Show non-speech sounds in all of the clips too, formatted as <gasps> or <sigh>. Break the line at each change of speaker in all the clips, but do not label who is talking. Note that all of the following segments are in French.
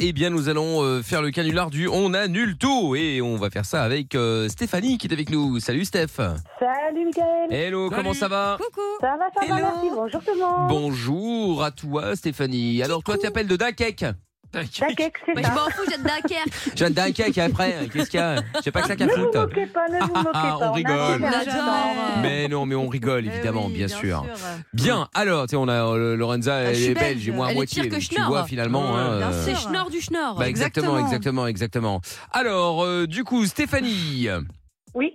eh bien nous allons euh, faire le canular du On annule tout et on va faire ça avec euh, Stéphanie qui est avec nous. Salut Steph.
Salut Mickaël
Hello,
Salut.
comment ça va
Coucou
Ça va, ça
Hello.
va, merci, bonjour tout le monde
Bonjour à toi Stéphanie. Alors toi t'appelles de Dunkerque.
D'accord, c'est
Moi, je
ça
m'en fous, j'ai
<laughs>
de Dunkerque.
Jeanne Dunkerque et après, qu'est-ce qu'il y a J'ai pas que ça qu'à
Ne vous
foutre.
moquez pas, ne vous moquez
Ah,
pas
on rigole.
a
On
fait un
adore.
genre.
Mais non, mais on rigole
Eh
évidemment,
oui,
bien, sûr. Bien, alors, tu sais, on a euh, Lorenza, elle
Ah, je suis
est belge, et moi à
Elle est
moitié.
pire que
donc tu
Schnorr.
vois finalement.
Ouais,
hein,
bien
euh,
C'est Schnorr du Schnorr.
bah, exactement, exactement,
Exactement.
exactement. Alors, euh, du coup, Stéphanie, euh,
Oui,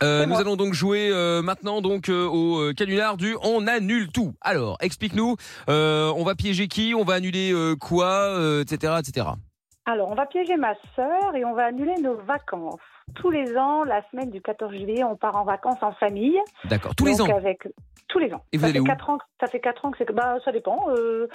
C'est
nous
moi.
allons donc jouer euh, maintenant donc euh, au euh, canular du on annule tout. Alors, explique-nous, euh, on va piéger qui, on va annuler euh, quoi, euh, etc., etc.
alors on va piéger ma sœur et on va annuler nos vacances. Tous les ans, la semaine du 14 juillet, on part en vacances en famille.
D'accord, tous les
Donc euh,
ans.
avec... Tous les ans.
Et vous
ça,
allez
fait
où
quatre ans que- ça fait 4 ans que c'est... que- Bah, ça dépend. euh,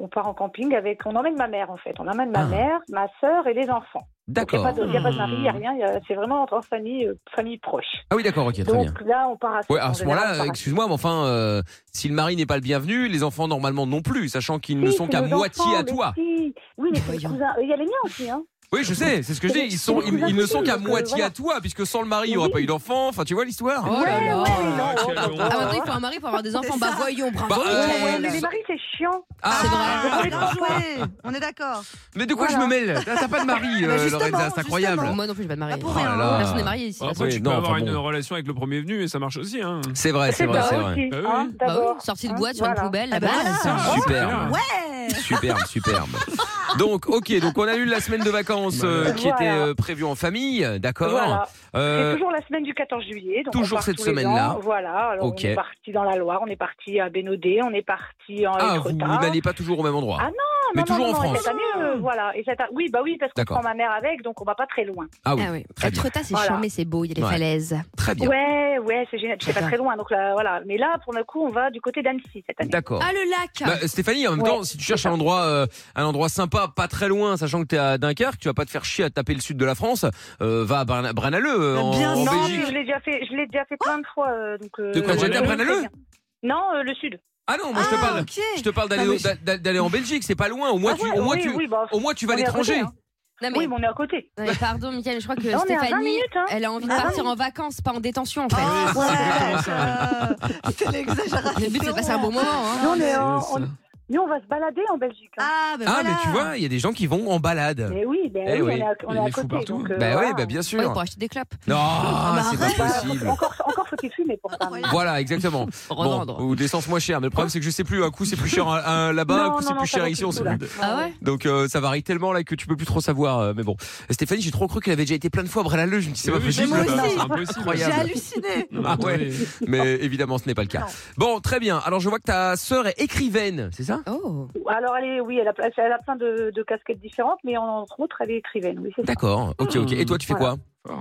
On part en camping avec... On emmène ma mère en fait. On emmène ma
Ah.
mère, ma sœur et les enfants. Il n'y a,
D'accord.
pas de- y a pas de mari, il n'y a
Hmm.
rien. y a- C'est vraiment entre famille, euh, famille proche.
Ah oui, d'accord, ok, très bien.
Donc là, on part à
Ouais,
en
à ce
général, on
moment-là,
part à-
excuse-moi, mais enfin, euh, si le mari n'est pas le bienvenu, les enfants normalement non plus, sachant qu'ils ne
Si,
sont
c'est
qu'à
nos
moitié
enfants,
à
mais
toi.
si. Oui, mais c'est mes
Voyons.
cousins. Euh, Il y a les miens aussi. Hein.
Oui, je sais, c'est ce que je dis. Ils, sont, ils, ils ne sont qu'à
euh,
moitié à toi, puisque sans le mari, il n'y aurait pas eu d'enfant. Enfin, tu vois l'histoire
Oh là
Ouais,
là.
ouais, mais non,
quel
non,
horreur.
Ah, maintenant, il faut un mari pour avoir des enfants. Bah, voyons, bravo.
Bah, euh,
Ouais, ouais,
Mickaël.
mais les maris, c'est chiant.
Ah,
c'est
Ah,
vrai.
bien joué. On est d'accord.
Mais de quoi
Voilà. Ah,
je me mêle T'as t'as pas de
<laughs>
mari, euh,
Bah, justement,
Lorenza, c'est
Bon,
incroyable.
Moi non plus, j'ai pas de
Bah,
mari.
Pas pour
rien. Oh là là.
Personne n'est marié ici. de toute façon.
oui,
Après, tu
non,
peux avoir
enfin
une
bon.
relation avec le premier venu et ça marche aussi. Hein.
C'est vrai, c'est vrai,
pas
c'est vrai.
aussi,
Bah
hein,
oui.
Bah
d'abord.
oui, sortie de
Hein,
boîte sur une
voilà.
poubelle,
Ah bah
là-bas.
voilà.
Ah,
Superbe,
Ouais.
Oh, superbe, superbe. Donc, ok, donc on a eu la semaine de vacances euh, qui
Voilà.
était euh, prévue en famille, d'accord
Voilà. C'est
Euh,
toujours la semaine du 14 juillet. Donc
toujours
on part
cette
tous les
semaine-là.
ans. Voilà. Alors
Ok.
On est parti dans la Loire, on est parti à Bénodet, on est parti en
Ah, vous
Étretat.
n'allez pas toujours au même endroit
Ah non, Non,
mais
non,
toujours
non,
en
non, et
France. Ah.
cette année, euh, voilà. Et cette- Oui, bah oui, parce qu'on
D'accord.
prend ma mère avec, donc on va pas très loin.
Ah oui,
Ah oui.
Très bien.
Être tas, c'est
Voilà.
charmé, c'est beau, il y a les
Ouais.
falaises.
très bien.
Ouais, ouais, c'est génial. C'est pas
D'accord.
très loin, donc là, voilà. Mais là, pour le coup, on va du côté d'Annecy cette année.
D'accord.
Ah, le lac
Bah, Stéphanie, en même
Ouais,
temps, si tu cherches un endroit, euh, un endroit sympa, pas très loin, sachant que t'es à Dunkerque, tu vas pas te faire chier à taper le sud de la France. euh, va à Brana- Branaleu
Bah,
euh, en,
Bien
en
sûr.
non,
Belgique.
mais je l'ai déjà fait, je l'ai déjà fait plein de fois. euh, donc, euh,
De quoi,
ouais,
déjà,
ouais,
Brennaleu
très bien. Non, euh, le sud.
Ah non, moi je te
Ah,
parle,
ok.
je te parle
Non,
d'aller,
mais je-
d'a- d'a- d'aller en Belgique, c'est pas loin. Au moins
Ah ouais,
tu, au moins
oui,
tu,
oui, bah,
au moins tu vas à
on est à
l'étranger.
côté, hein.
Non, mais,
Oui, mais on est à côté.
non, mais pardon, Mickaël, je crois que
Non, on est à 20
Stéphanie,
minutes. Hein.
elle a envie de
Ah,
partir
oui.
en vacances, pas en détention, en fait.
Ah,
c'est exactement
ah.
ouais. euh, C'est l'exagération.
Le but, c'est de passer un bon moment. hein.
Nous, on est en-
C'est ça.
euh, on- nous, on va se balader en Belgique. hein.
Ah, ben
Ah
voilà.
mais tu vois, il y a des gens qui vont en balade.
Mais oui, ben
Eh
oui,
oui.
on est à, on
Il
est
y a
à
des fous
côté.
partout,
donc,
hein.
euh,
bah
voilà.
ouais, bah bien sûr.
Ouais, pour acheter des clopes. Ah,
Non,
bah
c'est pas
arrête.
Bah,
possible.
Encore, encore faut-il fumer pour ça.
Incroyable.
Voilà,
<laughs>
exactement. Bon,
Revendre.
ou de l'essence moins chère. Mais le problème, c'est que je sais plus. Un coup, c'est plus cher euh, là-bas, un
Non,
coup, c'est
non, non,
plus
ça
cher
vaut
ici.
tout
On
le
se
coup, là.
Ah ouais
Donc euh, ça varie tellement là que tu peux plus trop savoir. euh, mais bon, Stéphanie, j'ai trop cru qu'elle avait déjà été plein de fois à Brennaleu. Je me dis c'est pas
Oui, oui,
possible.
mais moi
bah,
aussi.
C'est impossible.
J'ai
Incroyable.
halluciné.
Non, mais
Ah
attendez.
Mais évidemment, ce n'est pas le cas.
Non.
Bon, très bien. Alors je vois que ta sœur est écrivaine, c'est ça
Oh.
Alors, elle est, oui, elle a, ple- elle a plein de, de casquettes différentes, mais entre autres, elle est écrivaine. Oui, c'est ça.
D'accord. Ok, ok. Et toi, tu fais
Voilà.
quoi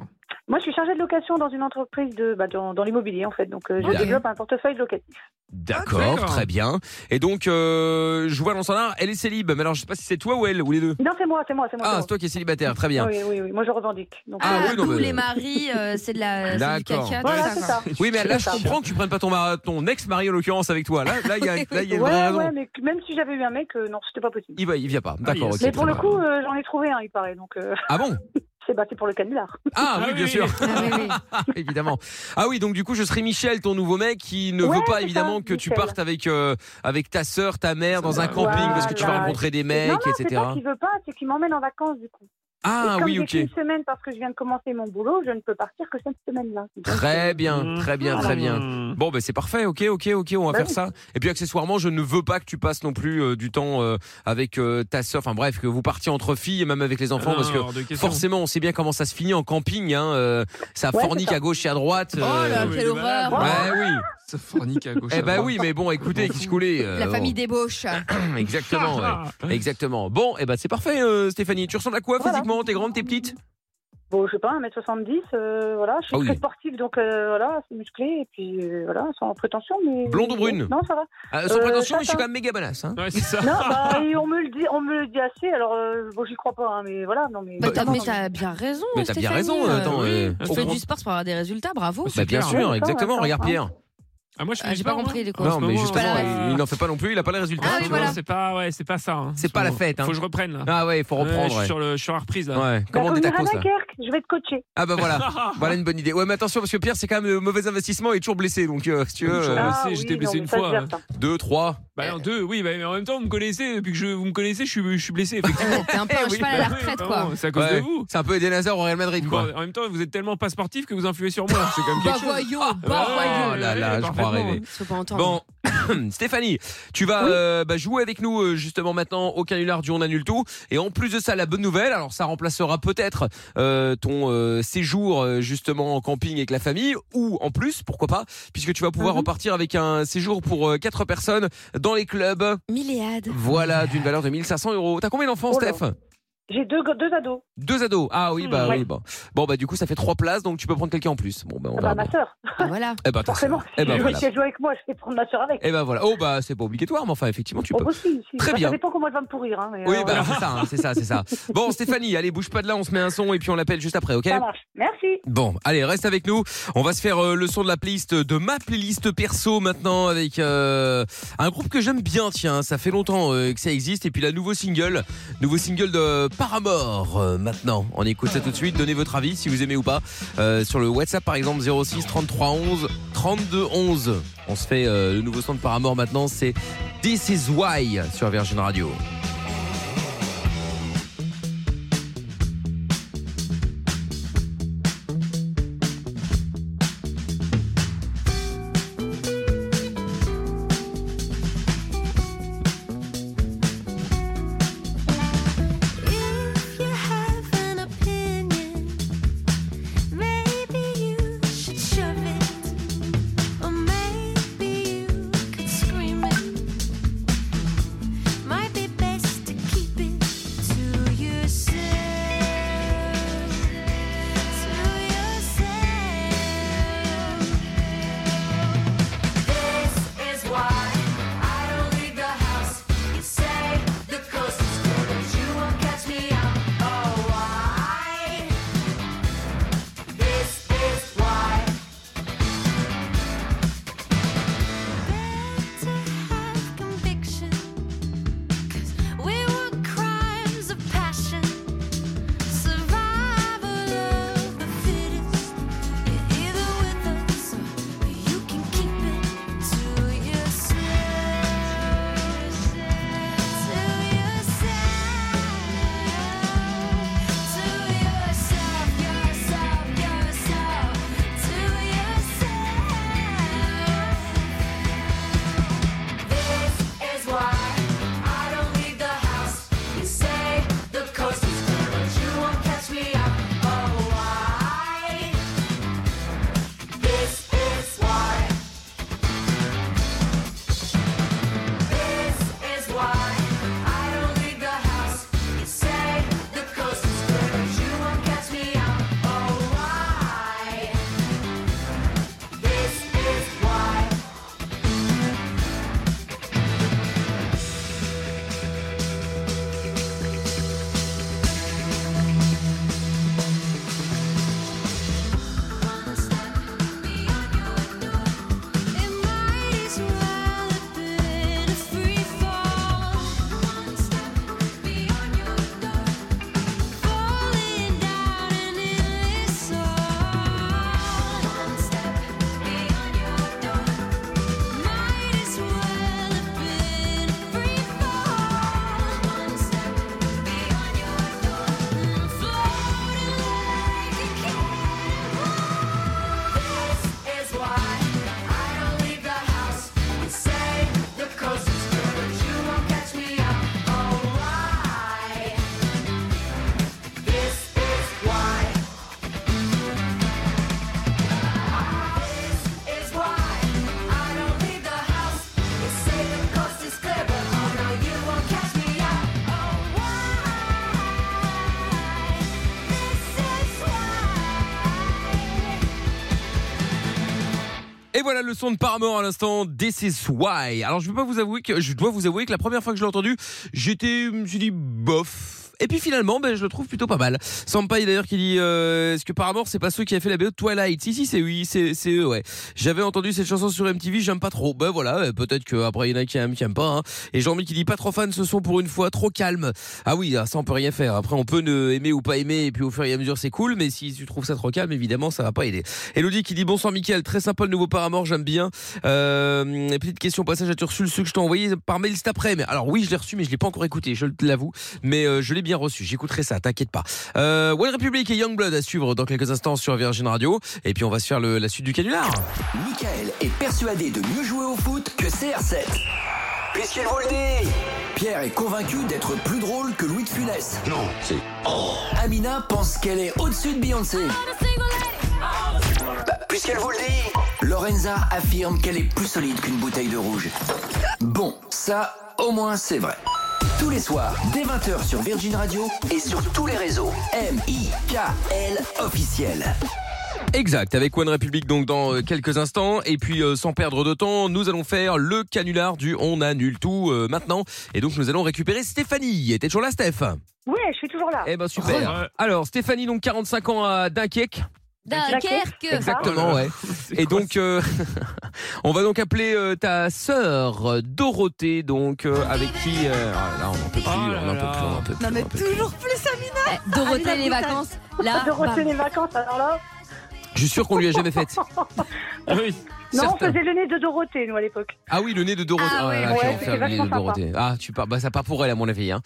Moi, je suis chargée de location dans une entreprise de, bah, dans, dans l'immobilier, en fait. Donc, euh, je
D'accord.
développe un portefeuille locatif.
D'accord,
D'accord.
très bien. Et donc, euh, je vois dans son art, elle est célib. Mais alors, je sais pas si c'est toi ou elle ou les deux.
Non, c'est moi, c'est moi, c'est moi.
Ah,
c'est
c'est toi qui es célibataire. Très bien.
moi. Oui, oui, oui. Moi, je revendique. Donc,
Ah,
Ah,
oui, non,
tous
mais-
les maris, euh, c'est
<laughs>
de la c'est du
D'accord.
caca, tout
Voilà,
ça,
c'est
quoi.
ça.
Oui, mais là, je
C'est ça.
comprends que tu prennes pas ton, mari- ton ex-mari en l'occurrence avec toi. Ah, Là, là, il y a, là, il y a une
ouais,
vraie raison.
ouais, mais que- même si j'avais eu un mec, euh, non, c'était pas possible.
Il va, il vient pas. D'accord. ok,
Ah, yes.
Mais pour
très
le
bien.
coup, euh, j'en ai trouvé un, il paraît. Donc, euh, <laughs>
Ah bon
c'est bah, c'est pour le canular.
Ah, oui,
Ah
bien
oui.
sûr.
Ah oui, oui.
<laughs> évidemment. Ah oui, donc du coup, je serai Michel, ton nouveau mec, qui ne
Ouais,
veut pas
c'est
évidemment
ça,
que tu
Michel.
partes avec euh, avec ta sœur, ta mère dans un camping
Voilà.
parce que tu vas rencontrer des mecs,
non, non, c'est
etc.
pas qu'il veut pas, c'est qu'il m'emmène en vacances, du coup. Et
Ah
comme
oui,
j'ai
ok.
qu'une semaine parce que je viens de commencer mon boulot, je ne peux partir que cette semaine-là. Donc,
Très bien,
Mm.
très bien, très bien.
Mmh.
Bon, ben c'est parfait. Ok, ok, ok. On va
Bah
faire
oui.
ça. Et puis accessoirement, je ne veux pas que tu passes non plus euh, du temps euh, avec euh, ta sœur. Enfin bref, que vous partiez entre filles et même avec les enfants,
Non,
parce que
Ah, hors de question.
forcément, on sait bien comment ça se finit en camping. Hein, euh, ça
Ouais,
fornique
c'est ça.
à gauche et à droite. euh.
Oh là,
oui,
quelle
de malade.
horreur.
Ouais, oui.
Ça fornique à gauche.
Eh
à
ben
droite.
oui, mais bon, écoutez, qu'est-ce que vous voulez, euh,
La
bon.
famille débauche.
Bah,
<clears throat> Exactement, ouais. exactement. Bon, et ben c'est parfait, euh, Stéphanie. Tu ressembles à quoi
Voilà.
physiquement T'es grande, t'es petite
Bon, je sais pas, 1m70, euh, voilà. Je suis
Ah oui.
très sportive, donc euh, voilà, c'est musclé, et puis euh, voilà, sans prétention. Mais...
Blonde ou brune
Non, ça va.
Euh, Sans
Euh,
prétention, mais je suis
ça,
quand
ça.
même méga badass. Hein.
Ouais, c'est ça.
Non, bah, et on me le dit, on me le dit assez. Alors, euh, bon, j'y crois pas, hein, mais voilà, non, mais.
Bah, t'as-
non,
mais
non,
t'as bien raison.
Mais t'as bien
Stéphanie,
raison.
euh,
attends,
oui.
euh,
On
au
fait
con-
Oh,
du sport pour avoir des résultats, bravo.
Bah, bien
super.
sûr,
Ouais,
exactement.
attends,
Regarde
attends.
Pierre.
Ah, moi, je
Ah,
fais
J'ai
du
pas
sport,
compris
moi.
les cours.
Non, mais
moment,
justement,
euh,
il- il n'en fait pas non plus, il a pas les résultats.
Ah oui,
tu vois.
voilà.
C'est pas, ouais, c'est pas ça. hein.
C'est pas la fête, hein.
Faut que je reprenne, là.
Ah ouais, il faut
Ouais, je
reprendre.
suis
ouais.
sur, le, je suis en reprise, là.
Ouais,
Bah,
commande des
venir à
tacos là.
Dunkerque, je vais te coacher.
Ah bah
<laughs>
<laughs>
voilà, voilà une bonne idée. Ouais, mais attention parce que Pierre, c'est quand même euh, mauvais investissement et toujours blessé. Donc euh, si tu veux,
Toujours.
euh,
Ah, si, j'étais
non,
blessé
mais
une
ça,
fois,
je
hein.
l'attends.
deux, trois.
Bah, en deux, oui, bah, mais en même temps, vous me connaissez. Depuis que je, vous me connaissez, je suis, je suis blessé.
<laughs>
effectivement.
Ouais, T'es un peu
Eh
un
oui,
cheval à la
Bah oui,
retraite,
bah
quoi.
bon, C'est à cause
Ah. Ouais.
de vous.
C'est un peu Eden Hazard au Real Madrid, quoi.
Bon, en même temps, vous êtes tellement pas sportif que vous influez sur moi. C'est comme
Bah
quelque chose.
voyons, bah
Ouais,
voyons.
Oh là
ouais,
là, je crois
parfaitement.
rêver.
Je peux pas entendre.
Bon, <clears throat> Stéphanie, tu vas euh, bah, jouer avec nous euh, justement maintenant au canular du On annule tout. Et en plus de ça, la bonne nouvelle, alors ça remplacera peut-être euh, ton euh, séjour euh, justement en camping avec la famille, ou en plus, pourquoi pas, puisque tu vas pouvoir
Mhm.
repartir avec un séjour pour euh, quatre personnes dans les clubs.
Milléade.
Voilà, d'une valeur de 1500 euros. T'as combien d'enfants,
Oh là.
Steph
J'ai deux, go- deux ados.
Deux ados. Ah oui, bah
Hmm.
oui, bon. Bon, bah du coup, ça fait trois places, donc tu peux prendre quelqu'un en plus. Bon, bah on
Ah
verra
bah, ma
bien.
sœur,
Ah,
<laughs>
voilà.
Eh bah, t'as
forcément.
ça.
Si
Eh bah,
je veux
voilà.
qu'elle joue avec moi, je vais prendre ma sœur avec.
Eh bah voilà. Oh, bah c'est pas obligatoire, mais enfin, effectivement, tu
Oh,
peux.
bah, si, si.
Très
Bah,
bien.
Ça dépend comment elle va me pourrir. hein, mais,
Oui,
euh,
bah
voilà.
c'est ça, hein, c'est ça, c'est ça. Bon, Stéphanie, allez, bouge pas de là, on se met un son et puis on l'appelle juste après, ok
Ça marche. Merci.
Bon, allez, reste avec nous. On va se faire euh, le son de la playlist, de ma playlist perso maintenant avec euh, un groupe que j'aime bien, tiens, ça fait longtemps euh, que ça existe. Et puis la nouveau single, nouveau single de Paramore euh, maintenant. On écoute ça tout de suite, donnez votre avis si vous aimez ou pas. euh, sur le WhatsApp par exemple 06 33 11 32 11. On se fait euh, le nouveau son de Paramore maintenant, c'est This is Why sur Virgin Radio.
If you have an opinion, maybe you should shove it, or maybe you could scream it. Might be best to keep it to yourself, to yourself. This is why I don't leave the house. You say the coast is clear, but you won't catch me out. Oh, why? This is why. Better have conviction, 'cause we were crimes of passion, survival of the fittest. You're either with us or you can keep it to yourself, to yourself, to yourself, yourself, yourself, to yourself. This is why I don't leave the house. You say the coast is clear, but you won't catch me out. Oh, why? This is why. This is why I don't leave the house. You say the coast is clear, but you won't catch me out. Oh, why? This is why. It might as well have been a free fall. One step beyond your door, falling down and it's all. One step beyond your door, might as well have been a free fall. One step beyond your door, floating like a this is why I don't leave the house. You say the coast is clear, but you won't catch me out. Oh, why? This is why. This is why I don't leave the house. You say the coast is clear, but oh no, you won't catch me out. Oh, why? This is why.
Et voilà le son de Paramore à l'instant. This is why. Alors je peux pas vous avouer que je dois vous avouer que la première fois que je l'ai entendu, j'étais, je me suis dit bof. Et puis finalement, ben, je le trouve plutôt pas mal. Sampai d'ailleurs qui dit euh, Est-ce que Paramore, c'est pas ceux qui a fait la BO de Twilight Si, si, c'est oui, c'est c'est eux, ouais. J'avais entendu cette chanson sur MTV, j'aime pas trop. Ben voilà, euh, peut-être que après il y en a qui aiment, qui aiment pas. hein. Et Jean-Mi qui dit Pas trop fan ce son pour une fois, trop calme. Ah oui, ah, ça on peut rien faire. Après, on peut ne aimer ou pas aimer, et puis au fur et à mesure, c'est cool. Mais si tu trouves ça trop calme, évidemment, ça va pas aider. Elodie qui dit Bon sang, Mickaël, très sympa le nouveau Paramore, j'aime bien. Euh, et petite question au passage à Tursul, ceux que je t'ai envoyé par mail cet après. Mais alors oui, je l'ai reçu, mais je l'ai pas encore écouté, je te l'avoue. Mais euh, je l'ai bien reçu. J'écouterai ça, t'inquiète pas. Euh, One Republic et Youngblood à suivre dans quelques instants sur Virgin Radio. Et puis on va se faire le- la suite du canular.
Michael est persuadé de mieux jouer au foot que CR7. Puisqu'il vous le dit Pierre est convaincu d'être plus drôle que Louis de Funès. Non, c'est... Amina pense qu'elle est au-dessus de Beyoncé. Bah, puisqu'elle vous le dit Lorenza affirme qu'elle est plus solide qu'une bouteille de rouge. Bon, ça, au moins, c'est vrai. Tous les soirs, dès 20h sur Virgin Radio et sur tous les réseaux. M-I-K-L officiel.
Exact, avec One Republic donc dans euh, quelques instants. Et puis euh, sans perdre de temps, nous allons faire le canular du On annule tout euh, maintenant. Et donc nous allons récupérer Stéphanie. T'es toujours là Steph
Oui, je suis toujours là.
Eh ben super.
Ouais.
Alors Stéphanie donc 45 ans à
<laughs>
Dunkerque.
Dunkerque.
ben, Exactement,
<laughs>
ouais. Et donc, euh, <laughs> on va donc appeler euh, ta sœur euh, Dorothée, donc euh, avec qui euh, ah, là on en peut plus,
Oh là
on en peut
là.
plus, on en peut plus.
Non, mais
on en peut
toujours plus Amina.
Eh, Dorothée les vacances.
<laughs>
Là,
De
bam.
retenir les vacances, alors là,
plus. Je suis sûr qu'on lui a jamais
<laughs>
faite.
Ah Oui.
non, on
Certain.
faisait le nez de Dorothée, nous, à l'époque.
Ah oui, le nez de Dorothée.
Ah ouais,
là,
ouais,
quel
c'était
enfer, le nez de
vachement
Dorothée. Ah, tu pars, bah ça part pour elle à mon avis. Hein.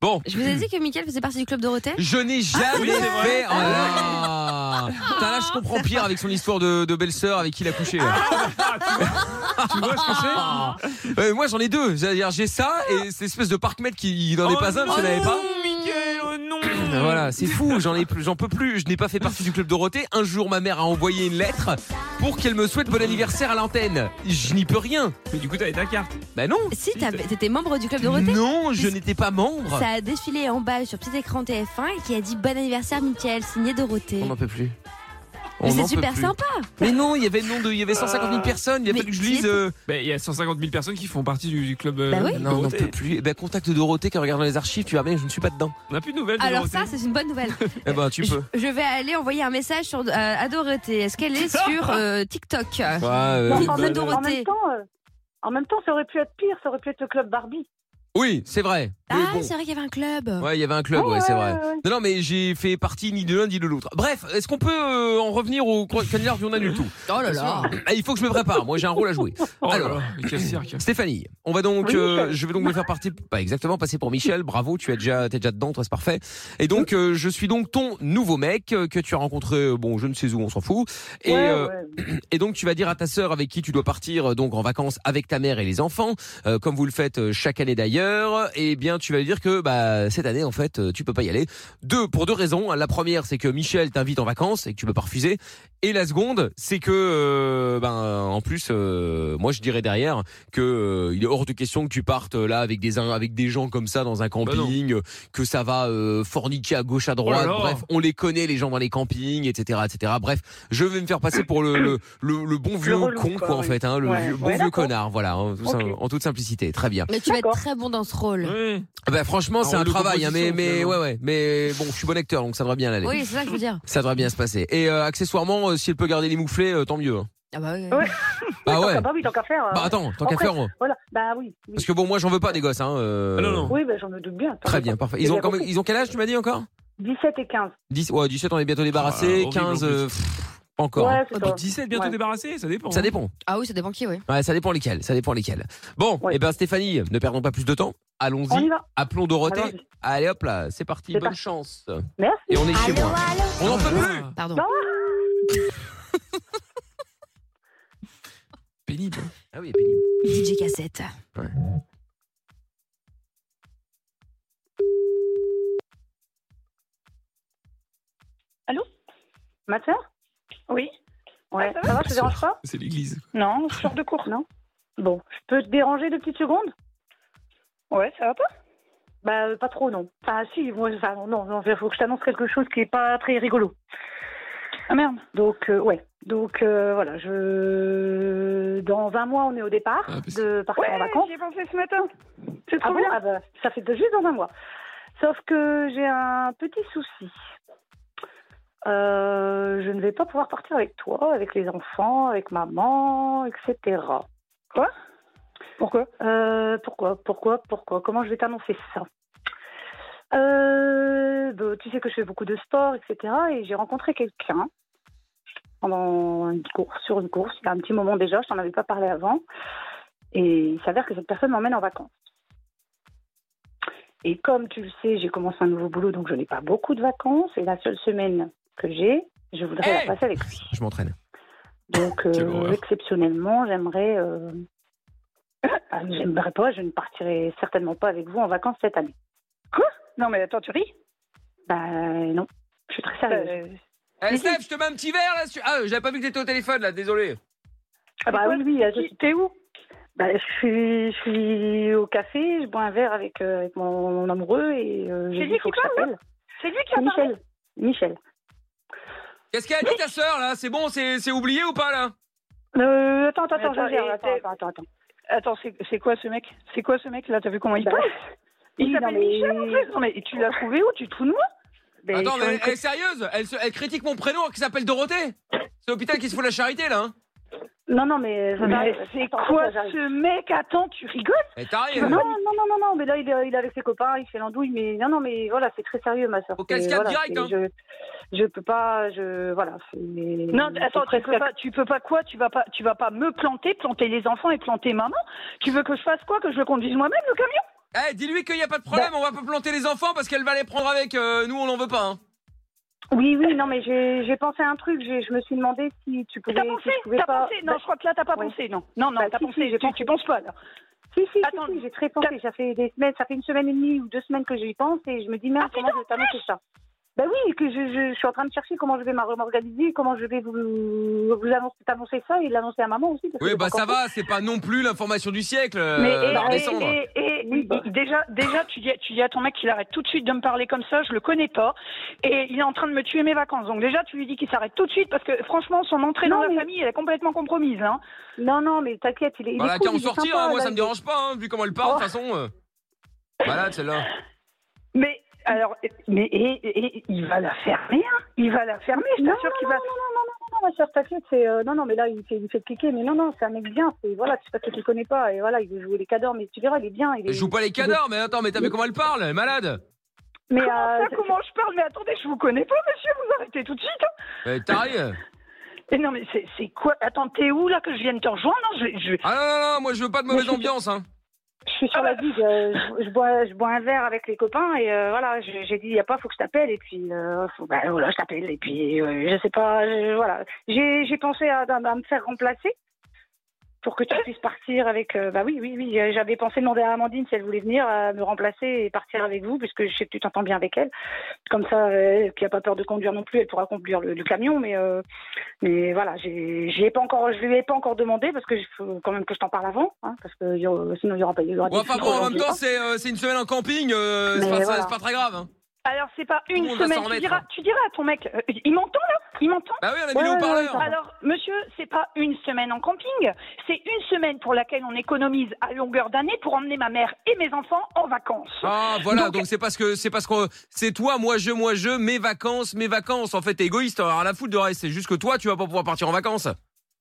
Bon,
Je vous ai dit que Mickaël faisait partie du club Dorothée.
je n'ai jamais
oui, Ah, c'est vrai.
fait.
Ah.
Oh là là. Putain, là, je comprends Pierre avec son histoire de, de belle-sœur avec qui il a couché. là.
Tu vois ce que c'est
Euh, moi, j'en ai deux. C'est-à-dire, J'ai ça et cette espèce de parkmètre qui n'en est pas un, parce qu'elle n'avait pas.
Oh non, Mickaël, oh <coughs> non
Voilà, c'est fou, j'en ai plus, j'en peux plus. Je n'ai pas fait partie du club Dorothée. Un jour, ma mère a envoyé une lettre pour qu'elle me souhaite bon anniversaire à l'antenne. Je n'y peux rien.
Mais du coup, t'avais ta carte.
Bah non.
Si t'avais- t'étais membre du club Dorothée.
Non, je
Puisque-
n'étais pas membre.
Ça a défilé en bas sur petit écran TF1 et qui a dit bon anniversaire Mickaël, signé Dorothée.
On n'en peut plus.
Mais
On n'en
c'est
peut
super
plus.
sympa.
Mais non, il y avait le nom de, il y avait 150 000 personnes. Il y a
Mais
fallu que je
qui
lise.
est-
euh,
Bah, il y a 150 000 personnes qui font partie du, du club. euh,
Bah oui.
de
Non, on n'en
Dorothée.
peut plus. Eh ben, contacte Dorothée qui regarde dans les archives. Tu vas bien, je ne suis pas dedans.
On n'a plus de nouvelles. de
Alors ça,
Dorothée.
c'est une
<laughs>
bonne nouvelle.
Eh ben, tu
Je, <laughs>
peux.
je vais aller envoyer un message sur, euh, à Dorothée. Est-ce qu'elle
<laughs>
est sur euh, TikTok
Ouais,
Non,
euh,
en,
bah,
même,
Dorothée.
en même temps, euh, en même temps, ça aurait pu être pire, ça aurait pu être le club Barbie.
Oui, c'est vrai. Mais
Ah,
bon.
c'est vrai qu'il y avait un club.
Ouais, il y avait un club,
Ah,
ouais, c'est
ouais,
vrai.
ouais, ouais.
Non, non, mais j'ai fait partie ni de l'un ni de l'autre. Bref, est-ce qu'on peut euh, en revenir au cro- canular du on annule tout
Oh là là.
Ah, Il faut que je me prépare. Moi, j'ai un rôle à jouer.
Oh là
Alors.
là, mais quel cirque.
Stéphanie, on va donc,
Oui,
euh,
Michel.
je vais donc me faire partie, pas exactement, passer pour Michel. Bravo, tu es déjà, t'es déjà dedans, toi, c'est parfait. Et donc, euh, je suis donc ton nouveau mec euh, que tu as rencontré. euh, Bon, je ne sais où, on s'en fout. Et,
Ouais,
euh,
ouais.
<clears throat> et donc, tu vas dire à ta sœur avec qui tu dois partir euh, donc en vacances avec ta mère et les enfants, euh, comme vous le faites euh, chaque année d'ailleurs. Et bien, tu vas lui dire que bah cette année en fait, euh, tu peux pas y aller. Deux pour deux raisons. La première, c'est que Michel t'invite en vacances et que tu peux pas refuser. Et la seconde, c'est que euh, ben en plus, euh, moi je dirais derrière que euh, il est hors de question que tu partes euh, là avec des avec des gens comme ça dans un camping, euh, que ça va euh, forniquer à gauche à droite.
Bah Oh là là.
Bref, on les connaît les gens dans les campings, etc., etc. Bref, je vais me faire passer pour le le, le- le bon vieux
relou,
con
quoi,
quoi en
oui.
fait, hein, le
Ouais,
vieux- bon
ouais,
vieux
d'accord.
connard, voilà, hein. en, tout sim-
Ok.
en toute simplicité, très bien.
Mais tu vas être
D'accord.
très bon dans ce rôle.
Ouais.
Ah Bah franchement, c'est
Alors,
un
le
travail, hein, mais
composition,
mais ouais
euh,
finalement.
ouais, mais bon, je suis bon acteur, donc ça devrait bien aller.
Oui, c'est ça que je veux dire.
Ça devrait bien se passer. Et euh, accessoirement, euh, si elle peut garder les mouflets, euh, tant mieux. hein.
Ah bah oui.
Ouais.
Bah
<laughs> Tant
ouais.
qu'à- bah oui, tant qu'à faire. euh,
Bah attends, tant
En
qu'à
fait-
faire. moi.
Voilà. Bah oui. oui.
Parce que bon, moi j'en veux pas des gosses. Hein, euh,
Ah non, non.
Oui, bah, j'en me doute bien. tant
Très
qu'à
bien,
faire.
parfait.
J'ai
Ils ont,
bien
quand même-
compris.
ils ont quel âge, tu m'as dit encore
17 et 15.
10, ouais, 17, on est bientôt débarrassé.
Ah, horrible,
15, euh,
en
pff, pas encore. hein.
Ouais, c'est
Ah,
ça.
puis 17 bientôt
Ouais.
débarrassé, ça dépend. hein.
Ça dépend.
Ah oui, c'est des banquiers,
<laughs>
oui.
Ouais, ça dépend lesquels. Ça dépend lesquels. Bon,
Ouais.
et ben Stéphanie, ne perdons pas plus de temps.
On y
Allons-y.
va.
Appelons Dorothée.
Allons-y.
Allez hop là, c'est parti.
C'est
Bonne
parti.
chance.
Merci. Ah,
Et on est chez moi. On en
Oh là
peut
là.
plus.
Pardon.
Non.
Pénible.
Ah oui, pénible.
DJ Cassette.
Ma sœur Oui. Ouais. Ça va, je te dérange pas
C'est l'église.
Non, je sors de cours. Non. Bon, je peux te déranger deux petites secondes Ouais, ça va pas Bah, euh, pas trop, non. Enfin, si, moi, enfin, non, non, faut que je t'annonce quelque chose qui est pas très rigolo. Ah merde. Donc, euh, ouais. Donc, euh, voilà, je. Dans un mois, on est au départ
Ah, parce-
de partir en vacances.
J'y ai pensé ce matin. C'est
Ah
trop
bon
bien.
Ah bah, ça fait de- juste dans un mois. Sauf que j'ai un petit souci. Euh, je ne vais pas pouvoir partir avec toi, avec les enfants, avec maman, etc. Quoi Pourquoi Euh, Pourquoi Pourquoi Pourquoi Comment je vais t'annoncer ça Euh, bah, Tu sais que je fais beaucoup de sport, etc. Et j'ai rencontré quelqu'un pendant une course, sur une course, il y a un petit moment déjà, je t'en avais pas parlé avant. Et il s'avère que cette personne m'emmène en vacances. Et comme tu le sais, j'ai commencé un nouveau boulot, donc je n'ai pas beaucoup de vacances. Et la seule semaine que j'ai, je voudrais
Eh
la passer avec lui.
Je m'entraîne.
Donc, euh,
Quelle horreur.
exceptionnellement, j'aimerais. euh, <coughs> ah, j'aimerais pas, je ne partirai certainement pas avec vous en vacances cette année. Quoi Non, mais attends, tu ris Euh, Bah, non. Je suis très sérieuse.
Eh, Steph, je te mets un petit verre là. sur- Ah, j'avais pas vu que t'étais au téléphone là, désolé.
Ah bah oui, oui, je suis... T'es où bah, je, suis, je suis au café, je bois un verre avec, euh, avec mon, mon amoureux et euh, je
C'est
dis,
lui
faut
qui
que je t'appelle.
C'est lui qui
C'est
a parlé.
Michel. Michel.
Qu'est-ce qu'elle a dit ta sœur là C'est bon, c'est c'est oublié ou pas là
Euh, attends, attends,
Mais
attends,
attends,
je gère,
et
attends,
t'es-
attends, attends, attends.
Attends, c'est- c'est quoi ce mec C'est quoi ce mec là T'as vu comment il
Bah,
parle
oui,
Il
non,
s'appelle
mais-
Michel en plus. Non mais tu l'as trouvé où Tu te fous de moi
Ben,
Attends,
sur
mais
une
elle, elle est sérieuse elle, se- elle critique mon prénom qui s'appelle Dorothée C'est l'hôpital qui se fout de la charité là. Hein.
co- Non, non, mais... ça
Mais
m'arrive.
c'est
Attends,
quoi
attends, j'arrive.
ce mec Attends, tu rigoles
Elle est tarée,
Non,
elle.
non, non, non, non, mais là, il est, il est avec ses copains, il fait l'andouille, mais non, non, mais voilà, c'est très sérieux, ma soeur.
Faut qu'elle se calme direct,
je, je peux pas, je... Voilà, c'est...
Non,
c'est
attends, tu
presque-
peux pas, tu peux pas quoi Tu vas pas, tu vas pas me planter, planter les enfants et planter maman Tu veux que je fasse quoi Que je le conduise moi-même le camion
Eh, dis-lui qu'il n'y a pas de
Bah-
problème, on va pas planter les enfants parce qu'elle va les prendre avec. euh, nous, on n'en veut pas. hein.
Oui, oui, non, mais j'ai j'ai pensé à un truc. j'ai- Je me suis demandé si tu pouvais.
T'as
si
pensé
je pouvais
T'as
pas-
pensé Non,
Bah,
je crois que là t'as pas
ouais.
pensé. Non, non, non,
Bah,
t'as
si, si,
pensé.
j'ai
tu- tu penses pas là.
si, si, si,
Attends.
si, j'ai très pensé. Ça fait des semaines, ça fait une semaine et demie ou deux semaines que j'y pense et je me dis, merde,
Ah,
comment je vais t'annoncer ça Ben oui, que je, je, je suis en train de chercher comment je vais m'or- m'organiser, comment je vais vous, vous annoncer, t'annoncer ça et l'annoncer à maman aussi. parce que
Oui,
j'ai
bah
pas
ça
encore
va, c'est pas non plus l'information du siècle.
Mais
euh,
et-
leur
et-
descendre.
et- et-
Oui,
Ah.
bah.
et- déjà, déjà, tu dis, tu dis à ton mec qu'il arrête tout de suite de me parler comme ça. Je le connais pas et il est en train de me tuer mes vacances. Donc déjà, tu lui dis qu'il s'arrête tout de suite parce que franchement, son entrée
Non,
dans
mais-
la famille, elle est complètement compromise. Hein.
fait. Non, non, mais t'inquiète, il est. il est
Voilà,
cool,
qu'à en
il est
sortir,
sympa, bah.
hein, moi
là,
ça me
il-
dérange pas, hein, vu comment elle parle, de
Oh.
toute façon. euh. Voilà, celle-là.
Mais alors, mais et, et- et il va la fermer. hein. Il va la fermer. Je
Non,
t'assure qu'il
non,
va.
non, non, non, non, non, ma chère t'inquiète, c'est euh, non, non, mais là il fait, il fait cliquer, mais non, non, c'est un mec bien, c'est voilà, tu sais pas que tu le connais pas, et voilà, il veut jouer les cadors, mais tu verras, il est bien, il est.
Elle joue pas les cadors, mais attends, mais t'as vu comment elle parle Elle est malade.
Mais
Comment,
euh,
ça, comment je parle Mais attendez, je vous connais pas, monsieur. Vous arrêtez tout de suite. hein.
Elle est tarée.
Et non, mais c'est c'est quoi Attends, t'es où là que je vienne te rejoindre hein je, je-
Ah non, non, non, moi je veux pas de mauvaise ambiance. Hein.
je suis sur la digue, euh, je, je bois, je bois un verre avec les copains, et euh, voilà, je- j'ai dit, il y a pas, faut que je t'appelle, et puis euh, faut- bah, voilà, je t'appelle, et puis euh, je sais pas, je- voilà, j'ai j'ai pensé à, à- à me faire remplacer. Pour que tu puisses partir avec. euh, bah oui, oui, oui. J'avais pensé demander à Amandine si elle voulait venir euh, me remplacer et partir avec vous, puisque je sais que tu t'entends bien avec elle. comme ça, euh, qui a pas peur de conduire non plus, elle pourra conduire le, le camion. Mais, euh, mais voilà, j'ai, j'y ai pas encore, je lui ai pas encore demandé parce que je- faut quand même que je t'en parle avant, hein, parce que il y aura- sinon il y aura pas. il Y aura
Ouais,
des
Oh, enfin
filtres
bon, en
aujourd'hui,
même temps,
hein.
c'est euh, c'est une semaine en camping, euh,
Mais
c'est pas, c'est
voilà.
pas très grave. Hein.
Alors, c'est pas une
le monde va
semaine.
s'en
Tu
remettre,
diras,
hein.
tu diras à ton mec. euh, il m'entend là Il m'entend
Bah oui, on a mis
Ouais,
le
ouais,
haut-parleur.
ouais,
Alors, monsieur, c'est pas une semaine en camping, c'est une semaine pour laquelle on économise à longueur d'année pour emmener ma mère et mes enfants en vacances.
Ah voilà,
Donc-
donc c'est parce que c'est parce que c'est toi, moi je, moi je, mes vacances, mes vacances. En fait, t'es égoïste, t'en as rien à foutre de reste. C'est juste que toi, tu vas pas pouvoir partir en vacances.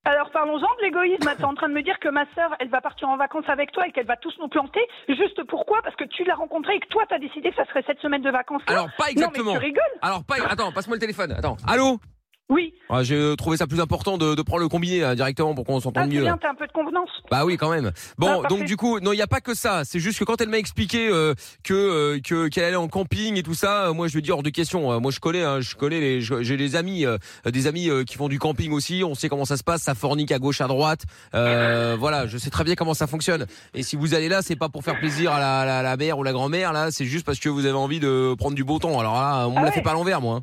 Alors, parlons-en de l'égoïsme. T'es en train de me dire que ma sœur, elle va partir en vacances avec toi et qu'elle va tous nous planter. Juste pourquoi Parce que tu l'as rencontrée et que toi, t'as décidé que ça serait cette semaine de vacances.
Alors pas
Non,
exactement.
mais tu rigoles
Alors pas. Attends, passe-moi le téléphone. Attends. Allô.
Oui.
Ah, J'ai trouvé ça plus important de, de prendre le combiné là, directement pour qu'on
Ah,
s'entende
c'est
mieux.
bien, t'as un peu de convenance.
Bah oui, quand même. Bon,
Ah,
donc
parfait.
du coup, non, il n'y a pas que ça. C'est juste que quand elle m'a expliqué euh, que euh, que qu'elle allait en camping et tout ça, euh, moi je lui ai dit hors de question. Euh, moi je connais, hein, je connais les, je- j'ai des amis, euh, des amis euh, qui font du camping aussi. On sait comment ça se passe, ça fornique à gauche, à droite. Euh, voilà, je sais très bien comment ça fonctionne. Et si vous allez là, c'est pas pour faire plaisir à la, la, la mère ou la grand-mère. Là, c'est juste parce que vous avez envie de prendre du beau temps. Alors là, on me
Ah
la
ouais.
fait pas à l'envers, moi. hein.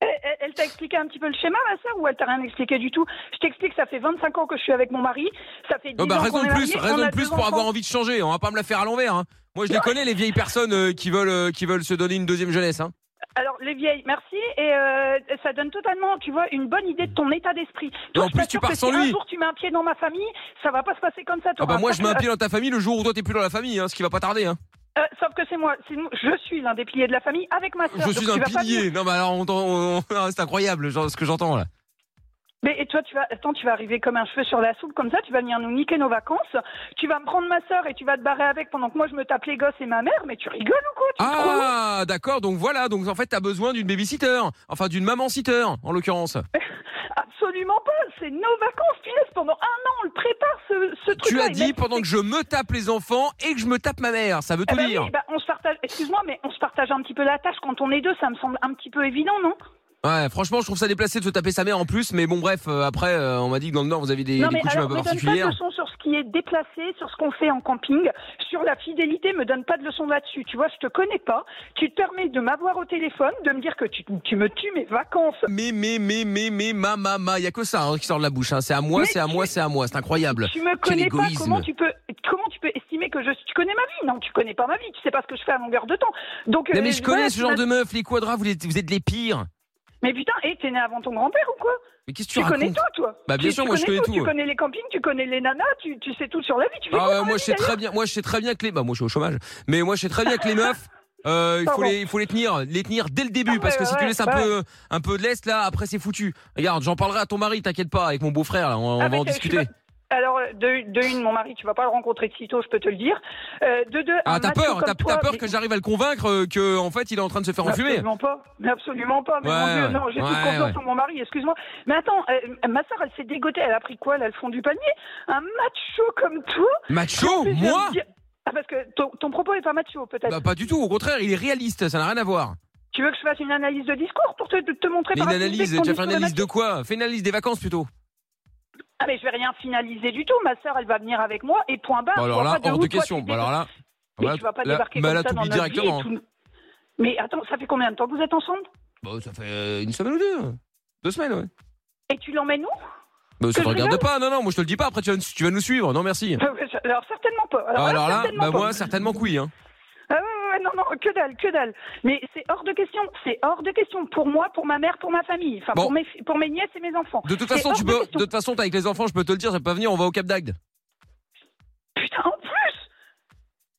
Elle, elle- elle t'a expliqué un petit peu le schéma, ma sœur, ou elle t'a rien expliqué du tout Je t'explique, ça fait 25 ans que je suis avec mon mari. Ça fait 10
Non, bah,
ans
raison
qu'on
de
est
plus,
mariés,
raison
on
de
a
plus
deux
pour
enfants.
avoir envie de changer. On va pas me la faire à l'envers. Hein. Moi, je les connais, les vieilles personnes euh, qui veulent, euh, qui veulent se donner une deuxième jeunesse. Hein.
Ah,
Alors, les vieilles, merci. Et euh, ça donne totalement, tu vois, une bonne idée de ton état d'esprit.
Et en
je
plus,
t'assure
tu pars
que
sans
si
lui.
Un jour, tu mets un pied dans ma famille, ça va pas se passer comme ça.
Ah bah
t'auras
moi
pas
je mets un
que-
pied dans ta famille le jour où toi t'es plus dans la famille, hein, ce qui va pas tarder. Hein.
Euh, sauf que c'est moi, c'est nous- je suis l'un des piliers de la famille avec ma sœur.
Je
donc
suis
tu
un
vas pas venir.
pilier. Non, mais alors, on, on- on- c'est incroyable genre, ce que j'entends là.
Mais et toi, tu vas, attends, tu vas arriver comme un cheveu sur la soupe, comme ça, tu vas venir nous niquer nos vacances. Tu vas me prendre ma sœur et tu vas te barrer avec pendant que moi je me tape les gosses et ma mère. Mais tu rigoles ou quoi tu te crois où
Ah, d'accord. Donc voilà. Donc en fait, t'as besoin d'une babysitter. Enfin, d'une maman-sitter, en l'occurrence.
Bah, Absolument pas. C'est nos vacances, punaise. Pendant un an, on le prépare ce, ce truc.
Tu as dit pendant que je me tape les enfants et que je me tape ma mère. Ça
Eh Ah
veut tout
ben
dire.
bah on se partage. Excuse-moi, mais on se partage un petit peu la tâche quand on est deux. Ça me semble un petit peu évident, non
Ouais, franchement, je trouve ça déplacé de se taper sa mère en plus. Mais bon, bref, euh, après, euh, on m'a dit que dans le Nord, vous avez des,
Non,
des
mais
coutumes
alors,
un peu
me donne pas de
particulières.
leçon sur ce qui est déplacé, sur ce qu'on fait en camping, sur la fidélité, me donne pas de leçon là-dessus. Tu vois, je te connais pas. Tu te permets de m'avoir au téléphone, de me dire que tu, tu me tues mes vacances.
Mais, mais, mais, mais, mais, ma, ma, ma. Y a que ça hein, qui sort de la bouche. hein. C'est à moi,
Mais
c'est à
tu-
moi, c'est à moi. C'est incroyable.
Tu me
Quel
connais pas.
égoïsme.
Comment tu peux, comment tu peux estimer que je, tu connais ma vie? Non, tu connais pas ma vie. Tu sais pas ce que je fais à longueur de temps. Donc,
Non,
euh,
mais je
voilà,
connais
tu
ce genre
m'as-
de meuf. Les quadras, vous êtes, vous êtes les pires.
Mais putain, et t'es né avant ton grand-père ou quoi?
Mais qu'est-ce que tu,
Tu, connais
racontes
tout, toi.
Bah, bien
Tu-
sûr,
tu
moi, je connais tout.
Tu connais les campings, tu connais les nanas, tu, tu sais tout sur la vie. Tu fais
Ah
quoi
ouais,
dans la
moi je
vie,
sais très bien, moi je sais très bien que les, bah moi je suis au chômage, mais moi je sais très bien que les meufs, euh, il faut
Pardon.
les, il faut les tenir, les tenir dès le début,
Ah
parce que
ouais,
si tu
ouais,
laisses un
ouais.
peu, un peu de l'est là, après c'est foutu. Regarde, j'en parlerai à ton mari, t'inquiète pas, avec mon beau-frère là, on, on
Ah,
va
mais
en
t'as- je suis
discuter.
pas- Alors, euh, de, de une, mon mari, tu vas pas le rencontrer de sitôt, je peux te le dire. Euh, de deux,
Ah
un
t'as
macho
peur,
comme
t'as
toi,
t'as peur
mais-
que j'arrive à le convaincre euh, que en fait il est en train de se faire
Mais
enfumer.
Absolument pas, mais absolument pas. Mais
Ouais,
mon Dieu,
ouais.
non, j'ai
Ouais,
toute confiance
ouais.
en mon mari, excuse-moi. Mais attends, euh, ma soeur, elle s'est dégotée, elle a pris quoi, là, le fond du panier Un macho comme toi
Macho,
Plus, elle me
moi
dit- Ah, parce que ton, ton propos est pas macho, peut-être.
Bah pas du tout, au contraire, il est réaliste, ça n'a rien à voir.
Tu veux que je fasse une analyse de discours pour te, te montrer
Mais
par
une
A plus B que
analyse,
ton
tu vas faire une
discours est
analyse de quoi Fais une analyse des vacances plutôt.
Ah mais je vais rien finaliser du tout. Ma sœur, elle va venir avec moi et point barre.
Bon alors
Toi,
là,
pas
hors
où,
de
toi,
question.
tu
Bon alors là,
Mais
là,
tu vas pas
là,
débarquer
bah
comme
là,
ça dans
t'oublies
notre vie et
directement.
tout. Mais attends, ça fait combien de temps que vous êtes ensemble
Bah, ça fait euh, une semaine ou deux. Deux semaines, ouais.
Et tu l'emmènes où
Bah, ça
Que
te
je
regarde pas, non, non, moi je te le dis pas, après tu vas, tu vas nous suivre, non merci.
<laughs> Euh, Alors certainement pas.
Ah, Alors là,
certainement
bah
pas.
moi certainement que oui. Hein.
Ah ouais, ouais, ouais, non, non, que dalle, que dalle. Mais c'est hors de question, c'est hors de question pour moi, pour ma mère, pour ma famille, enfin
Bon.
pour, mes, fi- pour mes nièces et mes enfants.
De toute
C'est
façon,
hors
tu
de
peux, de
question.
toute façon, t'es avec les enfants, je peux te le dire, ça peut pas venir, on va au Cap d'Agde.
Putain, en plus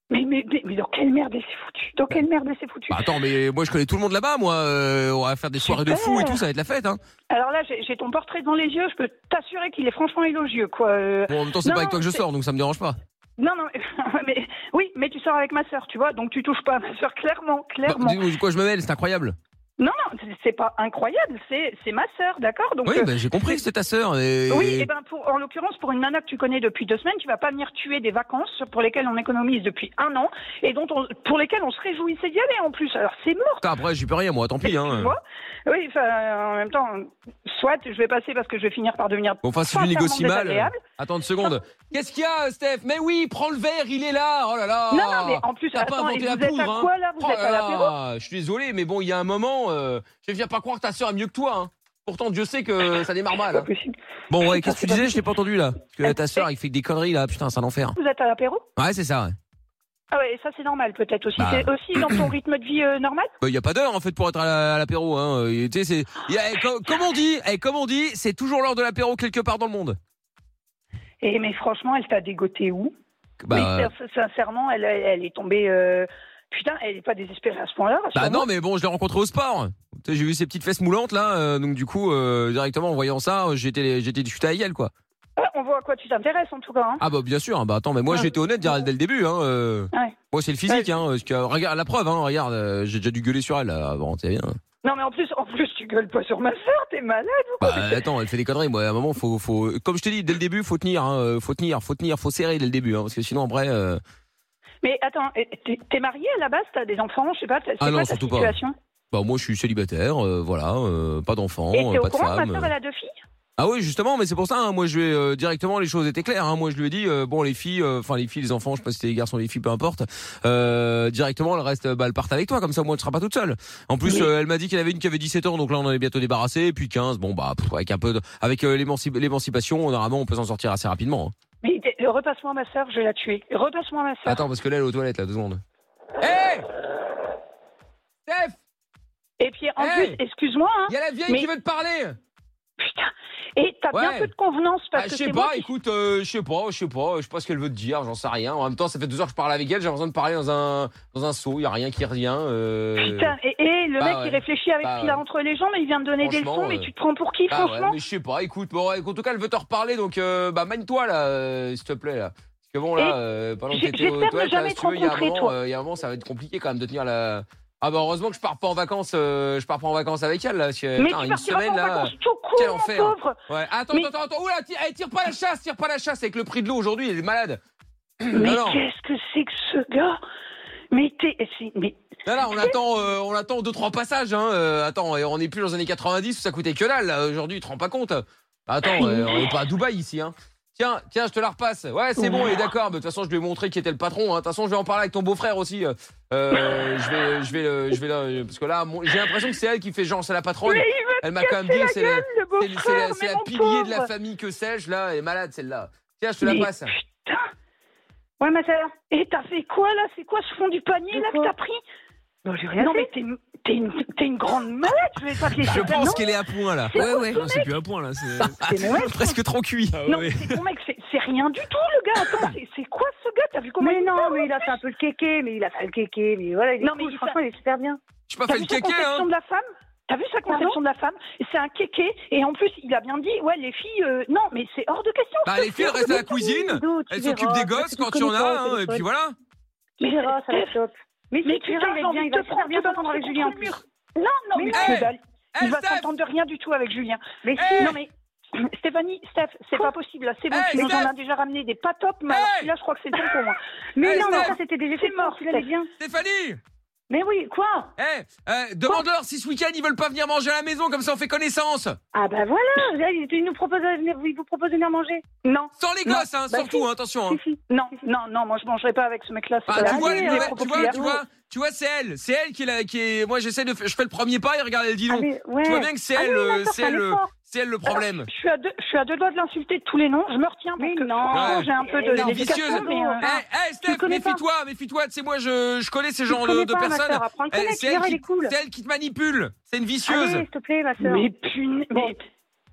mais, mais, mais, mais dans quelle merde elle s'est foutue Dans quelle merde elle s'est foutue
Bah, attends, mais moi je connais tout le monde là-bas, moi, euh, on va faire des soirées de fous et tout, ça va être la fête. Hein.
Alors là, j'ai j'ai ton portrait devant les yeux, je peux t'assurer qu'il est franchement élogieux, quoi. Euh,
Bon, en même temps, c'est
Non,
pas avec toi que je
c'est-
sors, donc ça me dérange pas.
Non, non, <laughs> mais oui, mais tu sors avec ma sœur, tu vois, donc tu touches pas à ma sœur, clairement,
Bah,
clairement.
dis-moi de quoi je me mêle, c'est incroyable.
Non, non, c'est- c'est pas incroyable, c'est c'est ma sœur, d'accord Donc
Oui,
euh,
bah, j'ai compris que c'était ta sœur. Et...
oui, et ben pour, en l'occurrence pour une nana que tu connais depuis deux semaines, tu vas pas venir tuer des vacances pour lesquelles on économise depuis un an et dont on- pour lesquelles on se réjouissait d'y aller en plus. Alors c'est mort,
Putain, après, j'y peux rien, moi, tant pis.
tu
Hein.
vois Oui, enfin, en même temps, soit je vais passer parce que je vais finir par devenir
Bon, enfin, si tu
sincèrement
négocies mal. euh,
désagréable.
Attends une seconde. Qu'est-ce qu'il y a, Ah, Steph Mais oui, prends le verre, il est là. Oh là là.
Non, non, mais en plus,
Ah, T'as pas
attends, et
inventé
vous
la
êtes
poudre, hein.
à quoi là Vous
Oh
êtes
là
à l'apéro
là, je suis désolé, mais bon, il y a un moment, euh, je viens pas croire que ta sœur est mieux que toi. hein. Pourtant, Dieu sait
<laughs>
que ça démarre mal.
Pas
hein.
possible.
Bon, ouais,
C'est
qu'est-ce que tu
pas
disais Je t'ai pas entendu là. Parce que
Euh,
ta sœur, il fait que des conneries là. Putain, c'est un
<laughs>
enfer.
Vous êtes à l'apéro
Ouais, c'est ça. ouais.
Ah ouais, ça c'est normal peut-être aussi.
Bah.
C'est aussi dans ton rythme de vie euh, normal
Bah, Il y a pas d'heure en fait pour être à la- à l'apéro. Hein. Euh, Tu sais, c'est. il y a- eh, co- Comme on dit, eh, comme on dit, c'est toujours l'heure de l'apéro quelque part dans le monde.
Et mais franchement, elle t'a dégoté où
Bah,
Mais sin- sincèrement, elle, elle est tombée. euh, Putain, elle est pas désespérée à ce point-là.
Bah
sûrement.
non, mais bon, je l'ai rencontré au sport. Tu sais, J'ai vu ses petites fesses moulantes là, euh, donc du coup, euh, directement en voyant ça, euh, j'étais, j'étais discuté avec elle quoi.
Ah, on voit à quoi tu t'intéresses en tout cas. hein.
Ah bah bien sûr, bah attends, mais moi
Ouais.
j'étais honnête direct dès le début. Hein, euh.
Ouais.
Moi c'est le physique, hein, parce que, euh, regarde la preuve, hein, regarde, euh, j'ai déjà dû gueuler sur elle. euh, là, Bon, c'est bien.
Non, mais en plus, en plus, tu gueules pas sur ma soeur, t'es malade. <laughs>
Bah attends, elle fait des conneries. Moi à un moment, faut, faut, comme je te dis, dès le début, faut tenir, hein, euh, faut tenir, faut tenir, faut serrer dès le début, hein, parce que sinon après. euh,
Mais attends, et- t'es t'es mariée à la base, t'as des enfants, je sais pas. t'as- c'est
Ah non,
quoi ta
surtout pas.
situation
Bah moi je suis célibataire, euh, voilà, euh, pas d'enfant,
Et t'es
euh,
au
pas de
courant,
femme.
ma
euh.
soeur, elle a deux filles.
Ah oui, justement, mais c'est pour ça. hein, moi, je vais euh, directement. Les choses étaient claires. hein, moi, je lui ai dit, euh, bon, les filles, euh, enfin les filles, les enfants, je sais pas si c'était les garçons, les filles, peu importe. Euh, directement, le reste, euh, bah, elles partent avec toi. Comme ça, au moins, tu seras pas toute seule. En plus,
Oui.
euh, elle m'a dit qu'elle avait une qui avait 17 ans, donc là, on en est bientôt débarrassé. Et puis 15, bon, bah, pff, avec un peu, de- avec euh, l'émanci- l'émancipation, normalement, on peut s'en sortir assez rapidement. hein.
Mais t'es- repasse-moi ma soeur, je vais la tuer. Repasse-moi ma soeur.
Attends, parce que là, elle est aux toilettes, là, deux secondes. Hey Steph,
Et puis en
Hey
plus, excuse-moi. hein,
il y a la vieille
Mais-
qui veut te parler.
Putain. Et t'as bien
Ouais.
peu de convenance parce
Ah,
que
je sais
c'est moi
pas,
qui-
écoute, euh, je sais pas, je sais pas, je sais pas ce qu'elle veut te dire, j'en sais rien. En même temps, ça fait deux heures que je parle avec elle, j'ai besoin de parler dans un, dans un seau, il a rien qui revient. euh,
Putain, et, et le
bah
mec
ouais.
il réfléchit avec
Bah
ce qu'il a
ouais.
entre les jambes et il vient de donner des
Franchement,
leçons, mais
euh,
tu te prends pour qui,
Bah ouais,
franchement
mais je sais pas, écoute, bon, ouais, en tout cas, elle veut te reparler, donc euh, bah, manie-toi, là, euh, s'il te plaît, là. Parce que bon,
Et
là, euh, pendant que
j'ai-
t'étais aux
j'espère ne
toilettes, là,
jamais
si
te
tu veux, il y, a un
rencontrer,
moment,
toi.
euh, il y a un moment, ça va être compliqué quand même de tenir la. Ah bah, heureusement que je pars pas en vacances, euh, je pars pas en vacances avec elle, là, parce que,
Mais
putain,
tu
une
partiras pas
semaine,
en
là.
vacances tout
quel
court, mon
enfer.
pauvre
Ouais, attends,
Mais-
attends, attends, oula, tire, eh, tire pas la chasse, tire pas la chasse, avec le prix de l'eau aujourd'hui, il est malade. <clears throat>
Mais
non, non.
qu'est-ce que c'est que ce gars Mais t'es. c'est- Mais...
Là, là, on attend, euh, on attend deux trois passages. Hein. Euh, attends, et on n'est plus dans les années 90 où ça coûtait que dalle. là. Aujourd'hui, tu te rends pas compte Attends, euh, on n'est pas à Dubaï ici. Hein. Tiens, tiens, je te la repasse. Ouais, c'est bon, il est d'accord. Mais De toute façon, je lui ai montré qui était le patron. hein. De toute façon, je vais en parler avec ton beau-frère aussi. Euh, euh, je vais, je vais, le- je vais là, parce que là, mon- j'ai l'impression que c'est elle qui fait genre, c'est la patronne.
Mais il
Elle m'a quand même dit, c'est la,
veut le
c'est- c'est
beau-frère,
la- c'est
mais
la
mon
pilier
pauvre
de la famille que sais-je là. Elle est malade celle-là. Tiens, je te la
Mais
passe.
Putain Ouais, ma sœur. Et t'as fait quoi, là C'est quoi ce fond du panier,
De
là, que
quoi
t'as pris
Non, j'ai rien
Non,
fait.
mais t'es t'es une, t'es une grande malade, je vais pas te laisser
Je
faire.
pense
Non,
qu'elle est à point là,
Ouais, ouais. Non, c'est plus un point là. C'est... <laughs>
c'est mon mec.
presque trop cuit.
Ah
Non,
ouais.
c'est mon mec, c'est- c'est rien du tout, le gars. Attends, c'est- c'est quoi ce gars T'as vu comment
Mais
il
non,
parle
mais il a fait un peu le kéké, mais il a fait le kéké, mais voilà, il est
Non, mais
cool,
il fait-
franchement, il est super bien.
Je pas
T'as
fait
vu
le
sa
kéké,
conception
hein.
de la femme T'as vu sa conception de la femme C'est un kéké. Et en plus, il a bien dit, ouais, les filles, euh, non, mais c'est hors de question.
Bah, les filles elles restent à la cuisine.
D'où tu
Elle
verras,
s'occupe des
toi,
gosses
tu
quand
connais
il y
pas
en a,
au
hein, et
téléphone.
puis voilà.
Tu verras, ça va être top. Mais
Mais
si tu verras, il
j'ai
est bien,
envie
il
de
va
te prendre
super bien
contre-
s'entendre avec
contre
Julien.
le mur. Non, non, mais,
Mais
que
hey,
dalle.
Eh,
il va
Steph
s'entendre de rien du tout avec Julien.
Mais
Eh,
Non mais <clears throat> Stéphanie, Steph, c'est pas possible là, c'est bon,
Hey,
tu nous
Steph
en as déjà ramené des pas top, mais alors
Hey
celui-là je crois que c'est bon pour moi.
Mais
Eh,
non, mais
Steph
ça, c'était déjà
C'est
fait
mort,
mort, tu
Steph.
allais bien.
Stéphanie
Mais oui, quoi
Eh, euh, demande-leur si ce week-end ils veulent pas venir manger à la maison, comme ça on fait connaissance.
Ah bah voilà, là, il il nous propose, de venir- il vous propose de venir manger.
Non,
Sans les
Non.
gosses, hein,
Bah,
surtout, hein, attention. hein.
Si, si.
non, non, non, moi je mangerai pas avec ce mec-là, c'est
Ah,
pas
tu
la
vois,
peine,
tu
il est
vois,
trop
tu vois,
populaire.
tu vois, tu vois, c'est elle, c'est elle qui est là, qui est. Moi, j'essaie de, f- je fais le premier pas et regarde, elle dit
Ah,
non.
mais, ouais.
Tu vois bien que c'est
Ah
elle,
oui,
euh,
d'accord,
c'est
fais
elle, le-
l'effort.
c'est elle le problème.
Je suis, à deux, je suis à deux doigts de l'insulter de tous les noms, je me retiens parce
Mais
que
non.
franchement,
Ouais.
j'ai un peu de
Elle est vicieuse.
délication, mais euh,
Eh, eh, Steph,
connais pas.
méfie-toi, méfie-toi. Tu sais, moi, je, je connais
Tu
ces
le
genres de,
connais
de
pas, ma
personnes.
sœur, apprends à le
Eh,
connaître,
c'est
tu
elle,
verras,
qui-
il est cool.
c'est elle qui te manipule. C'est une vicieuse.
Allez, s'il te plaît, ma sœur.
mais punaise,
Bon.
mais,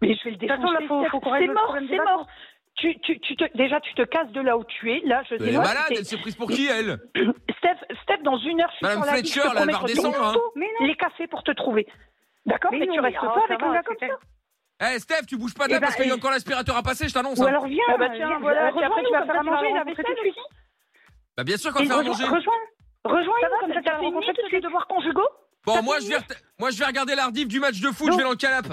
mais je vais le
toute
défoncer.
façon, là, faut-
Steph.
faut qu'on règle
c'est
le
mort,
problème des
c'est mort. Tu, tu, tu te, déjà, tu te casses de là où tu es. Là, je
Elle est
dis-moi,
malade,
t'es-
elle s'est prise pour qui, elle
<clears throat> Steph, Steph, dans une heure, je suis
Madame
sur la ville,
Fletcher,
je te
là, elle va
promets, je
redescendre,
retourne
hein.
tout
Mais
les cafés pour te trouver. D'accord Mais, tu
non,
restes
ah,
pas
ça
avec
va,
un gars comme
c'est
ça.
clair.
Eh Steph, tu bouges pas de
Eh
là
ben,
parce qu'il y a
eh.
encore l'aspirateur à passer, je t'annonce.
Ou
hein.
alors viens.
Ah bah tiens,
viens,
voilà,
euh,
puis après,
rejoins-nous,
tu vas
comme
faire
ça,
à manger,
vas
la
rencontrer
vaisselle
tout de
aussi.
suite.
Bah bien sûr qu'on va
Et
faire à
rejoins,
manger.
rejoins,
Ça va,
rejoins,
comme ça,
comme
tu
ça,
as
tu
fini
rencontré
tous
tout de
tes
suite.
devoirs conjugaux
Bon
Ça
moi
fait
je vais ret- moi je vais regarder l'ardif du match de foot, je
Non.
vais dans le canap.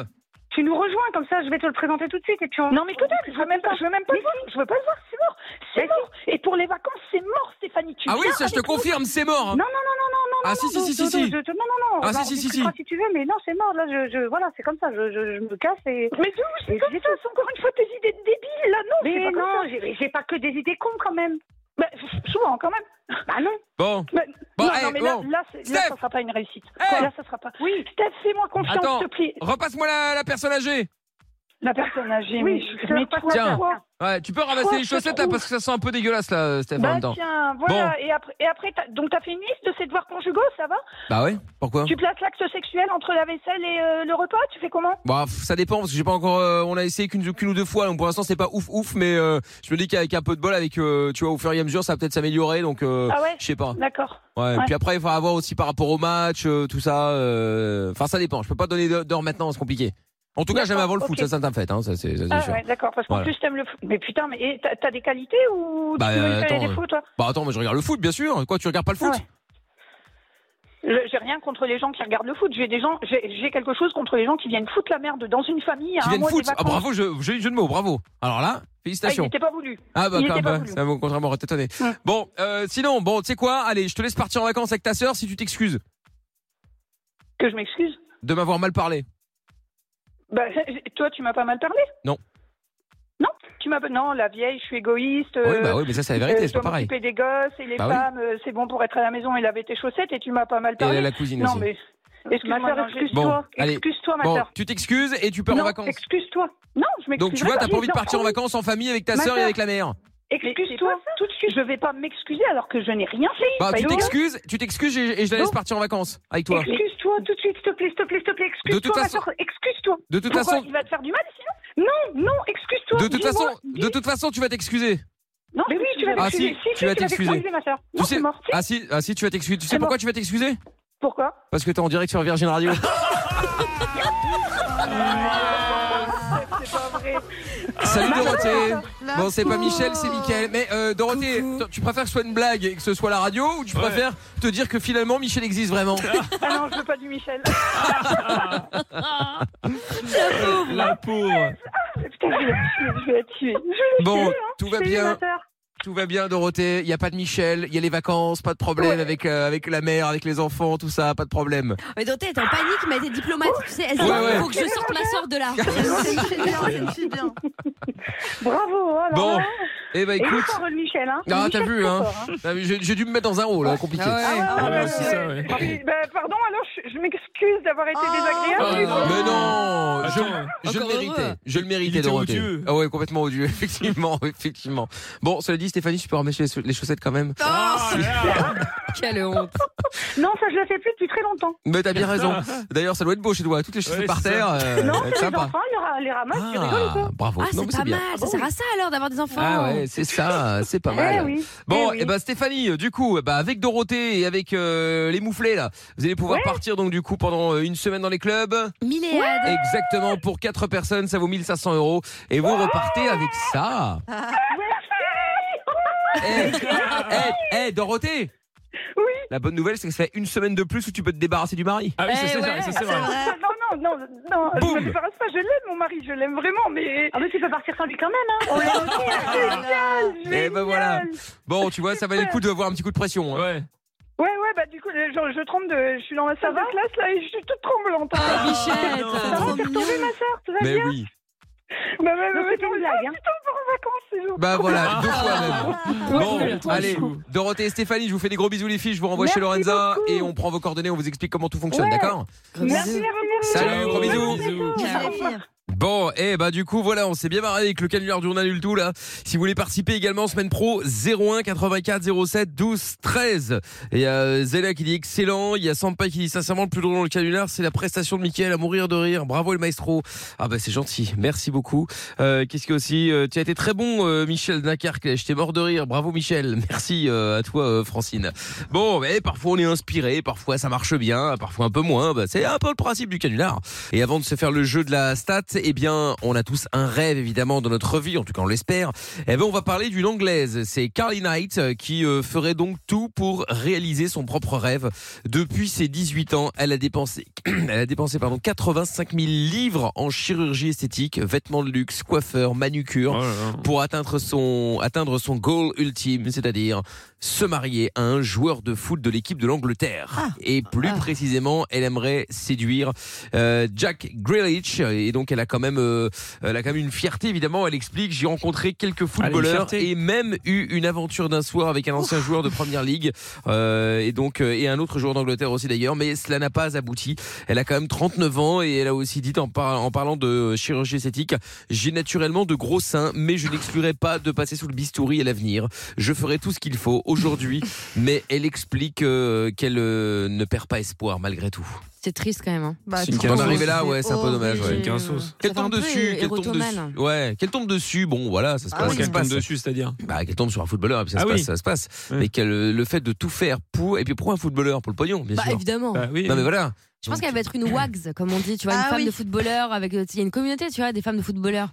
Tu nous rejoins, comme ça, je vais te le présenter tout de suite, et puis on...
Non mais peut-être, je veux même pas, je veux même pas le voir, je veux pas le voir, c'est mort, c'est mort. Et pour les vacances, c'est mort, Stéphanie, tu
Ah oui,
viens
ça je te
avec nous.
confirme, c'est mort. hein.
Non, non, non, non, non,
Ah
non,
si
non,
si si si
Dodo,
si.
je te- Non, non, non,
Ah,
on en
si, si, si,
discutera
si.
tu veux, mais non, c'est mort, là, je, je- voilà, c'est comme ça, je, je, je me casse et...
Mais d'où c'est
Et
comme
puis,
ça, c'est encore une fois tes idées de débile, là, non, c'est
Mais
pas comme
non,
ça.
j'ai j'ai pas que des idées cons, quand même.
Bah, souvent, quand même.
Bah non.
Bon.
Mais-
Bon,
non,
eh,
non, mais
bon.
là, là, c'est- là,
Steph.
ça sera pas une réussite.
Eh.
Là, ça sera pas.
Oui.
Steph, fais-moi confiance,
Attends.
s'il te plaît.
Repasse-moi la, la personne âgée.
La personne âgée,
Oui,
mais-
je te
mais
repasse
toi,
la
toi,
Ouais, tu peux ramasser
crois
les
que je
chaussettes là
trouve.
parce que ça sent un peu dégueulasse là, euh, Steph en
Bah
même temps.
tiens, voilà. Et après, et après t'as- donc t'as fait une liste de ces devoirs conjugaux, ça va
Bah ouais. Pourquoi
Tu places l'acte sexuel entre la vaisselle et euh, le repas Tu fais comment
Bah pff, ça dépend parce que j'ai pas encore euh, on a essayé qu'une qu'une ou deux fois donc pour l'instant c'est pas ouf ouf mais euh, je me dis qu'avec un peu de bol avec euh, tu vois au fur et à mesure ça va peut-être s'améliorer donc euh,
Ah ouais
je sais pas.
D'accord.
Ouais,
Ouais.
puis après, il faudra voir aussi par rapport au match, euh, tout ça. euh, Enfin, ça dépend. Je peux pas donner d'heure- d'heure maintenant, c'est compliqué. En tout cas, j'aime
D'accord,
avant le foot,
ok.
ça, ça me fait. Hein, ça, c'est ça, c'est
Ah
sûr.
ouais, d'accord. Parce qu'en
Voilà.
plus t'aimes le foot. Mais putain, mais et t'as t'as des qualités ou
Bah,
tu veux
euh,
faire
attends,
des défauts, toi Ah
Bah attends, mais je regarde le foot, bien sûr. Quoi, tu regardes pas le foot
Ouais. Le- J'ai rien contre les gens qui regardent le foot. J'ai des gens, j'ai j'ai quelque chose contre les gens qui viennent foutre la merde dans une famille à
Tu
un
viens de
mois
foot
des
Ah
vacances.
bravo, jeu, jeu, jeu de mots, bravo. Alors là,
Ah, il
félicitations.
n'était pas voulu.
Ah, bah
il
quand
était pas
même,
voulu.
ça m'a au contraire m'aurait étonné.
Hmm.
Bon, euh, sinon, bon, tu sais quoi Allez, je te laisse partir en vacances avec ta sœur si tu t'excuses
Que je m'excuse.
de m'avoir mal parlé.
Bah, <laughs> toi, tu m'as pas mal parlé
Non.
Non, tu m'as pas- non la vieille, je suis égoïste.
Oui,
euh,
bah oui, mais ça, c'est la
euh,
vérité,
je
c'est pas
dois
pareil.
m'occuper des gosses et les
Bah oui.
femmes, euh, c'est bon pour être à la maison et laver tes chaussettes et tu m'as pas mal
Et
parlé.
la cousine
non
aussi.
mais
Ma
excuse-moi,
sœur,
non, j'ai-
excuse-toi.
Bon, allez.
Excuse-toi, ma
Bon,
sœur.
tu t'excuses et tu pars en
Non,
vacances.
Excuse-toi.
non, je m'excuse.
Donc tu vois, t'as pas envie de partir en vacances en famille avec ta
Ma
sœur et
sœur.
avec la mère.
Excuse-toi.
tout de suite. Je vais pas m'excuser alors que je n'ai rien fait.
Bah, tu
Bah,
t'excuses, tu t'excuses et, et je la laisse
Donc-
partir en vacances avec toi.
Excuse-toi tout de suite, s'il te plaît, s'il te plaît, s'il te plaît.
De toute
Excuse-toi, ma
façon-
sœur. Excuse-toi.
De toute
Pourquoi
façon,
il va te faire du mal sinon Non, excuse-toi.
De toute
dis-moi,
façon,
dis-
de toute façon, tu vas t'excuser.
Non, mais oui, tu vas
Ah,
t'excuser.
si, tu vas t'excuser.
ma soeur. Non,
sais-
c'est mort. Si,
Ah si, ah si, tu vas t'excuser. Tu sais
C'est
pourquoi tu vas t'excuser
Pourquoi
Parce que t'es en direct sur Virgin
<laughs>
Radio.
C'est pas vrai.
Salut Dorothée.
La
Bon, c'est pas
peau.
Michel, c'est Mickaël. Mais euh, Dorothée, t- tu préfères que ce soit une blague et que ce soit la radio ou tu
Ouais.
préfères te dire que finalement Michel existe vraiment
Ah non, je veux pas du
<laughs>
Michel.
La pauvre.
Putain, je vais la tuer, je vais la tuer. hein.
Bon, tout va
Je l'ai eu,
bien,
ma sœur.
tout va bien Dorothée. Il y a pas de Michel, il y a les vacances, pas de problème avec euh, avec la mère, avec les enfants, tout ça, pas de problème.
Ah,
Mais Dorothée elle est en panique, mais elle était diplomate. Tu sais, elle se dit,
Ouais, ouais.
faut que je sorte ma soeur de
<laughs>
<laughs>
là.
C'est une fille bien, c'est une fille bien.
Bravo. Alors,
Bon,
là,
eh ben
Et il est
écoute,
fort, le Michel. Hein.
Ah,
Michel
t'as vu,
est
hein.
fort, hein.
ah, mais j'ai j'ai dû me mettre dans un rôle là, compliqué.
Ah ouais,
ouais,
c'est
ouais.
ça, ouais.
Puis, bah, pardon, alors je, je m'excuse d'avoir été
Oh.
désagréable.
Ah.
Euh, Mais non, je,
Attends. hein.
je le
Encore
méritais,
heureux.
je le
Il
méritais
était
Dorothée.
odieux.
Ah ouais, complètement odieux, <laughs> effectivement, effectivement. Bon, cela dit Stéphanie, tu peux remettre les les chaussettes quand même.
Ah,
<laughs>
là.
Quelle honte.
Non, ça je le fais plus depuis très longtemps.
Mais t'as bien raison. D'ailleurs, ça doit être beau chez toi. Toutes les chaussettes
Ouais,
par
c'est
terre. euh,
non,
va
les
être sympa.
enfants, ils ra- les ramassent, tu rigoles ou
Ah,
quoi
bravo.
Ah,
non,
c'est
mais
pas
c'est bien.
mal, ça sert à ça alors d'avoir des enfants.
Ah ouais, c'est ça, c'est pas
Eh
mal.
oui.
Bon,
Eh oui.
et ben Stéphanie, euh, du coup, euh, bah avec Dorothée et avec euh, les mouflés là, vous allez pouvoir partir donc du coup pendant euh, une semaine dans les clubs.
Milléade.
Exactement pour quatre personnes, ça vaut 1500 euros et vous repartez avec ça. Eh, eh, eh, Dorothée.
Oui.
La bonne nouvelle, c'est que ça fait une semaine de plus où tu peux te débarrasser du mari.
Ah oui, ça, c'est
Eh
vrai, ça, c'est
C'est
vrai.
vrai.
Non, non, non, non, je
Boum.
me débarrasse pas, je l'aime mon mari, je l'aime vraiment, mais.
Ah, mais tu peux partir sans lui quand même, hein.
Oh là là, génial,
Eh ben
génial.
voilà. Bon, tu vois, ça valait le coup de voir un petit coup de pression. hein.
Ouais.
Ouais, ouais, bah du coup, euh, genre, je tremble de. Je suis dans la salle de classe là et je suis toute tremblante.
Ah,
hein.
Bichette.
euh,
non.
Ça va, t'es retombée, ma soeur, tout va
Mais
bien
oui.
Bah, ouais,
Non,
ouais,
c'est
ouais,
pas
non,
une
là,
blague, hein.
en vacances, c'est genre.
Bah voilà, deux fois même. Bon,
Ouais, toi,
allez,
je trouve.
Dorothée et Stéphanie, je vous fais des gros bisous les filles, je vous renvoie chez
Merci
Lorenza
beaucoup.
et on prend vos coordonnées, on vous explique comment tout fonctionne,
Ouais.
d'accord
Merci, les remercie.
Salut,
Ciao,
gros bisous.
Ciao, les filles.
Bon, et bah du coup voilà, on s'est bien marré avec le canular du on annule tout là. Si vous voulez participer également semaine pro 01 84 07 12 13. Et il y a Zella qui dit excellent, il y a Sampa qui dit sincèrement le plus drôle dans le canular, c'est la prestation de Mickaël à mourir de rire. Bravo le maestro. Ah bah c'est gentil, merci beaucoup. Euh, Qu'est-ce que aussi euh, Tu as été très bon euh, Michel Dunkerque, j'étais mort de rire. Bravo Michel, <laughs> merci euh, à toi euh, Francine. Bon, mais parfois on est inspiré, parfois ça marche bien, parfois un peu moins. Bah, c'est un peu le principe du canular. Et avant de se faire le jeu de la stat, eh bien, on a tous un rêve évidemment dans notre vie, en tout cas on l'espère. Eh bien, on va parler d'une anglaise. C'est Carly Knight euh, qui euh, ferait donc tout pour réaliser son propre rêve. Depuis ses 18 ans, elle a dépensé, <clears throat> elle a dépensé pardon 85 000 livres en chirurgie esthétique, vêtements de luxe, coiffeur, manucure
Oh là là.
pour atteindre son, atteindre son goal ultime, c'est-à-dire se marier à un joueur de foot de l'équipe de l'Angleterre. Et plus précisément, elle aimerait séduire euh, Jack Grealish. Et donc, elle a quand même, euh, elle a quand même une fierté, évidemment. Elle explique, j'ai rencontré
Ah,
quelques footballeurs
fierté.
et même eu une aventure d'un soir avec un ancien joueur de Première Ligue euh, et donc euh, et un autre joueur d'Angleterre aussi d'ailleurs. Mais cela n'a pas abouti. Elle a quand même 39 ans et elle a aussi dit en, par- en parlant de chirurgie esthétique, j'ai naturellement de gros seins, mais je n'exclurai pas de passer sous le bistouri à l'avenir. Je ferai tout ce qu'il faut aujourd'hui, mais elle explique euh, qu'elle euh, ne perd pas espoir malgré tout.
C'est triste quand même. hein.
Bah,
C'est une
trop
carte
beau.
d'arrivée
là, ouais, c'est un peu dommage, ouais.
horrible.
Qu'un sauce.
Ça fait
Qu'elle tombe
un peu
dessus, qu'elle tombe
érotomane.
dessus. Ouais, qu'elle tombe dessus. Bon, voilà, ça se
Ah
passe.
oui.
ça se
Qu'elle
passe.
tombe dessus, c'est-à-dire.
Bah, qu'elle tombe sur un footballeur, et puis ça
Ah
se passe,
oui.
ça se passe.
Ouais.
Mais qu'elle, euh, le fait de tout faire pour, et puis pour un footballeur, pour le pognon, bien
Bah
sûr.
évidemment.
Bah oui.
Non mais voilà.
Je pense
Donc,
qu'elle va être une wags, comme on dit, tu vois, une
Ah
femme
oui.
de footballeur. Avec, il y a une communauté, tu vois, des femmes de footballeurs.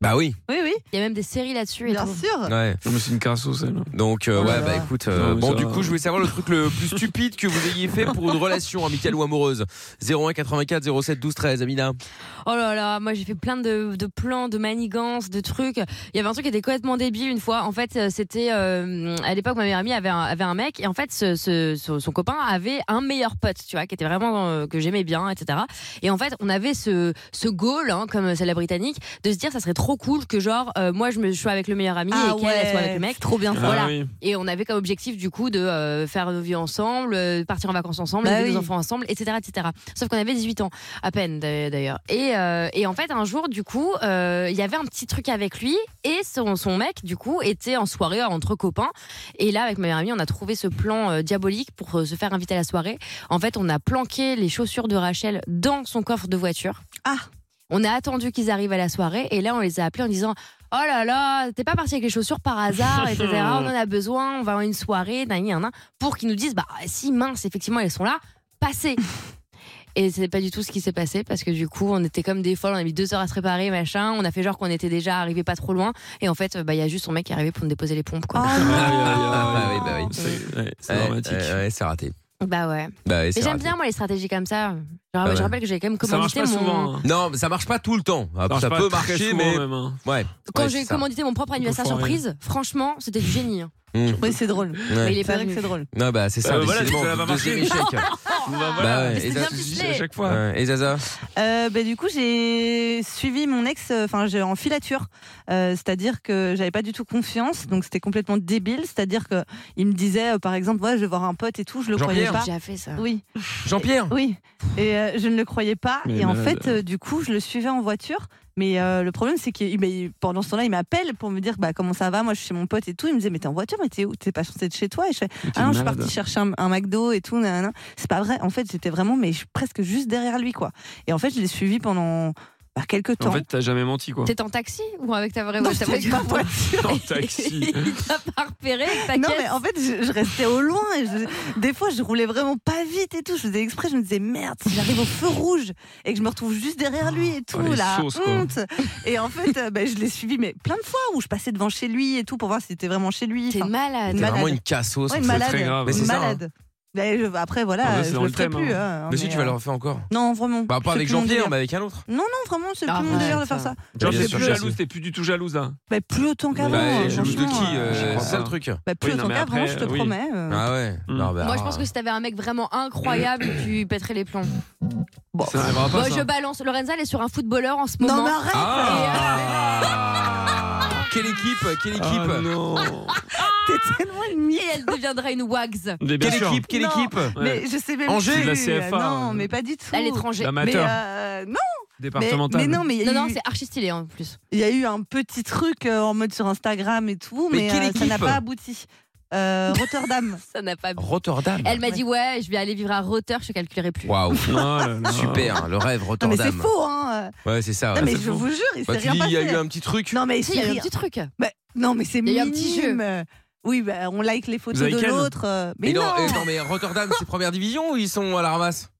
Bah oui.
Oui, oui. Il y a même des séries là-dessus. et
Bien
tout.
sûr.
Ouais.
Non, mais c'est une carassos, elle.
Donc euh,
Oh là
ouais,
là.
bah écoute. euh,
Non, mais
bon,
ça
du
va.
coup, je voulais savoir le truc le plus stupide que vous ayez fait
<laughs>
pour une relation amicale ou amoureuse. 01 84 07 12 13. Amina.
<laughs>
Oh là là, moi j'ai fait plein de, de plans, de manigances, de trucs. Il y avait un truc qui était complètement débile une fois. En fait, euh, c'était euh, à l'époque ma meilleure amie avait un, avait un mec et en fait ce- ce- ce- son copain avait un meilleur pote, tu vois, qui était vraiment euh, que j'aimais bien, etc. Et en fait, on avait ce ce goal, hein, comme c'est la britannique, de se dire ça serait trop cool que genre euh, moi je me je sois avec le meilleur ami et qu'elle elle soit avec le mec.
Ah trop bien ça.
Voilà.
Ah oui.
Et on avait comme objectif du coup de euh, faire nos vies ensemble, euh, partir en vacances ensemble,
Bah
élever
oui.
nos enfants ensemble, etc., etc. Sauf qu'on avait 18 ans à peine d'a- d'ailleurs. Et, euh, et en fait un jour du coup euh, il y avait un petit truc avec lui et son, son mec du coup était en soirée entre copains. Et là avec ma meilleure amie on a trouvé ce plan euh, diabolique pour euh, se faire inviter à la soirée. En fait on a planqué les chaussures de Rachel dans son coffre de voiture.
Ah.
On a attendu qu'ils arrivent à la soirée et là on les a appelés en disant Oh là là, t'es pas parti avec les chaussures par hasard, etc.
<laughs>
On en a besoin, on va à une soirée, nan, nan, nan, pour qu'ils nous disent Bah si mince, effectivement elles sont là,
<laughs>
passez Et c'est pas du tout ce qui s'est passé parce que du coup on était comme des folles, on a mis deux heures à se préparer, machin, on a fait genre qu'on était déjà arrivé pas trop loin et en fait bah il y a juste son mec qui est arrivé pour nous déposer les pompes quoi.
Ah, oui, bah oui.
C'est ouais, c'est
Ouais,
dramatique.
ouais, ouais, c'est raté.
Ah.
Bah ouais.
Bah ouais, c'est
Mais j'aime
raté. Ah
bien moi les stratégies comme ça. Genre,
ouais.
Je rappelle que j'ai quand même
Ça marche
commandité
pas
mon
souvent. hein.
Non, mais ça marche pas tout le temps. Ça,
marche pas
peut
très
marcher,
souvent,
mais
même, hein.
ouais.
quand
ouais,
j'ai
c'est ça.
commandité mon propre anniversaire
Faut arrêter.
surprise, franchement, c'était du génie. hein.
Mmh.
Oui, c'est drôle.
Mais
Ouais.
il est
C'est
pas
vrai que
venu.
c'est drôle.
Non, bah c'est ça.
Bah, voilà,
décidément,
ça va pas
deuxième
marcher.
échec.
<laughs> Bah, voilà.
Bah ouais,
c'est
et
bien
ça-
ficelé.
C'est à chaque fois.
Ouais, Et Zaza
Euh, bah, du coup, j'ai suivi mon ex euh, enfin, j'ai en filature. Euh, c'est-à-dire que j'avais pas du tout confiance, donc c'était complètement débile. C'est-à-dire que il me disait, euh, par exemple, ouais, je vais voir un pote et tout, je le croyais
Jean-Pierre
pas.
J'ai déjà fait ça.
Oui,
Jean-Pierre
oui. Et euh, je ne le croyais pas.
Mais
et en
malade.
fait, euh, du coup, je le suivais en voiture. Mais euh, le problème, c'est que pendant ce temps-là, il m'appelle pour me dire bah, comment ça va. Moi, je suis chez mon pote et tout. Il me disait mais t'es en voiture, mais t'es où T'es pas censé être chez toi Et je fais
Mais t'es
ah non, je suis
malade.
partie chercher un, un McDo et tout. nanana. C'est pas vrai. En fait, j'étais vraiment mais je suis presque juste derrière lui quoi. Et en fait, je l'ai suivi pendant bah, quelques temps.
En fait, t'as jamais menti, quoi. <laughs>
T'es en taxi ou avec ta vraie
Non,
voiture
j'étais avec ma voiture. <laughs>
En taxi.
Il t'a pas repéré, ta
Non,
caisse.
mais en fait, je, je restais au loin. Et je- des fois, je roulais vraiment pas vite et tout. Je faisais exprès. Je me disais, merde, si j'arrive au feu rouge et que je me retrouve juste derrière lui et tout,
Oh, les
la
sauces, quoi.
honte. Et en fait, euh, bah, je l'ai suivi, mais plein de fois où je passais devant chez lui et tout pour voir si c'était vraiment chez lui.
T'es
Enfin,
malade.
T'es
malade.
vraiment une cassos.
ouais,
en
une
fait.
malade.
très grave.
Mais c'est
Une
ça, hein.
malade. Mais je- après, voilà,
Ah, bah, c'est
je
dans
le
le
ferai
thème,
plus.
hein.
hein,
Mais si,
mais,
tu vas
euh,
le refaire encore.
Non, vraiment.
Bah, pas
C'est
avec
plus mon
Jean-Pierre,
délire.
mais avec un autre.
Non, non, vraiment, c'est
Ah,
plus mon
ouais,
délire
ça.
de faire ça.
Genre,
Bien
t'es
sûr,
plus
bien
jalouse, t'es plus du tout jalouse, hein.
Bah, plus autant qu'avant.
Bah,
euh,
jalouse de
franchement,
qui
euh,
je
euh,
crois
C'est ça le
pas.
truc.
bah, Plus
Oui, non,
autant
mais
qu'avant,
après,
je te
oui.
promets. euh,
Ah ouais.
Hmm.
Non, bah,
Moi, je pense que si t'avais un mec vraiment incroyable, tu pèterais les plombs.
bon.
Ça n'arrivera pas.
Bon,
ça.
je balance. Lorenza, elle est sur un footballeur en ce
Non,
moment.
mais arrête euh,
Ah Quelle équipe Quelle équipe
Ah, non.
<laughs> T'es tellement une
Et elle deviendra une wags
Mais bien
Quelle
sûr.
équipe Quelle
Non.
équipe
Ouais.
Mais je sais même
Angers,
plus.
la CFA,
Non,
euh,
mais pas du tout.
à l'étranger.
Mais,
Amateur,
euh, non, mais,
départemental.
mais non, mais il y, a
Non, non,
eu-
c'est archi stylé hein, en plus.
il y a eu un petit truc euh, en mode sur Instagram et tout,
Mais
mais,
quelle
euh, ça n'a
équipe
pas abouti.
<laughs>
Euh, Rotterdam.
<laughs> Ça n'a pas.
Rotterdam.
Elle m'a dit ouais, je vais aller vivre à Rotter, je calculerai plus.
Waouh.
Oh là là.
Super, le rêve
non, mais c'est
Rotterdam.
faux, hein.
Ouais, c'est ça.
Non, mais
c'est
je
faux.
vous jure, il
Bah,
s'est
tu
rien
dis, il y a eu
passé.
un petit truc.
Non, mais
Si, il y
c'est
a eu un
rien.
petit truc.
Bah, non, mais c'est
Il y a eu un
minime.
petit jeu.
Oui, bah, on like les photos
Vous avez
de
quel
l'autre. euh, Mais
Et
non,
et non, mais Rotterdam, c'est première division ou ils sont à la ramasse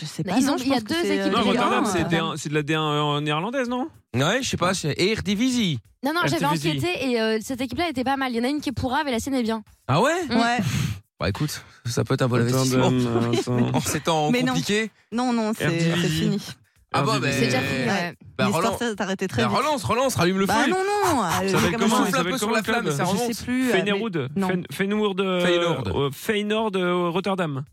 je sais
Ils
pas.
ont-
non, je
il y a
pense que
deux
c'est, euh,
équipes
Non,
Mais
Rotterdam,
non.
c'est
hein.
D1 c'est de la D1 euh, néerlandaise, non
Ouais, je sais pas, c'est Eredivisie.
Non, non,
Elle
j'avais
te fusille.
enquêté et euh, cette équipe-là était pas mal. Il y en a une qui est pourrave et la sienne est bien.
Ah ouais
Ouais.
Bah écoute, ça peut être un bon investissement.
Rotterdam,
<laughs>
Ben, attends.
En ces temps
Mais non.
compliqués.
Non, non, c'est
RDV.
c'est fini.
Ah bah,
RDV.
bah,
C'est déjà fini.
Euh,
ouais.
Bah,
L'histoire
relance,
s'est arrêtée très
bah,
vite.
relance, relance, rallume le
Bah
feu.
non, non. euh,
s'appelle
j'ai
comment,
commencé-
il
Souffle un peu
s'appelle
sur la
comment,
flamme
le
et ça
club
Je
remonte.
sais plus. euh, mais-
Feyenoord,
non.
Fen- Feyenoord, euh,
Feyenoord.
euh, Feyenoord, euh, Rotterdam.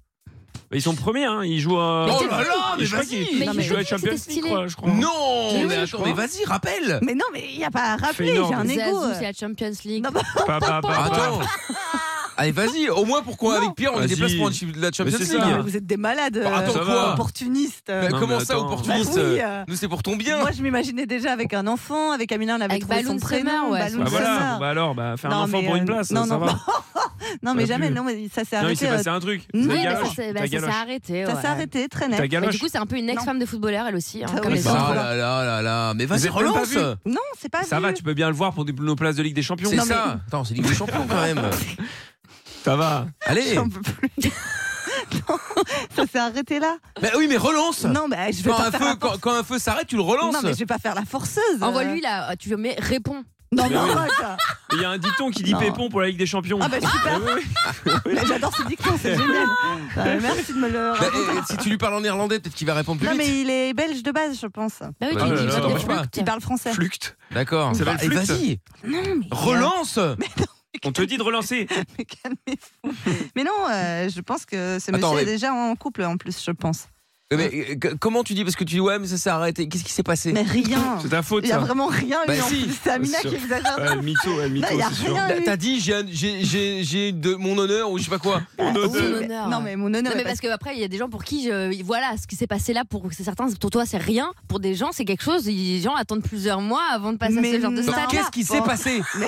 Ils sont premiers, hein. Ils jouent. à-
Oh là là, mais
je crois
vas-y.
qu'ils-
Mais
ils jouent à la
c'était
Champions League,
stylé.
quoi, je crois.
Non
Oui,
Mais
je
attends,
crois.
mais vas-y, rappelle
Mais non, mais il n'y a pas à rappeler,
énorme.
j'ai un
Zazou,
ego.
c'est la Champions League.
Non,
Bah, bah, bah, bah.
Attends Allez, vas-y, au moins pourquoi avec Pierre on est
Vas-y.
déplace pour la Champions
Mais c'est
League
ça.
Non, mais vous êtes des malades,
Bah,
euh,
attends,
ça
quoi
va.
opportunistes. euh.
Bah,
Non,
Comment
mais
ça,
attends.
Bah
opportuniste
oui, euh,
Nous, c'est pour ton bien
Moi, je m'imaginais déjà avec un enfant, avec Amina, on avait
Avec
trouvé
Balloon
son prénom,
Summer, ouais,
Balloon
Bah voilà,
Summer.
bon, bah alors, bah, faire
Non,
un enfant
mais,
pour
euh,
une place,
non,
ça
<laughs>
<laughs>
non,
va.
non, mais
Ça
jamais,
pue.
non, mais ça s'est
Non, il
arrêté.
s'est
euh,
passé un truc. Ta
Oui,
Oui,
bah, ça
galoche,
s'est bah,
ta
ça s'est
galoche.
arrêté.
ça
ouais.
s'est arrêté très
Ta
net.
Mais du
galoche.
coup, c'est un peu une ex-femme de footballeur, elle aussi, hein,
Ah
comme
oui,
les
ça,
autres.
Ah
voilà.
là
oh
là là là Mais vas-y,
Vous avez même pas
relance
vu
Non, c'est pas
Ça
vu.
va, tu peux bien le voir pour des- nos places de Ligue des Champions.
C'est ça Attends, c'est Ligue des Champions quand même
<laughs> Ça va.
Allez
J'en peux plus. Non, ça s'est arrêté là.
Bah oui, mais relance
Non, mais je vais
quand
pas
un,
faire
feu,
la
quand, quand un feu s'arrête, tu le relances.
Non, mais je vais pas faire la forceuse.
Envoie-lui là, tu veux, mais réponds.
Non,
Mais
mais
oui.
arrête.
Il y a un dicton qui dit
Non.
Pépon pour la Ligue des Champions.
Ah bah super.
Ouais, ouais, ouais.
<laughs> Mais J'adore ce dicton, c'est génial.
Ah.
Euh, Merci de me le
Bah,
raconter.
eh, si tu lui parles en néerlandais, peut-être qu'il va répondre plus
Non,
vite.
mais il est belge de base, je pense.
Bah oui,
Ah
tu
là
dis,
là,
ça
t'en
te
manges pas.
flûte.
Il parle français.
Flucte.
D'accord.
Ça va le
Bah, eh,
flûte.
vas-y,
Non, mais
relance.
On te dit de relancer.
Mais calmez-vous. Mais non, euh, je pense que ce monsieur
Attends, mais-
est déjà en couple en plus, je pense.
Mais, euh, que- comment tu dis Parce que tu dis ouais, mais ça s'est arrêté. Qu'est-ce qui s'est passé
Mais rien.
C'est ta faute,
Il y a
ça.
vraiment rien eu
Bah
en
si.
plus. C'est Amina
Sûr.
qui exagère.
Ouais, le mytho, ouais, le mytho,
Non, Bah, y a
c'est sûr.
rien.
T'as- T'as dit j'ai un- j'ai- j'ai j'ai de mon honneur ou je sais pas quoi. Bah,
Oui,
honneur.
mais-
honneur.
Non, mais mon honneur.
Non, mais
est
parce que après, il y a des gens pour qui, je- voilà, ce qui s'est passé là, pour c'est certains, pour toi, c'est rien. Pour des gens, c'est quelque chose. Les gens attendent plusieurs mois avant de passer
Mais
à ce genre de
non.
Donc,
stade.
Qu'est-ce qui s'est
Bon.
passé
pas-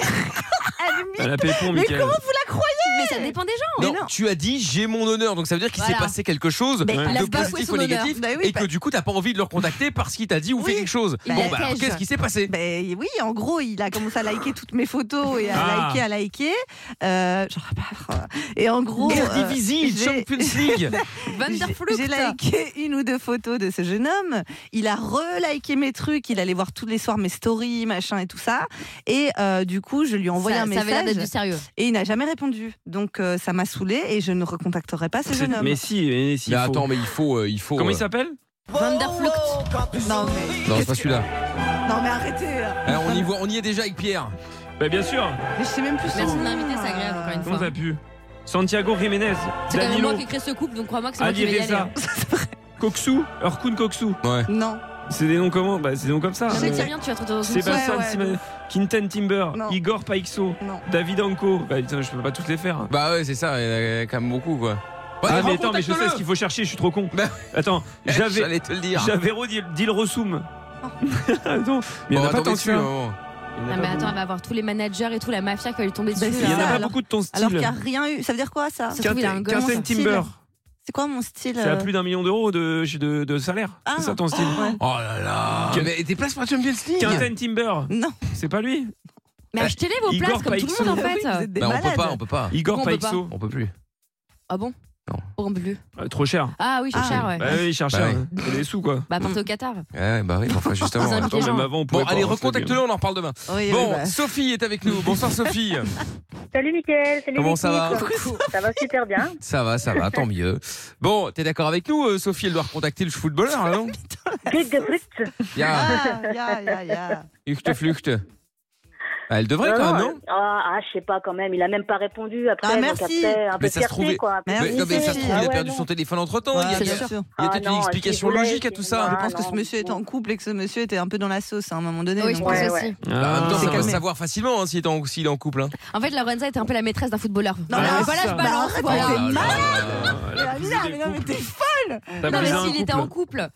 Allumé.
Elle a Pépon,
Oh. Mais
Mickaël.
comment vous la croyez
mais ça dépend des gens.
Non, tu as dit j'ai mon honneur, donc ça veut dire qu'il s'est
Voilà.
passé quelque chose
Ben, il a
de
bafoué
positif
son
ou
honneur.
négatif
Ben
Bah oui,
et que du coup t'as pas envie de le recontacter parce qu'il t'a dit ou fait quelque chose.
Il
bon
la
bah alors,
piège.
qu'est-ce qui s'est passé
Ben oui, en gros, il a commencé à liker toutes mes photos et à
Ah.
liker, à liker. Euh, j'en repars. Et en gros. euh,
Eredivisie,
j'ai-
Champions
<laughs>
League.
Vanderflucht.
J'ai liké une ou deux photos de ce jeune homme. Il a reliké mes trucs. Il allait voir tous les soirs mes stories, machin et tout ça. Et euh, du coup, je lui ai envoyé
ça,
un
ça avait l'air d'être du
message
sérieux.
et il n'a jamais répondu. Donc euh, ça m'a saoulé et je ne recontacterai pas ce Ah, jeune homme.
Mais si, mais si.
Mais
il faut.
attends, mais il faut, euh, il faut.
Comment
euh,
il s'appelle
Vanderflucht.
Non mais,
Non, c'est
qu'est-ce
pas
que-
celui-là.
non mais arrêtez.
Eh, on y voit, on y est déjà avec Pierre.
Bah bien sûr.
Mais je sais même plus son
Merci de
nom,
m'inviter, c'est agréable
euh,
encore une
Comment
fois.
t'as pu Santiago Jiménez,
C'est quand même
Danilo, Ah,
moi qui crée ce couple, donc crois-moi que c'est moi qui
Ali
vais y aller.
Reza,
hein. <laughs>
Koksou, Erkun Koksou.
Ouais.
Non.
C'est des noms comment Bah c'est des noms comme ça.
Non,
Euh,
mais dis rien, tu vas te retrouver dans une
Sébastien
Ouais, ouais,
Timon- Quinten Timber,
Non.
Igor Paixo,
Non.
David Anko. Bah putain, je peux pas toutes les faire.
Bah ouais, c'est ça. Il y en a quand même beaucoup quoi. Ouais,
ah mais attends, mais je sais
recontacte-le.
ce qu'il faut chercher, je suis trop con.
Bah-
Attends,
Eh,
j'avais
<laughs> J'allais te le dire. Ah.
j'avais Rodil Dil Rosoum. <laughs> Attends, mais il y en
Bon,
a pas
attendez
tant que
dessus,
ça.
un moment.
Il y en a
Ah,
pas
mais attends,
beaucoup.
elle va avoir tous les managers et tout, la mafia qui va lui tomber dessus.
Bah, c'est
Il y en
ça,
a pas
alors-
beaucoup de ton
Alors qu'il n'y a
style.
rien eu. Ça veut dire quoi ça
Ça se trouve, il a un gosse.
Quinten Timber,
C'est quoi mon style
c'est à
euh,
plus d'un million d'euros de, de, de salaire.
Ah.
C'est ça ton style.
Ouais.
Oh là là.
Quel-
Mais t'es place pour la Champions League.
Quinten Timber,
Non.
c'est pas lui Euh,
Mais achetez-les vos
Igor
places comme tout le monde en
Ah oui,
fait.
vous êtes des
Bah, on peut
malades.
pas, on peut pas,
Igor
Comment on peut pas
Paixo.
on peut plus.
Ah bon
Non.
Oh, on peut plus.
Euh, trop cher.
Ah oui, c'est
Ah.
cher, ouais.
Bah oui, il cherche
Bah
ça.
oui.
Il y a des sous quoi.
Bah, partez au Qatar.
Ouais, bah oui, mais enfin
<laughs>
justement.
Dans un
ouais.
Attends,
Attends,
piège,
même
hein.
avant, on pouvait
Bon,
pas,
allez,
hein,
recontacte-le, on en reparle demain.
Oui, oui,
Bon,
bah.
Sophie est avec nous. Bonsoir
<laughs>
Sophie.
Salut Mickaël, salut
Comment ça va
l'équipe. Ça va super bien.
Ça va, ça va, tant mieux. Bon, t'es d'accord avec nous, euh, Sophie, elle doit recontacter le footballeur, là, non
Good, good, good.
Ya,
Ah, ya, ya, ya.
Uchte Fluchte. Ah, Elle devrait
Non,
quand même,
non,
non
ah, ah, je sais pas quand même, il a même pas répondu après.
Ah,
donc
merci.
après, un peu
Mais
de
ça se
fierté,
trouvait-
quoi, un peu de
mais,
Merci,
non, mais ça se
fierté.
trouve,
Ah
il a
ouais,
perdu
non.
son téléphone entre temps.
Ouais,
il y a,
bien
il y a
sûr.
Ah
peut-être
non,
une explication
si vous voulez,
logique à tout
si-
ça.
Ah,
Je pense que
non,
ce monsieur était en couple et que ce monsieur était un peu dans la sauce à un moment donné.
Oui,
donc, euh,
je
ouais,
pense
ouais.
aussi.
Fabien.
Bah, en même temps,
Ah.
ça va
calmé.
se savoir facilement hein, s'il est, en- s'il est en couple. Hein.
Oh,
En fait, Lorenza était un peu la maîtresse d'un footballeur.
Non, mais
Ah,
alors,
voilà,
ça.
je
Bah,
balance,
arrête,
Oh
voilà.
mais t'es malade,
Ah, elle a
mais
brisé
là, mais
des
non, mais
couples.
t'es folle
T'as
Non, mais
brisé un
s'il était en
couple.
couple.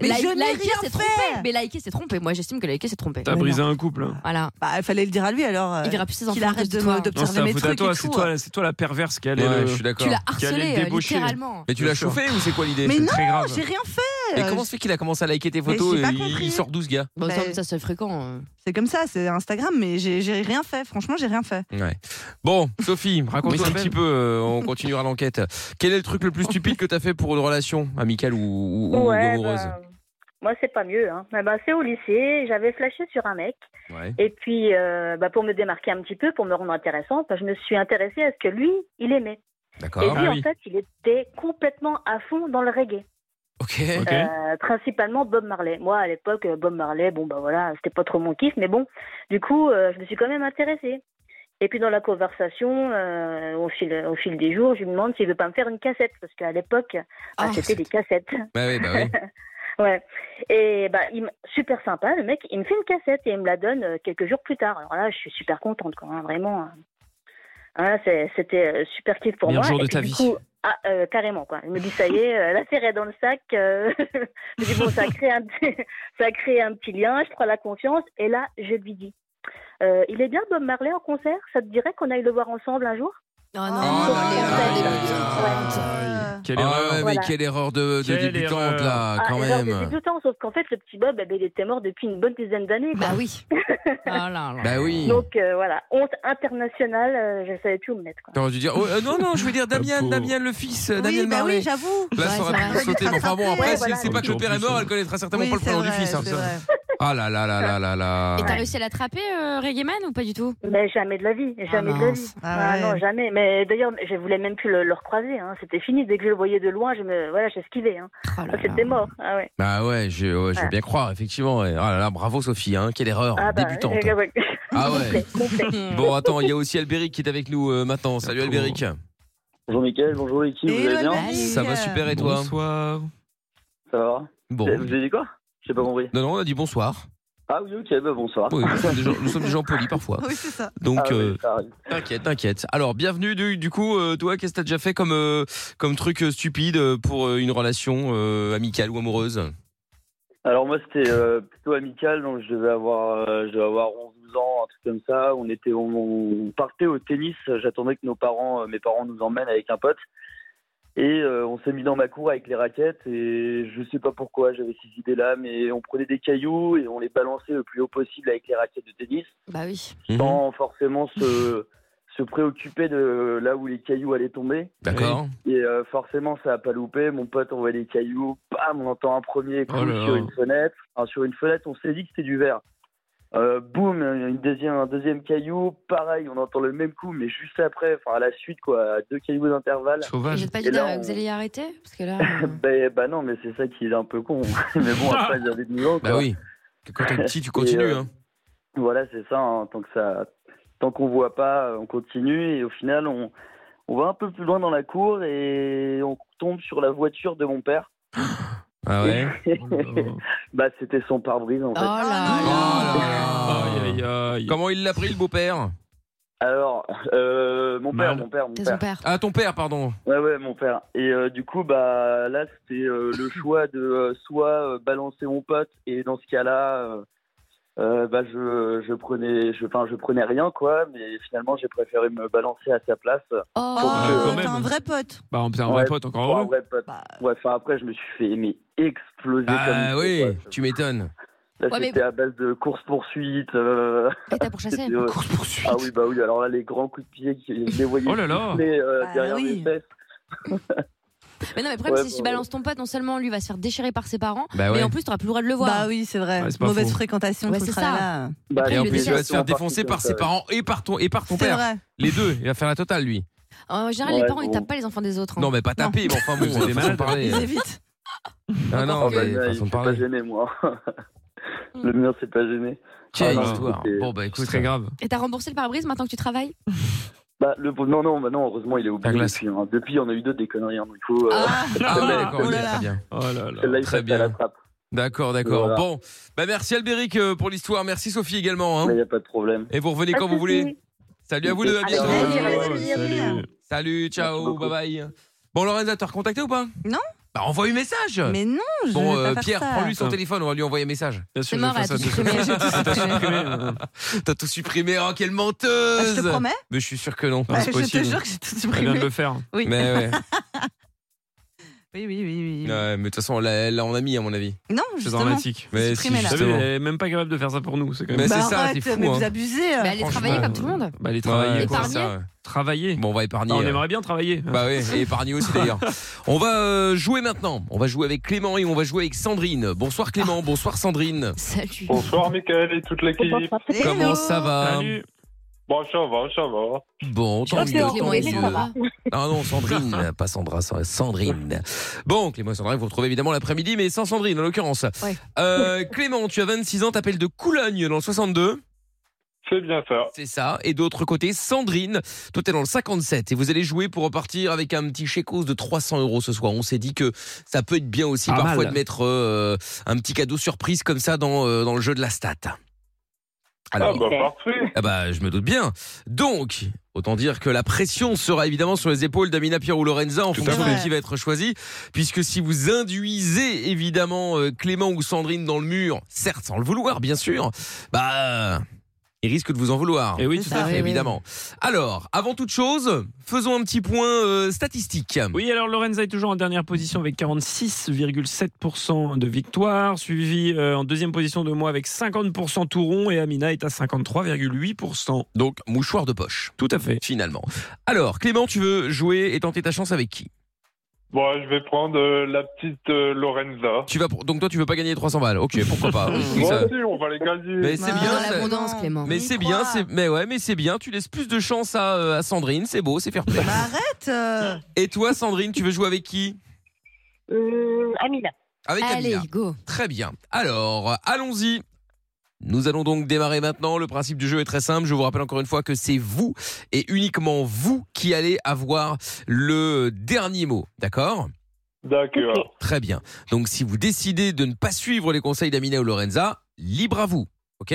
Mais
Like-
je n'ai
Liker
rien
s'est
fait.
trompé. Mais Liker s'est trompé. Moi, j'estime que Liker s'est trompé.
T'as
Mais
brisé un couple.
Voilà.
Bah, il fallait le dire à lui alors. euh,
Il verra plus ses enfants.
qu'il arrête de
dis-toi.
me- de-
Non, c'est
Observer
un
mes
faute à
trucs et
toi. C'est
tout.
hein.
toi, c'est toi la perverse qui allait.
Ouais,
le-
je suis d'accord.
Tu l'as
Qui allait le
harcelé, euh,
débaucher.
littéralement.
Mais tu l'as chauffé ou c'est quoi l'idée
Mais
C'est
non,
très grave.
j'ai rien fait. Euh,
Mais comment se fait qu'il a commencé à liker tes
Mais
photos
j'ai pas
et il-
compris. Bah,
il sort 12 gars
Bon,
Mais-
Bah, ça, ça, c'est fréquent. euh.
ben, C'est comme ça, c'est Instagram, mais j'ai j'ai rien fait. Franchement, j'ai rien fait.
Ouais. Bon, Sophie, raconte-nous
Oui,
un
c'est
petit peu, euh, on continuera l'enquête. Quel est le truc le plus stupide que t'as fait pour une relation amicale ou, ou- ou
Ouais,
amoureuse
bah, moi c'est pas mieux. Hein. Eh ben, c'est au lycée, j'avais flashé sur un mec.
Ouais.
Et puis, euh, bah, pour me démarquer un petit peu, pour me rendre intéressante, bah, je me suis intéressée à ce que lui, il aimait. et
D'accord.
lui,
ah
en
oui.
fait, il était complètement à fond dans le reggae.
Ok.
Ok.
Euh, principalement Bob Marley. Moi, à l'époque, euh, Bob Marley, bon, bah voilà, c'était pas trop mon kiff, mais bon, du coup, euh, je me suis quand même intéressée. Et puis, dans la conversation, euh, au, fil, au fil des jours, je lui demande s'il veut pas me faire une cassette, parce qu'à l'époque, bah,
Ah,
c'était des cassettes.
Bah oui, bah oui.
Ouais. Et bah, il m- super sympa, le mec, il me fait une cassette et il me la donne euh, quelques jours plus tard. Alors là, je suis super contente, quoi, hein, vraiment. hein. Ah, c'est- c'était euh, super kiff pour
Meilleur
moi.
jour
Et
de ta
puis, du
vie.
coup, ah, euh, carrément, quoi. Je me dis, ça y est, euh, la serre est dans le sac. euh, je me dis, bon, ça crée, un petit, ça crée un petit lien, je prends la confiance. Et là, je lui dis, euh, il est bien Bob Marley en concert Ça te dirait qu'on aille le voir ensemble un jour
Oh
Oh
là
non.
là là là.
Aïe. Quelle
Ah
erreur.
ouais, mais
Voilà.
quelle erreur de, de
Quelle
débutante
erreur.
là, quand
Ah, genre,
même.
j'ai tout le temps, sauf qu'en fait, le petit Bob, eh ben, il était mort depuis une bonne dizaine d'années. quoi.
Bah
<laughs>
oui. Oh là là.
Bah oui.
Donc euh, voilà, honte internationale, euh, je savais plus où me mettre. Quoi.
T'aurais dû dire. oh, euh, non, non, je veux dire Damien,
pauvre.
Damien le fils, euh, Damien
Oui, bah
Marley.
oui, j'avoue.
Là,
Ouais,
ça aurait
c'est
pu
vrai.
sauter. Mais enfin bon,
Ouais,
après, si elle
voilà.
sait pas que le père est mort, elle connaîtra certainement
Oui,
pas le
c'est
prénom du
vrai,
fils. hein.
c'est vrai.
Ah là là là là là là.
Et t'as réussi à l'attraper, euh, Reggaeman, ou pas du tout
Mais jamais de la vie, jamais de la
mince.
vie.
Ah ouais.
non, jamais. Mais d'ailleurs, je voulais même plus le, le recroiser. Hein. C'était fini. Dès que je le voyais de loin, je me, voilà, j'esquivais. Hein.
Oh là là.
C'était mort. Ah ouais.
Bah ouais, je, ouais, je veux
Ouais.
bien croire, effectivement. ouais. Ah là là, bravo Sophie, hein, quelle erreur,
Ah bah,
débutante.
ouais, ouais.
Ah ouais.
Complet, complet.
<laughs> Bon, attends, il y a aussi Albéric qui est avec nous euh, maintenant. Salut
Bonjour.
Albéric.
Bonjour Mickaël, bonjour l'équipe,
Et
vous allez bien
Albéric.
Ça va super et toi
Bonsoir.
Ça va
Bon.
Eh, Vous avez dit quoi J'ai pas compris.
Non, non, on a dit bonsoir.
Ah oui, ok, bah bonsoir.
Oui, nous, sommes des
<laughs>
gens, nous sommes des gens polis parfois.
Oui, c'est ça.
Donc,
Ah, ouais,
euh,
ça arrive.
t'inquiète, t'inquiète. Alors, bienvenue du, du coup, euh, toi, qu'est-ce que t'as déjà fait comme, euh, comme truc euh, stupide euh, pour euh, une relation euh, amicale ou amoureuse
Alors moi c'était euh, plutôt amical, donc je devais avoir, euh, je devais avoir 11-12 ans, un truc comme ça. On était, on, on partait au tennis. J'attendais que nos parents, euh, mes parents nous emmènent avec un pote. Et euh, on s'est mis dans ma cour avec les raquettes. Et je sais pas pourquoi j'avais ces idées-là, mais on prenait des cailloux et on les balançait le plus haut possible avec les raquettes de tennis,
Bah oui.
Hmm.
sans forcément se se préoccuper de là où les cailloux allaient tomber.
D'accord.
Et euh, forcément, ça a pas loupé. Mon pote envoie des cailloux. Bam, on entend un premier coup
Oh là
sur
là.
une fenêtre. Enfin, sur une fenêtre, on s'est dit que c'était du verre. Euh, boum, une deuxième, un deuxième caillou. Pareil, on entend le même coup, mais juste après, enfin à la suite, quoi, à deux cailloux d'intervalle.
Vous n'êtes pas
Et
dit
là,
de-
on-
que vous allez y arrêter Parce
<laughs>
que là.
<laughs> ben, bah non, mais c'est ça qui est un peu con. <laughs> mais bon, après, j'avais 12 ans.
Bah oui. Quand t'es petit, tu
Et,
continues.
euh,
hein.
Voilà, c'est ça. hein, tant que ça, tant qu'on voit pas, euh, on continue et au final, on, on va un peu plus loin dans la cour et on tombe sur la voiture de mon père.
Ah
<laughs>
ouais.
bah c'était son pare-brise en fait.
Comment il l'a pris Ah, le beau-père
Alors, euh, mon père,
Mal.
mon père, mon
C'est
père.
son père. Ah, ton père, pardon.
Ouais, ouais, mon père. Et euh, du coup, bah là, c'était euh, le choix de euh, soit euh, balancer mon pote et dans ce cas-là, euh, euh, bah je, je prenais, je, enfin, je prenais rien quoi. Mais finalement, j'ai préféré me balancer à sa place.
Oh, t'es un vrai pote.
Bah, on un
Ouais,
vrai pote, encore
pour
heureux.
un vrai pote.
Bah.
Ouais, enfin après, je me suis fait aimer exploser
Bah
Ah
comme
oui, tu m'étonnes.
Là,
Ouais, mais-
c'était à base de course-poursuite. Euh...
Et t'as
<laughs>
pourchassé
c'était, euh, Ah oui, bah oui, alors là, les grands coups de pied, qui- je les voyais
Oh là là.
siffler, euh,
Bah
derrière
oui.
mes fesses.
Mais non, mais le problème,
Ouais,
c'est si tu
bah,
balances ton pote, non seulement lui va se faire déchirer par ses parents,
Bah ouais.
mais en plus, t'auras plus le droit de le voir.
Bah oui, c'est vrai.
Ouais, c'est pas Mauvaise faux.
fréquentation,
ouais,
tout
c'est
le
ça.
tralala.
et en
Bah,
Bah, il le
plus, il va
déteste.
se faire défoncer par ses parents et par ton, et par ton
C'est
père.
vrai.
Les deux, il va faire la totale, lui.
En général, les
Ouais,
parents, ils
bon.
tapent pas les enfants des autres. hein.
Non, mais pas taper, mais enfin bon,
Vous êtes des
façon de
malades.
parler.
Ils évitent.
Ah non,
bah,
mais
là, il
façon de
s'est pas
parler.
gêné, moi. le mien, c'est pas gêné.
Quelle
Ah, non,
histoire.
c'était-
Bon, bah écoute,
C'est très grave.
Et t'as remboursé le pare-brise maintenant que tu travailles
Bah, le... Non, non, bah, non, heureusement, il est oublié
La glace.
depuis. hein. Depuis, on a eu d'autres des conneries. hein, donc, <laughs> il faut, euh,
Ah,
celle-là,
d'accord,
elle-
ok,
là là.
très bien.
Oh là là.
celle-là, il
Très
passe à la
bien.
trappe.
D'accord, d'accord.
Voilà.
Bon, bah merci Albéric euh, pour l'histoire. Merci Sophie également. hein.
Mais il n'y a pas de problème.
Et vous revenez
Pas
quand
de
vous voulez.
soucis.
Salut à vous deux, à
Allez,
bientôt.
salut,
Ouais,
salut.
ouais.
Salut.
Salut,
Merci
ciao,
beaucoup.
bye bye. Bon, Lorenza, t'as recontacté ou pas
Non.
Bah, envoie un message.
Mais non, je
bon,
vais
euh,
pas faire
Pierre,
ça.
prends-lui son
Ah.
téléphone, on va lui envoyer un message.
Bien
C'est
sûr, je vais
mort, elle a
faire ça.
tout
de toute
supprimé.
<laughs> façon.
J'ai
hein.
<laughs> T'as tout supprimé, oh, quelle
Ah, je
menteuse
te promets.
Mais je suis sûr que non.
Ah, c'est
Ouais, Bah, je te
possible.
jure que j'ai tout
Elle vient de
supprimé.
le faire.
Oui.
Mais
<laughs>
ouais.
oui, oui, oui, oui.
Ouais, mais de toute façon, on l'a elle l'a en ami, à mon avis.
Non,
C'est
justement.
dramatique.
Mais
Supprimez,
si,
Vous
là.
savez,
justement.
elle est même pas capable de faire ça pour nous. C'est quand
Mais
même.
Euh, c'est
bah
ça,
arrête,
c'est fou,
mais vous
hein.
abusez.
Bah, elle est travaillée
franchement, euh,
comme tout le monde.
Bah, elle est
Ouais,
travaillée. quoi.
c'est
Épargner.
ça, ouais.
Travailler.
Bon, on va épargner.
Bah, on
euh.
aimerait bien travailler.
Bah oui, et épargner aussi
<laughs>
d'ailleurs. On va euh, jouer maintenant. On va jouer avec Clément et on va jouer avec Sandrine. Bonsoir Clément,
Ah.
bonsoir Sandrine.
Salut.
Bonsoir Mickaël et toute l'équipe.
Hello.
Comment ça va
Salut.
Bon, ça va, ça va.
Bon, tant
Parce
mieux.
que
tant
Clément et
mieux.
Sandra.
Ah non,
<laughs>
Sandrine, pas Sandra, Sa- Sandrine. Bon, Clément et Sandrine, vous retrouvez évidemment l'après-midi, mais sans Sandrine en l'occurrence.
Ouais.
Euh, Clément, tu as 26 ans, t'appelles de Coulogne dans le 62.
C'est bien ça.
C'est ça. Et d'autre côté, Sandrine, toi t'es dans le 57 et vous allez jouer pour repartir avec un petit chèque-hausse de 300 euros ce soir. On s'est dit que ça peut être bien aussi
Pas
parfois
mal.
de mettre euh, un petit cadeau surprise comme ça dans, euh, dans le jeu de la stat.
Ah
Alors,
bah parfait.
ah bah, je me doute bien. Donc, autant dire que la pression sera évidemment sur les épaules d'Amina Pierre ou Lorenza en
Tout à
fonction
fait.
de qui va être choisi. Puisque si vous induisez évidemment euh, Clément ou Sandrine dans le mur, certes sans le vouloir bien sûr, bah, ils risquent de vous en vouloir.
Eh
Et Ah, oui,
C'est
tout à
ça.
fait.
oui,
évidemment. Alors, avant toute chose, faisons un petit point euh, statistique.
Oui, alors Lorenza est toujours en dernière position avec 46,7% de victoire, suivi euh, en deuxième position de moi avec 50% tout rond et Amina est à 53,8%.
Donc, mouchoir de poche,
Tout à fait.
finalement. Alors, Clément, tu veux jouer et tenter ta chance avec qui
Bon, je vais prendre euh, la petite euh, Lorenza.
tu vas, pour- Donc, toi, tu veux pas gagner 300 balles. Ok, pourquoi pas. Ah
<laughs>
Oui,
Bon,
ça-
si, on va les gagner.
Mais c'est
Bah,
bien,
Dans
ça-
l'abondance, Clément.
Mais
On y
c'est bien,
croit.
c'est mais ouais, mais c'est bien. Tu laisses plus de chance à, euh, à Sandrine, c'est beau, c'est fair play.
Bah, arrête. euh.
Et toi, Sandrine, tu veux jouer avec qui
Hum, Amina.
Avec
Allez,
Amina.
go.
Très bien. Alors, allons-y. Nous allons donc démarrer maintenant. Le principe du jeu est très simple. Je vous rappelle encore une fois que c'est vous et uniquement vous qui allez avoir le dernier mot. D'accord
D'accord.
Très bien. Donc, si vous décidez de ne pas suivre les conseils d'Amina ou Lorenza, libre à vous. Ok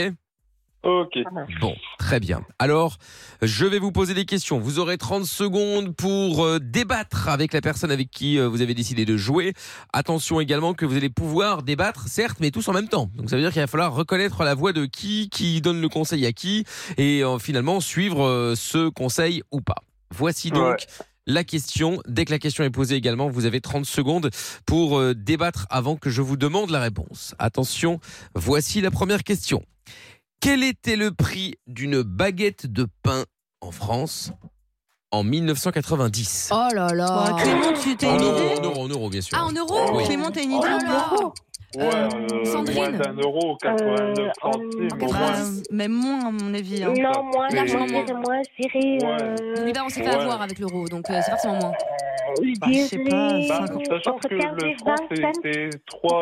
Ok.
Bon, très bien. Alors, je vais vous poser des questions. Vous aurez 30 secondes pour euh, débattre avec la personne avec qui euh, vous avez décidé de jouer. Attention également que vous allez pouvoir débattre, certes, mais tous en même temps. Donc ça veut dire qu'il va falloir reconnaître la voix de qui, qui donne le conseil à qui, et euh, finalement suivre euh, ce conseil ou pas. Voici donc la question. Dès que la question est posée également, vous avez 30 secondes pour euh, débattre avant que je vous demande la réponse. Attention, voici la première question. Quel était le prix d'une baguette de pain en France en 1990
Oh là là.
Clément, tu t'es
en,
une
euros,
idée
en euros, en euros, bien sûr.
Ah, en euros
Oui.
Clément, t'as une
Oh
idée
là là.
Ouais, euh, moins
Sandrine.
d'un euro, 89
Euh, en-
centimes au
Bah,
moins.
Même moins, à mon avis. hein.
Non, moins,
Mais-
largement moins. Moi, je dirais.
Ouais.
Euh,
Lui-bas, on s'est fait
Ouais.
avoir avec l'euro, donc euh, c'est forcément moins.
Bah, je sais pas,
Désolé.
Bah,
cinq-
sachant
entre
que
15 et
le franc
20 centimes.
c'était 3,33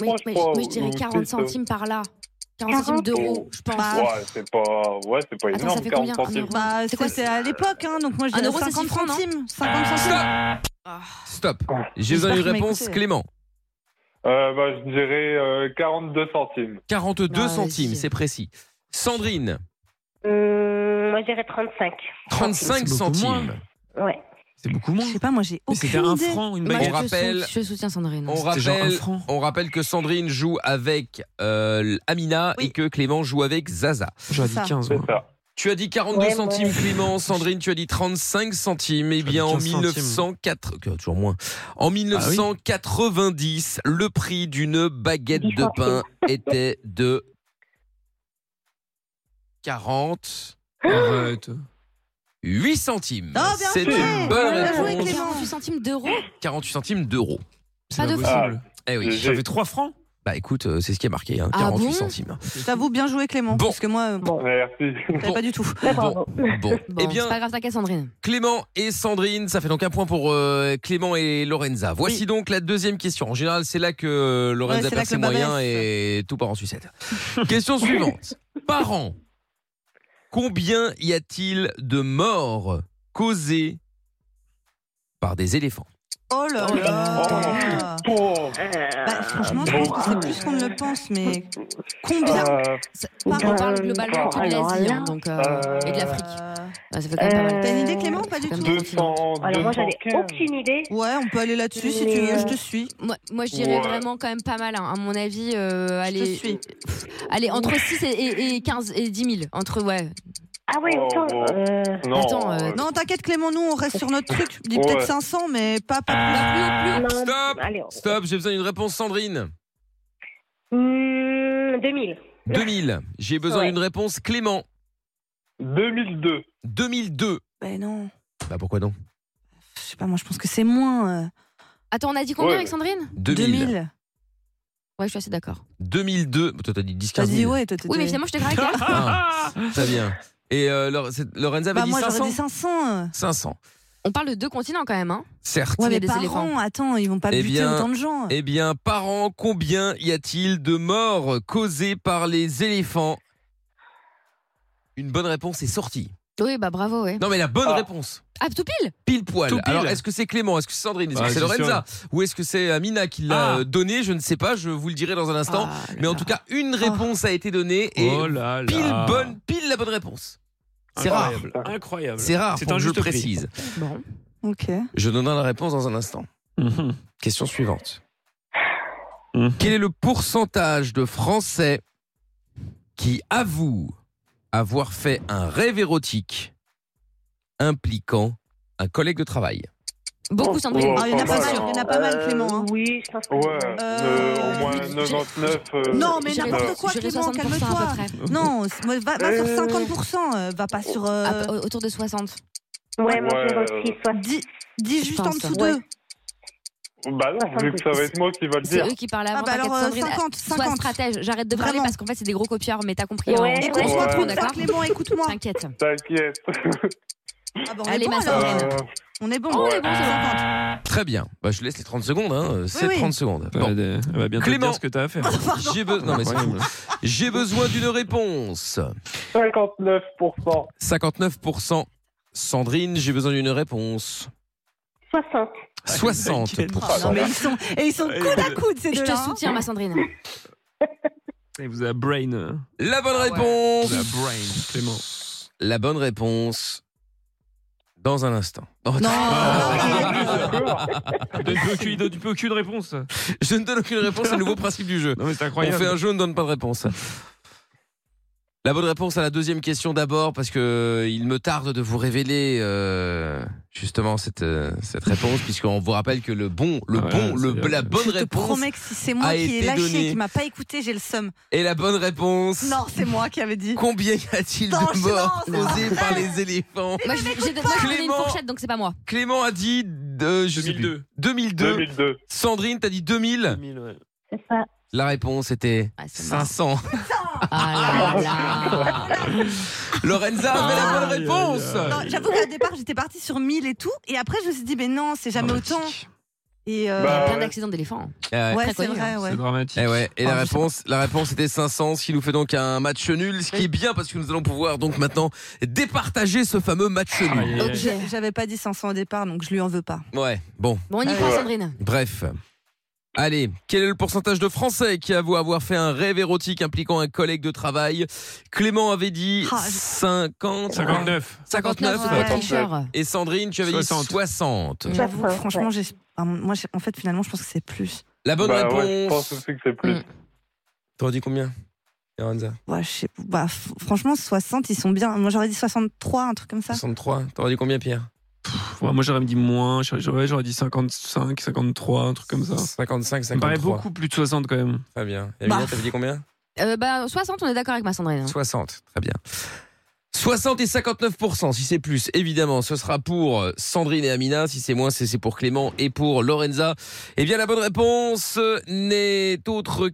Mais,
je
mais-
crois.
mais je dirais
ou- ou
40
six, euh,
centimes par là. 40 centimes
40.
d'euros, je pense.
Bah,
Ouais, c'est pas, ouais, c'est pas
Attends, ça
énorme,
fait
40
combien Un
centimes.
euro
Bah,
C'est quoi,
c'est à l'époque, hein, donc moi je
Un
dirais
euro, c'est
50
six francs, non Ah.
centimes. 50 centimes.
Stop.
Ah,
J'ai besoin
Bah,
J'espère
d'une
qu'il m'a
réponse,
écouté.
Clément.
Euh, bah, je dirais euh, 42 centimes.
42
Non,
centimes,
vas-y.
c'est précis. Sandrine,
Hum, moi, je dirais 35.
35
C'est beaucoup moins.
centimes.
Ouais.
C'est beaucoup
Je
moins.
sais pas, Ah, moi j'ai
Mais C'était
aucune
un
idée. Bah,
franc, une
Moi, je
baguette.
On rappelle-
sou- Je soutiens Sandrine.
On
C'était genre un
rappelle,
franc.
on rappelle que Sandrine joue avec euh, Amina
Oui.
et que Clément joue avec Zaza.
J'aurais dit
ça.
15.
C'est
moi.
ça.
Tu as dit 42
Ouais,
centimes,
ouais.
Clément. Sandrine, tu as dit 35 centimes. Eh
J'aurais
bien,
dit
en
15 centimes. Ah
1904, que- toujours moins. En 1990, le prix d'une baguette
10
de pain était de 48
<gasps> Arrête.
centimes.
Oh, bien
C'est
joué.
une bonne
Bien joué,
réponse. Eh
Clément.
48 centimes d'euros
48 centimes d'euros.
C'est
Pas de
impossible.
Ah,
Eh oui.
J'ai-
J'avais 3 francs.
Bah écoute, euh, c'est ce qui est marqué, hein,
Ah
48
bon
centimes.
Je t'avoue, bien joué Clément,
Bon.
parce que moi, euh,
Merci.
je savais pas du tout.
Ouais,
Bon,
bravo.
bon.
Bon,
Eh bien,
c'est pas grave, t'inquiète, Sandrine.
Clément et Sandrine, ça fait donc un point pour euh, Clément et Lorenza. Voici donc la deuxième question. En général, c'est là que euh,
Ouais,
Lorenza
c'est là
perd
que
ses
le bas
moyens
blesse.
et tout part en sucette.
<laughs>
question suivante. Par an, combien y a-t-il de morts causées par des éléphants
Oh là
Oh là
là
Pour,
Bah, Franchement, je pense que c'est plus qu'on ne le pense, mais combien
euh,
Ça-
Par
on
an.
parle globalement de toute
Alors
l'Asie,
là,
hein, donc, euh,
euh,
et de l'Afrique.
Euh,
Ah, ça fait quand même pas mal.
T'as une idée Clément Pas du
Euh,
tout
200,
Alors, moi, j'avais
215.
aucune idée. euh,
Ouais, on peut aller là-dessus si tu veux, je te suis.
Moi, moi, je dirais
Ouais.
vraiment quand même pas mal. hein. À mon avis, euh,
Je te
allez,
suis.
allez, entre 6 et, et- et 15 et 10 000. Entre, ouais.
Ah ouais,
Oh,
autant.
bon.
Euh,
Non,
Attends, euh,
euh,
Non, t'inquiète Clément, nous on reste sur notre truc. Je dis
Ouais.
peut-être 500, mais pas,
Ah.
pas
non,
Stop.
Allez,
Stop, j'ai besoin d'une réponse, Sandrine.
hum, 2000.
2000. J'ai besoin
Ouais.
d'une réponse, Clément.
2002.
2002.
plus. Ben non,
Bah pourquoi non
je sais pas, moi je pense que c'est moins. euh,
Attends, on a dit combien
Ouais.
avec Sandrine
2000.
Ouais, je suis assez d'accord.
2002. Bah, Toi, t'as dit 10
T'as
15 000.
dit ouais, toi t'étais-
Oui, mais finalement, hein. je te avec elle.
Ah, très bien. Et euh, Lor- c'est- Lorenza avait
Bah
dit
moi j'aurais
500
dit 500. euh.
500.
On parle de deux continents quand même. Hein.
Certes.
Ouais,
Ouais,
Il y a
mais
des
par
éléphants.
an, attends, ils vont pas
Eh
buter
bien,
autant de gens.
Eh bien, par an, combien y a-t-il de morts causées par les éléphants Une bonne réponse est sortie.
Oui, bah bravo, ouais.
Non, mais la bonne
Ah.
réponse.
Ah, tout pile
Pile poil.
Tout pile.
Alors, est-ce que c'est Clément Est-ce que c'est Sandrine Est-ce
Bah,
que c'est
c'est sûr.
Lorenza Ou est-ce que c'est Amina qui l'a
Ah.
euh, donné Je ne sais pas, je vous le dirai dans un instant.
Ah, là
mais en
là.
tout cas, une réponse a été donnée et
Oh là là.
pile, bonne, pile la bonne réponse. C'est rare.
Incroyable. Incroyable.
C'est rare,
C'est
pour
un
que je le
juste prix.
précise.
Bon.
Ok.
Je donnerai la réponse dans un instant.
Mhm.
Question suivante.
Mhm.
Quel est le pourcentage de Français qui avouent avoir fait un rêve érotique impliquant un collègue de travail
Beaucoup,
Oh,
Sandrine.
oh,
Ah, il y en a pas
mal,
mal, il y en a
hein.
pas mal
Euh,
Clément. hein.
Oui, je pense que.
Ouais,
Euh,
euh, au moins
j'ai-
99. euh,
Non, mais
Je dirais-
n'importe quoi,
je dirais
Clément,
60% à peu
calme-toi.
près.
Non, c'est- moi, va, va sur
Euh.
50%, euh, va pas sur. euh,
Ah, au- autour de 60.
Ouais, moi,
Ouais, euh,
je dirais aussi 60.
dis, dis
Je
juste
pense,
en dessous
ouais.
d'eux.
Bah non, vu que ça va être moi qui va le
C'est
dire.
eux qui parlent avant.
Ah bah alors
t'inquiète,
euh,
Sandrine.
50,
Sois
50.
stratège. J'arrête de parler
Vraiment.
parce qu'en fait, c'est des gros copieurs, mais t'as compris.
Ouais,
hein.
ouais.
Écoute-moi
Ouais.
trop,
D'accord.
Clément, écoute-moi.
T'inquiète.
T'inquiète.
Ah bah, on
Allez,
est bon,
ma
alors.
Sandrine.
Euh,
On est bon. Ah,
Oh, on
est bon, c'est bon.
50.
Très bien. Bah, je laisse les 30 secondes. Hein. C'est
oui. Oh,
30 secondes.
Elle
Bon.
va- Bah, elle va bientôt
Clément.
te dire ce que t'as à
<laughs>
faire.
J'ai be- non, mais c'est fou. J'ai besoin d'une réponse.
Ah, 59%.
59%. Sandrine, j'ai besoin d'une réponse.
60.
Ah,
60%.
Eh,
Oh, non, mais ils sont, et ils sont coude à coude, ces
Je
deux-là.
te
hein.
soutiens, ma Sandrine.
Et vous avez brain. euh.
La bonne
Ah
réponse.
La brain, Clément.
La bonne réponse dans un instant. Oh,
Ah,
Ah, Donne-tu aucune- donne-tu aucune réponse
Je ne donne aucune réponse, c'est le nouveau principe du jeu.
Non, mais c'est
On
incroyable.
fait un jeu, on ne donne pas de réponse. La bonne réponse à la deuxième question d'abord, parce que euh, il me tarde de vous révéler euh, justement cette, euh, cette réponse, puisqu'on vous rappelle que le bon, le
Ah
bon, le, la bonne réponse
Promets que si c'est moi
a
qui ai
été
lâché et
donnée.
qui m'a pas écouté, j'ai le seum.
est la bonne réponse.
Non, c'est moi qui avais dit.
Combien y a-t-il
Non,
de
je-
morts
non, c'est
causés
pas
par
vrai.
les éléphants
Moi, je- j'ai moi, je donne une
Clément.
fourchette, donc c'est pas moi.
Clément a dit de, je sais plus.
2002.
2002. Sandrine, t'as dit 2000. La réponse était
Ah,
500. Ah, <laughs> Lorenza avait la bonne réponse.
Non, J'avoue qu'au départ, j'étais partie sur 1000 et tout. Et après, je me suis dit, mais non, c'est jamais autant. Et euh,
Il y a plein d'accidents d'éléphants. hein.
Ah
Ouais,
Très
c'est
connu,
vrai,
hein.
ouais.
C'est dramatique. Ah,
Et, Eh ouais, et la, réponse, la réponse était 500, ce qui nous fait donc un match nul, ce qui est bien parce que nous allons pouvoir donc maintenant départager ce fameux match nul.
Donc, j'ai- J'avais pas dit 500 au départ, donc je lui en veux pas.
Ouais, bon.
Bon, on y
Ouais.
croit, Sandrine.
Bref. Allez, quel est le pourcentage de Français qui avouent avoir fait un rêve érotique impliquant un collègue de travail Clément avait dit
Ah, je-
50...
59.
59.
59, ouais, tricheur.
Et Sandrine, tu avais
60.
dit 60.
J'avoue,
Ouais.
franchement, j'ai. ah, Moi, j'ai- en fait, finalement, je pense que c'est plus.
La bonne
Bah
réponse. Mm.
ouais, je pense aussi que c'est plus.
T'aurais dit combien Lorenza
Ouais, je sais- bah, f- franchement, 60, ils sont bien. Moi, j'aurais dit 63, un truc comme ça.
63. T'aurais dit combien, Pierre
Ouais, moi j'aurais dit moins, j'aurais j'aurais- j'aurais dit 55, 53, un truc comme ça.
55,
Ça me paraît
53.
beaucoup plus de 60 quand même.
Très bien. Et Amina,
Bah.
t'avais dit combien
Euh, bah, 60, on est d'accord avec ma Sandrine.
60, très bien. 60 et 59%, si c'est plus, évidemment, ce sera pour euh, Sandrine et Amina, si c'est moins, c'est c'est pour Clément et pour Lorenza. Eh bien, la bonne réponse n'est autre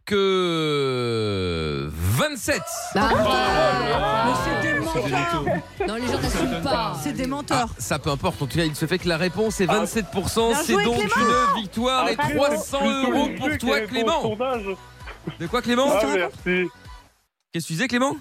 que 27.
Bah,
Ah. Mais c'est des menteurs
non, les gens n'assument pas.
C'est des
Ah,
menteurs
ça peu importe, en tout cas, il se fait que la réponse est 27%,
Bien
c'est
joué,
donc
Clément
une victoire et
Ah, bravo.
300 euros pour toi, Clément. De quoi, Clément
Ah, merci.
Qu'est-ce que tu disais, Clément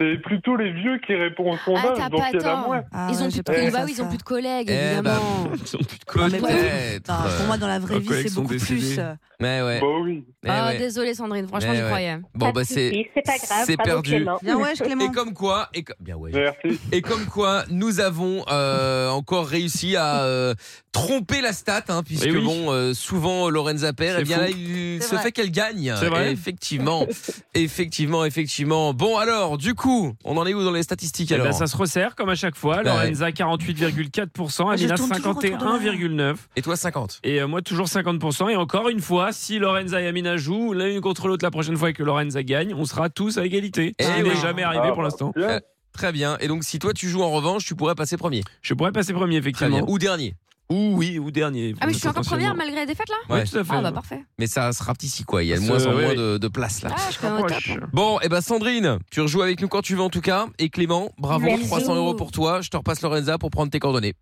C'est plutôt les vieux qui répondent au
Ah,
sondage,
t'as
donc
pas
il y en a
tort.
moins.
Ah
Ils
ouais,
ont
j'ai
plus de
pas
collègues,
pensé
bah
à
oui, ils
ça.
ont plus de collègues,
Eh bah, <laughs>
évidemment.
Ils ont plus de
Ah,
quoi.
mais
Peut-être.
Enfin, pour moi, dans la vraie
Leurs
vie,
collègues
c'est
sont
beaucoup
décédés.
plus. euh,
Mais ouais.
Bah oui.
mais
Ah,
Eh ouais.
désolé, Sandrine, franchement,
Eh
j'y
ouais.
croyais.
Bon,
Pas
bah,
de
c'est.
soucis, c'est pas grave.
c'est
bravo,
perdu.
Clément.
Bien ouais, Clément.
Et comme quoi, et comme- bien ouais.
Merci.
Et comme quoi, nous avons euh, encore réussi à euh, tromper la stat, hein, puisque
Eh oui.
bon, euh, souvent Lorenza perd,
C'est
et bien
fou.
là, il
C'est
se
vrai.
fait qu'elle gagne.
C'est vrai.
Et Effectivement, effectivement, effectivement. Bon alors, du coup, on en est où dans les statistiques
Eh ben,
alors
ça se resserre comme à chaque fois.
Bah ouais.
Lorenza 48,4%,
Ah,
Ah, Je
Amina
tourne toujours autour de moi.
51,9%.
Et toi, 50
Et euh, moi, toujours 50%. Et encore une fois, si Lorenza et Amina jouent l'un une contre l'autre la prochaine fois et que Lorenza gagne, on sera tous à égalité.
Eh
Ce qui
oui.
n'est jamais arrivé
Ah,
pour l'instant.
bien.
Euh, Très bien. Et donc, si toi tu joues en revanche, tu pourrais passer premier.
Je pourrais passer premier,
Très bien.
effectivement.
Ou dernier.
Ou oui, ou dernier.
Ah, mais je suis encore première malgré les défaites là
Oui,
Ouais.
tout à fait.
Ah, bah parfait.
Mais ça se rapetissit quoi. Il y a de
Ça,
moins en
ouais,
moins
ouais.
de, de place là.
Ah, je suis quand même au top.
Approche.
Bon, et ben Sandrine, tu rejoues avec nous quand tu veux en tout cas. Et Clément, bravo,
Merci.
300 euros pour toi. Je te repasse Lorenza pour prendre tes coordonnées.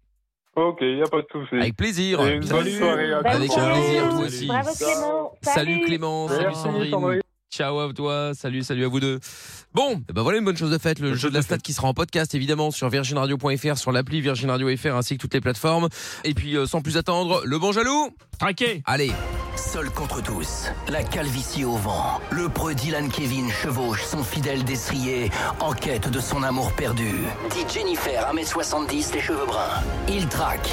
Ok, il n'y a pas de souci.
Avec plaisir.
Et une bonne soirée
Bonne
à
Ah, bah, Avec
tous.
un
soirée.
plaisir, toi aussi.
Bravo, Clément.
Salut Clément,
Salut,
salut
Sandrine.
Sandrine. Ciao à toi, salut, salut à vous deux. Bon, eh ben voilà une bonne chose de faite, le
Bonne
jeu
chose
de la
de
stat qui sera en podcast évidemment sur virginradio.fr, sur l'appli virginradio.fr ainsi que toutes les plateformes. Et puis euh, sans plus attendre, le bon jaloux
Traqué.
Allez,
Seul contre tous, la calvitie au vent, le preux Dylan Kevin chevauche son fidèle destrier en quête de son amour perdu. Dit Jennifer, 1m70, les cheveux bruns. Il traque.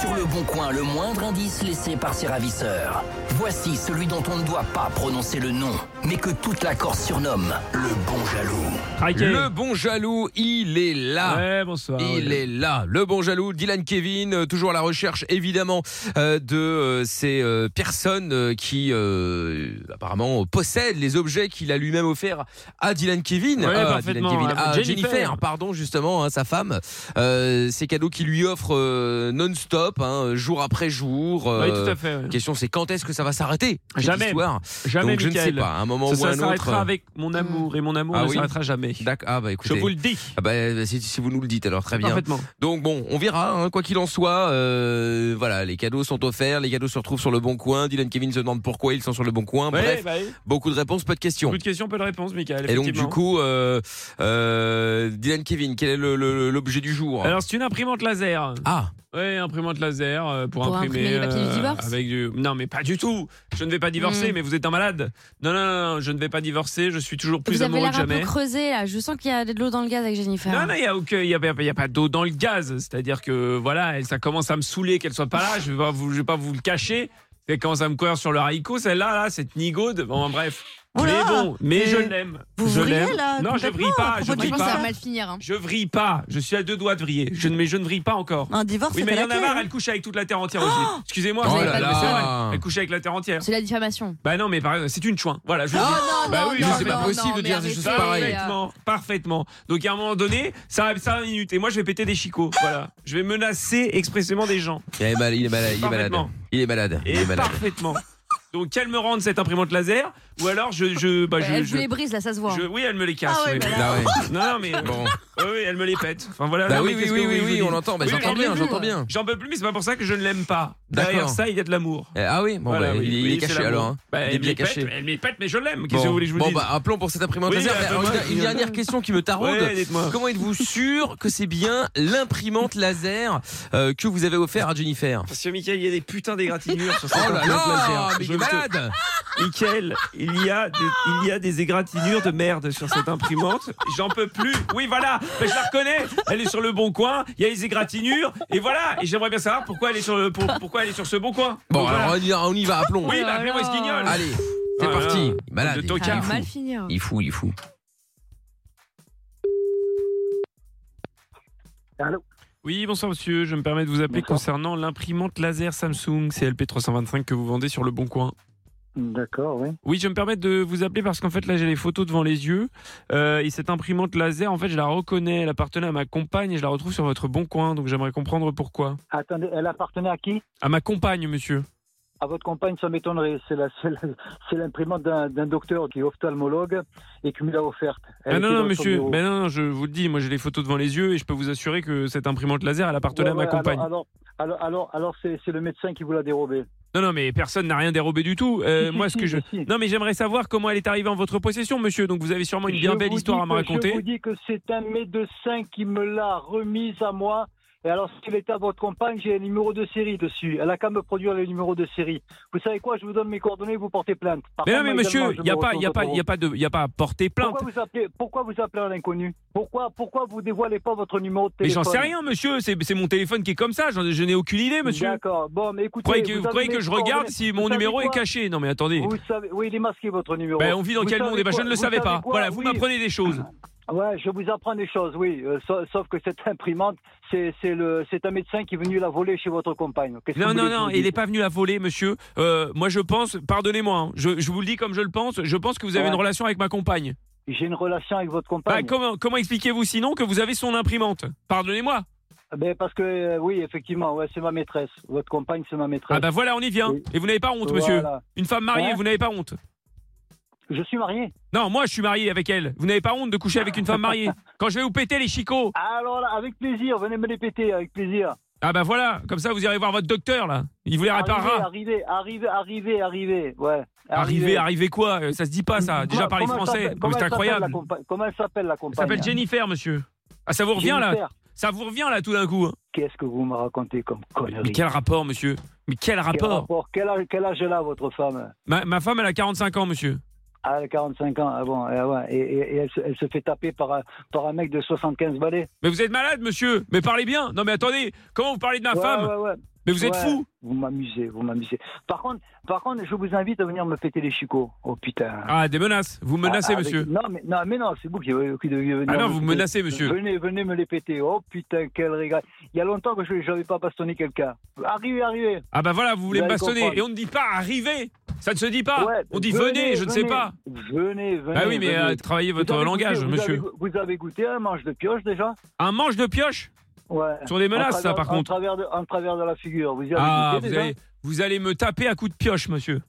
Sur le bon coin, le moindre indice laissé par ses ravisseurs. Voici celui dont on ne doit pas prononcer le nom, mais que toute la Corse surnomme le bon jaloux.
Traqué.
le bon jaloux, il est là.
Ouais, bonsoir.
Il
Ouais.
est là, le bon jaloux, Dylan Kevin, euh, toujours à la recherche évidemment euh, de euh, ces euh, personnes euh, qui euh, apparemment euh, possèdent les objets qu'il a lui-même offerts à Dylan Kevin,
Ouais,
euh, à,
parfaitement,
Dylan Kevin,
à
à
Jennifer.
Jennifer. pardon justement, hein, sa femme, euh, ces cadeaux qu'il lui offre euh, non-stop, hein, jour après jour. euh,
Oui, tout à fait. ouais.
la question c'est quand est-ce que ça va s'arrêter cette
Jamais.
histoire
Jamais,
Donc je
Mickaël.
ne sais pas, à un moment
Ça,
ou à
ça
un autre.
s'arrêtera avec mon amour et mon amour
Ah
ne
oui.
s'arrêtera jamais.
D'accord, ah bah
Je
écoutez.
vous le dis.
Ah bah, si, si vous nous le dites alors très bien.
Parfaitement.
Donc bon, on verra, hein, quoi qu'il en soit, euh, voilà, les cadeaux sont offerts, les cadeaux se retrouvent sur le bon coin, Dylan Kevin se demande pourquoi ils sont sur le bon coin,
Ouais,
bref,
bah oui.
beaucoup de réponses, peu de questions.
Beaucoup de questions, peu de réponses, Michael.
Et donc du coup, euh, euh, Dylan Kevin, quel est le- le- l'objet du jour
Alors, c'est une imprimante laser.
Ah,
Ouais, imprimante laser euh, pour,
Pour
imprimer,
imprimer les papiers du divorce
avec du non mais pas du tout. Je ne vais pas divorcer,
Mm.
mais vous êtes un malade. Non, non non non, je ne vais pas divorcer. Je suis toujours plus
Vous avez
amoureux que
l'air un
jamais.
peu creusé là. Je sens qu'il y a de l'eau dans le gaz avec Jennifer.
Non, non, il n'y a, aucun- il y a, il y a pas d'eau dans le gaz. C'est-à-dire que, voilà, elle- ça commence à me saouler qu'elle soit pas là. Je ne vais, pas vous- je vais pas vous le cacher. Elle commence à me courir sur le haricot, celle-là, là, cette nigaude. Bon, bref.
Oula,
mais bon, mais
mais
je l'aime.
vous
je
vrillez,
l'aime.
là,
Non, je
complètement,
vrille
à
pas. Je
propos du
vrille
divorce. Ça
pas.
va mal finir, hein.
Je vrille pas. Je suis à deux doigts de vriller. Je ne, mais je ne vrille pas encore.
Un divorce,
Oui,
ça
mais
fait
il y en a
laquelle,
marre.
hein
Elle couche avec toute la terre entière aussi. Excusez-moi.
Oh
mais
là
c'est
là.
vrai, Elle couche avec la terre entière.
C'est la diffamation.
Bah non, mais par exemple, c'est une chouin. Voilà, je veux
Oh
dire.
non,
bah
non,
oui,
non,
mais
non, non, mais arrêtez,
Parfaitement, parfaitement. Donc à un moment donné, ça arrive 5 minutes et moi je vais péter des chicots. Voilà. Je vais menacer expressément des gens.
Il est mal- il est malade. Il est malade.
Parfaitement.
Il est malade. Il
Et
est malade.
parfaitement. Donc qu'elle me rende cette imprimante laser ou alors je. je, bah, je,
elle
je-
vous les brise là, ça se voit.
je- oui, elle me les casse.
Ah ouais,
oui.
bah
là. Ah
Non, non,
<laughs>
mais bon. oui, elle me les pète. Enfin voilà.
Bah
Non,
oui,
mais
oui,
qu'est-ce
oui,
que vous voulez
oui,
que je
oui,
vous
on
dise
l'entends. Bah, j'entends
j'en peux
bien,
plus.
j'entends bien.
J'en peux plus, mais c'est pas pour ça que je ne l'aime pas.
D'accord.
Derrière ça, il y a de l'amour.
Eh, Ah oui, bon,
Voilà,
bah,
oui,
il, il
oui,
est
c'est
caché
l'amour.
alors. hein.
Bah,
il est
elle me
bien
les
caché.
pète, elle me les pète, mais je l'aime. Qu'est-ce
Bon,
que vous voulez que je vous
bon
dise
bah, appelons pour cette imprimante
Oui,
laser.
bah,
Alors,
bah,
une- une,
bah,
dernière question qui me taraude.
Ouais, dites-moi.
Comment êtes-vous sûr que c'est bien l'imprimante laser euh, que vous avez offert à Jennifer
Parce que Michael, il y a des putains d'égratignures sur cette
Oh là
imprimante
là,
laser.
mais
Je
il est
le te-
<laughs> malade
Michael, il y a des, il y a des égratignures de merde sur cette imprimante. J'en peux plus. Oui, voilà. Mais je la reconnais. Elle est sur le bon coin. Il y a les égratignures. Et voilà. Et j'aimerais bien savoir pourquoi elle est sur le, pour- pourquoi elle est sur ce bon coin.
Bon,
Donc,
alors
voilà.
on y, on y va, appelons.
Oui, bah, appelez-moi ce guignol.
Allez, c'est
Ah,
parti.
là,
Malade.
de
il-
tocard.
il est
mal
fou.
finir.
Il est fou, il est fou.
Oui, bonsoir monsieur. Je me permets de vous appeler concernant l'imprimante laser Samsung CLP325 que vous vendez sur le bon coin.
D'accord, oui.
Oui, je me permets de vous appeler parce qu'en fait, là, j'ai les photos devant les yeux. Euh, et cette imprimante laser, en fait, je la reconnais. Elle appartenait à ma compagne et je la retrouve sur votre bon coin. Donc, j'aimerais comprendre pourquoi.
Attendez, elle appartenait à qui
À ma compagne, monsieur.
À votre compagne, ça m'étonnerait. C'est la- c'est la- c'est l'imprimante d'un d'un docteur qui est ophtalmologue et qui me l'a offerte. Elle
Ah
était
non, non,
dans son
monsieur.
bureau.
Ben non, non, je vous le dis, moi, j'ai les photos devant les yeux et je peux vous assurer que cette imprimante laser, elle appartenait
Ouais,
à ma
ouais,
compagne.
Alors, alors, alors, alors, alors c'est c'est le médecin qui vous l'a dérobée.
Non, non, mais personne n'a rien dérobé du tout. Euh,
Si, si,
moi, ce
si,
que je.
si, si.
Non, mais j'aimerais savoir comment elle est arrivée en votre possession, monsieur. Donc, vous avez sûrement une bien
Je
belle
vous
histoire
dis
à me
que- Je vous
raconter.
dis que c'est un médecin qui me l'a remise à moi. Et alors, s'il était à votre compagne, j'ai un numéro de série dessus. Elle a qu'à me produire le numéro de série. Vous savez quoi Je vous donne mes coordonnées, vous portez plainte. Par
Mais non,
contre,
mais
moi, également,
monsieur,
je
il n'y a
me
pas, il y a
retourne
pas,
contre
il y a
vous.
pas de, il y a pas à porter plainte.
Pourquoi vous appelez, pourquoi vous appelez un inconnu pourquoi, pourquoi vous dévoilez pas votre numéro de
Mais
téléphone
j'en sais rien, monsieur. C'est c'est mon téléphone qui est comme ça. J'en- Je n'ai aucune idée, monsieur.
D'accord. Bon, mais
Vous
écoutez.
croyez que,
vous
vous
avez
croyez que
mes
je regarde
coordonnées.
si
Vous
mon
savez
numéro est
quoi
caché Non, mais attendez.
Vous savez, oui, il est masqué votre numéro.
Ben, on vit dans
Vous
quel
savez
monde Eh ben, Je
quoi-
ne le
vous
savais
savez
pas.
quoi
Voilà, vous
Oui.
m'apprenez des choses.
Ouais, je vous apprends des choses, oui. Euh, sa- sauf que cette imprimante, c'est c'est le- c'est un médecin qui est venu la voler chez votre compagne. Qu'est-ce que
Non,
vous
non,
voulez que
non,
je vous
il
dise
n'est pas venu la voler, monsieur. Euh, moi, je pense, pardonnez-moi, hein, je, je vous le dis comme je le pense, je pense que vous avez
Ouais.
une relation avec ma compagne.
J'ai une relation avec votre
Bah,
compagne.
comment comment expliquez-vous sinon que vous avez son imprimante Pardonnez-moi.
Ben, parce que, euh, oui, effectivement, ouais, c'est ma maîtresse. Votre compagne, c'est ma maîtresse.
Ah bah voilà, on y vient.
Oui.
Et vous n'avez pas honte,
Voilà.
monsieur. Une femme mariée,
Hein
vous n'avez pas honte.
Je suis marié.
Non, moi, je suis marié avec elle. Vous n'avez pas honte de coucher avec une femme
<laughs>
mariée. Quand je vais vous péter les chicots.
Alors là, avec plaisir, venez me les péter, avec plaisir.
Ah bah voilà, comme ça, vous irez voir votre docteur, là. Il vous les réparera.
Arrivez, arrivez, arrivez, arrivez, ouais.
Arrivez, arrivez quoi Euh, Ça se dit pas, ça. Déjà, parler
Comment elle
français.
s'appelle-
Mais
comment
C'est
elle s'appelle, la
incroyable.
compa- Comment elle s'appelle la hein
Elle
compagne
s'appelle Jennifer, monsieur. Ah, ça vous revient, là
Jennifer.
Ça vous revient, là, tout d'un coup. hein.
Qu'est-ce que vous me racontez comme connerie
Mais quel rapport, monsieur Mais quel
Quel
rapport
rapport Quel âge, quel âge elle a, votre femme
ma, ma femme, elle a 45 ans, monsieur.
Ah, elle a 45 ans, ah bon, ah ouais. et, et- et elle, se, elle se fait taper par un, par un mec de 75 balais.
Mais vous êtes malade, monsieur Mais parlez bien Non, mais attendez, comment vous parlez de ma
Ouais,
femme
ouais, ouais.
Mais vous êtes
Ouais,
fou
Vous m'amusez, vous m'amusez. Par contre, par contre, je vous invite à venir me péter les chicots. Oh putain.
Ah, des menaces Vous menacez,
Ah, avec-
monsieur
Non, mais non, mais non c'est vous qui, qui deviez venir.
Ah non,
me
vous
péter.
menacez, monsieur.
Venez, venez me les péter. Oh putain, quel régal. Il y a longtemps que je n'avais pas bastonné quelqu'un. Arrivez, arrivez.
Ah bah voilà, vous voulez
Vous
me
allez
bastonner
comprendre.
et on ne dit pas arrivez. Ça ne se dit pas.
Ouais,
ah, on dit venez, je ne sais
venez,
pas.
Venez, venez.
Bah oui, mais,
venez.
euh, travaillez
Vous
votre
avez
langage,
goûté- vous
monsieur.
avez go- vous avez goûté un manche de pioche déjà
Un manche de pioche
Ouais.
Sur des menaces,
En
ça, par
en
contre.
Travers de, en travers de la figure. Vous y avez
Ah,
goûté
vous
déjà
allez, vous allez me taper à coups de pioche, monsieur.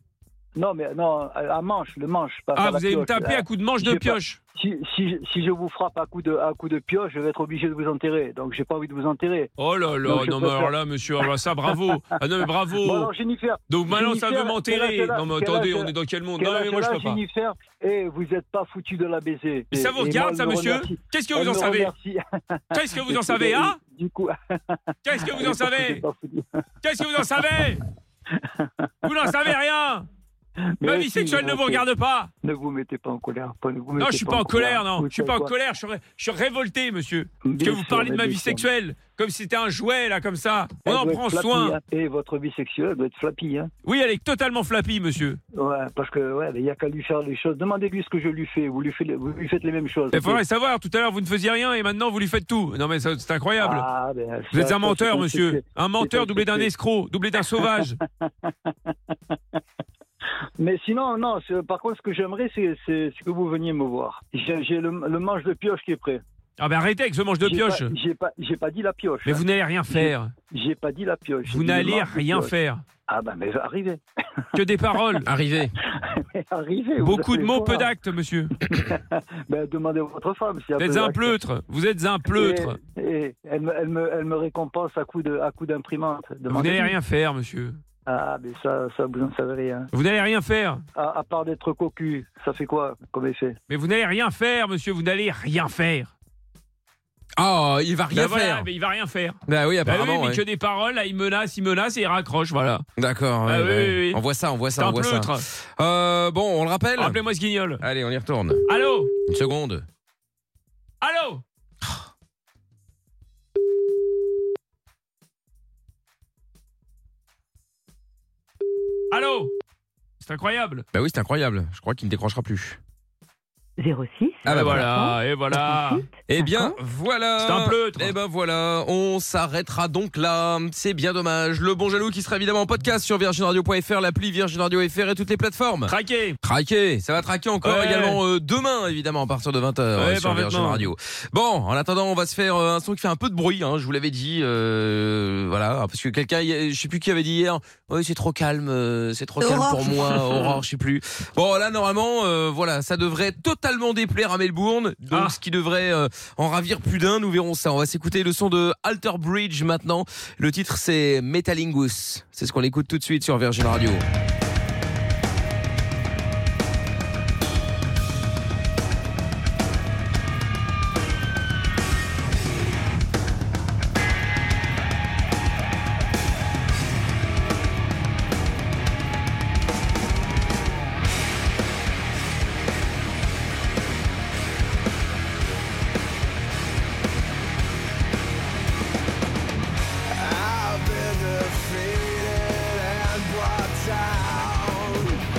Non, mais non, à à manche, le manche. pas
Ah,
par la
vous allez me
pioche,
taper
là.
à coups de manche de
Je vais pas-
pioche.
Si, si, si je vous frappe à coups de, à coups de pioche, je vais être obligé de vous enterrer. Donc, j'ai pas envie de vous enterrer.
Oh là là,
Donc, je
non mais alors
préfère-
là, monsieur, alors ça, bravo. Ah non mais bravo.
Bon, alors, Jennifer,
Donc maintenant, ça
Jennifer,
veut m'enterrer.
quel âge
Non mais
elle a
attendez,
Quel
on
âge
est dans quel monde
elle a
Non mais
Quel
moi, je
âge
peux pas.
Jennifer, eh, vous n'êtes pas foutu de la baiser.
Mais ça vous regarde, ça, monsieur Qu'est-ce que vous en savez <laughs> Qu'est-ce que vous en savez, hein
Du coup.
Qu'est-ce que vous en savez Qu'est-ce que vous en savez Vous n'en savez rien Ma vie sexuelle ne vous regarde pas.
Ne vous mettez pas en colère. pas- ne vous
Non,
mettez
je suis pas en colère, non.
Vous
Je suis pas en
savez quoi
colère, je suis ré- je suis révolté, monsieur.
Bien
que vous
sûr,
parlez de
mais
ma
bien
vie
sûr.
sexuelle comme si c'était un jouet, là, comme ça. On
Elle
en
doit être
prend
flappy,
soin.
hein. Et votre vie sexuelle doit être flappy. Hein.
Oui, elle est totalement flappie, monsieur.
Ouais, parce que ouais, il n'y a qu'à lui faire les choses. Demandez-lui ce que je lui fais. Vous lui, faites- vous lui faites les mêmes choses.
Il
ok
faudrait savoir, tout à l'heure vous ne faisiez rien et maintenant vous lui faites tout. Non mais ça, c'est incroyable.
Ah, ben,
vous
ça,
êtes
ça,
un menteur,
c'est un
monsieur.
succès.
Un
C'est
menteur
un
doublé d'un
succès.
escroc, doublé d'un sauvage.
Mais sinon, non. c'est- Par contre, ce que j'aimerais, c'est c'est- c'est que vous veniez me voir. J'ai j'ai le, le manche de pioche qui est prêt.
Ah ben arrêtez avec ce manche de
J'ai
pioche.
pas- J'ai pas, j'ai pas dit la pioche.
Mais
hein.
vous n'allez rien faire.
J'ai pas dit la pioche.
Vous
j'ai dit le
n'allez
manche de
rien
pioche.
faire.
Ah ben, mais arrivez.
Que des paroles. Arrivez.
<laughs> arrivez. vous
Beaucoup de
allez
mots, peu
voir.
d'actes, monsieur.
<laughs> Ben, demandez à votre femme. Si elle
Vous êtes
peut
un
accepter.
pleutre. Vous êtes un pleutre.
Et, et elle, me, elle, me, elle me récompense à coup de à coup d'imprimante.
Vous
Demandez-lui.
n'allez rien faire, monsieur.
Ah, mais ça, ça vous en savez rien.
Vous n'allez rien faire.
À, à part d'être cocu, ça fait quoi comme effet
Mais vous n'allez rien faire, monsieur. Vous n'allez rien faire.
Ah, il va rien
Ben voilà,
faire.
mais il va rien faire. Ben
Bah oui, apparemment.
mais
ouais.
que des paroles, là, il menace, il menace et il raccroche, voilà.
D'accord, ouais,
Ah oui,
ouais.
oui, oui.
on voit ça, on voit
C'est
ça,
un
on voit ça.
pleutre.
Euh, bon, on le rappelle
Rappelez-moi ce guignol.
Allez, on y retourne.
Allô
Une seconde.
Allô Allô C'est incroyable.
Bah oui, c'est incroyable. Je crois qu'il ne décrochera plus.
06.
Ah bah
Et
voilà.
et voilà.
Eh bien, voilà.
C'est un pleutre.
Eh ben voilà, on s'arrêtera donc là. C'est bien dommage. Le bon jaloux qui sera évidemment en podcast sur virginradio.fr, l'appli virginradio.fr et toutes les plateformes.
Traqué.
Traqué. Ça va traquer encore
Ouais.
également euh, demain, évidemment, à partir de 20h
Ouais, ben,
sur Virgin
parfaitement.
Radio. Bon, en attendant, on va se faire euh, un son qui fait un peu de bruit. hein, je vous l'avais dit, euh, voilà, parce que quelqu'un, je sais plus qui avait dit hier, oui c'est trop calme, euh, c'est trop
C'est
calme
Aurore.
pour moi, Aurore, je sais plus. Bon là normalement, euh, voilà, ça devrait totalement déplaire à Melbourne, donc ce qui devrait euh, en ravir plus d'un. Nous verrons ça. On va s'écouter le son de Alter Bridge maintenant. Le titre c'est Metalingus. C'est ce qu'on écoute tout de suite sur Virgin Radio.
I've been defeated and blocked out.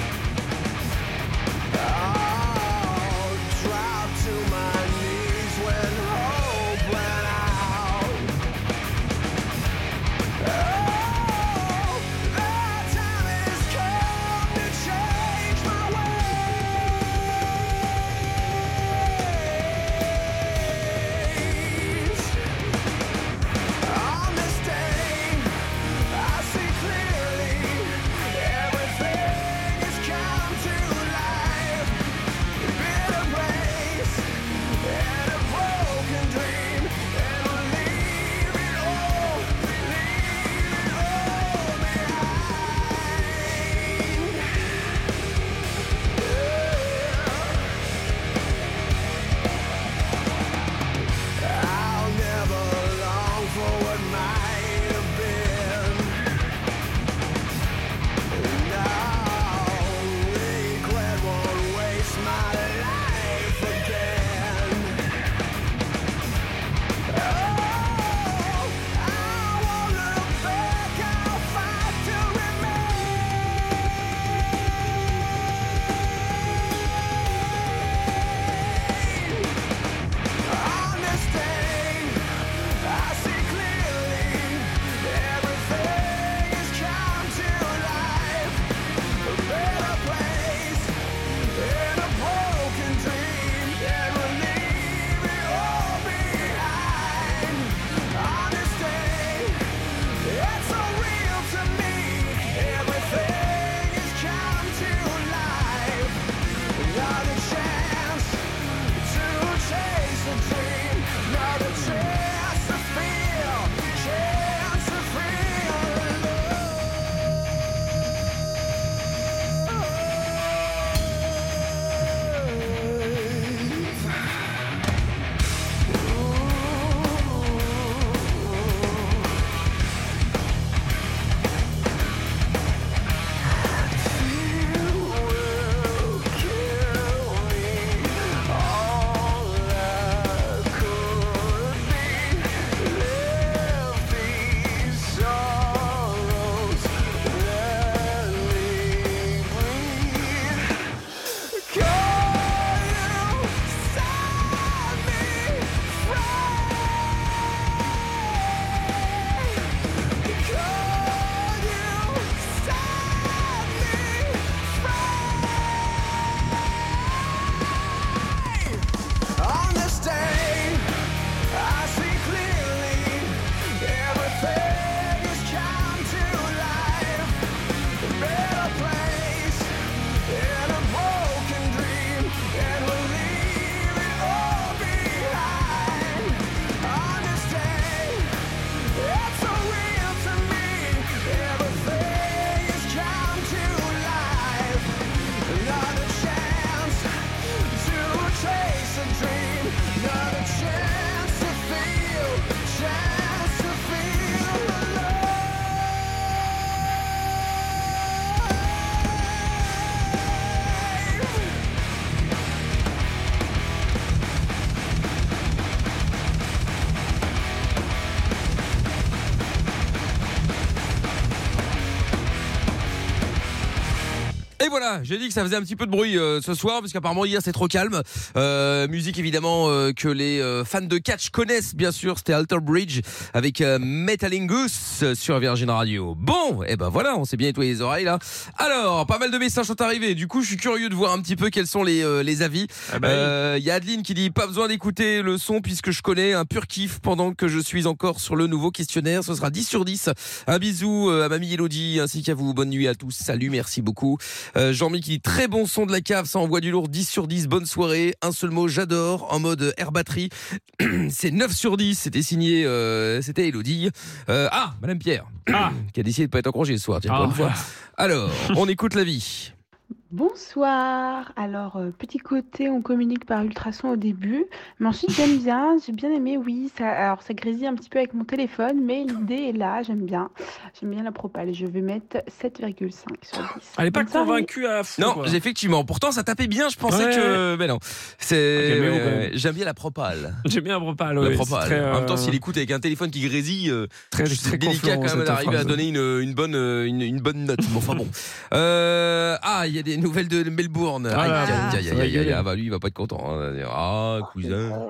Et voilà, j'ai dit que ça faisait un petit peu de bruit euh, ce soir, parce qu'apparemment hier c'est trop calme. Euh, musique évidemment euh, que les euh, fans de catch connaissent bien sûr, c'était Alter Bridge avec euh, Metalingus euh, sur Virgin Radio. Bon, et ben voilà, on s'est bien nettoyé les oreilles là. Alors, pas mal de messages sont arrivés. Du coup, je suis curieux de voir un petit peu quels sont les, euh, les avis.
Ah
Il
bah oui.
y a Adeline qui dit pas besoin d'écouter le son puisque je connais un pur kiff pendant que je suis encore sur le nouveau questionnaire. Ce sera 10 sur 10. Un bisou euh, à mamie Elodie ainsi qu'à vous. Bonne nuit à tous. Salut, merci beaucoup. Euh, Jean-Mi qui dit très bon son de la cave, ça envoie du lourd. 10 sur 10, bonne soirée. Un seul mot, j'adore. En mode air batterie. <clears throat> C'est 9 sur 10. C'était signé, euh, c'était Elodie. Euh, ah, Madame Pierre. <clears throat> qui a décidé de pas être en congé ce soir, tiens, pour
Ah.
une fois. Alors, on écoute la vie.
Bonsoir. Alors, euh, petit côté, on communique par ultrasons au début, mais ensuite <laughs> j'aime bien, j'ai bien aimé, oui. Ça, alors, ça grésille un petit peu avec mon téléphone, mais l'idée est là, j'aime bien. J'aime bien la propale. Je vais mettre 7,5 sur 10.
Elle est pas
convaincue à fond.
Non, effectivement. Pourtant, ça tapait bien. Je pensais
Ouais.
que. Mais non. C'est.
Ok, mais bon,
ouais,
quand même.
ouais. J'aime bien la propale.
<laughs> J'aime bien la propale.
La
ouais,
propale.
c'est très,
En même temps,
euh,
s'il écoute avec un téléphone qui grésille, euh,
Très-
c'est
très
délicat
confluent,
quand même
cette
d'arriver à
phrase.
donner une, une bonne, euh, une, une bonne note. Bon, enfin bon. Euh, ah, il y a des nouvelles de Melbourne.
Ah,
Aïe,
là,
aïe,
là,
aïe,
ça
aïe,
va
aïe, aïe.
gueuler.
Ah, bah lui, il va pas être content. hein. Ah, cousin.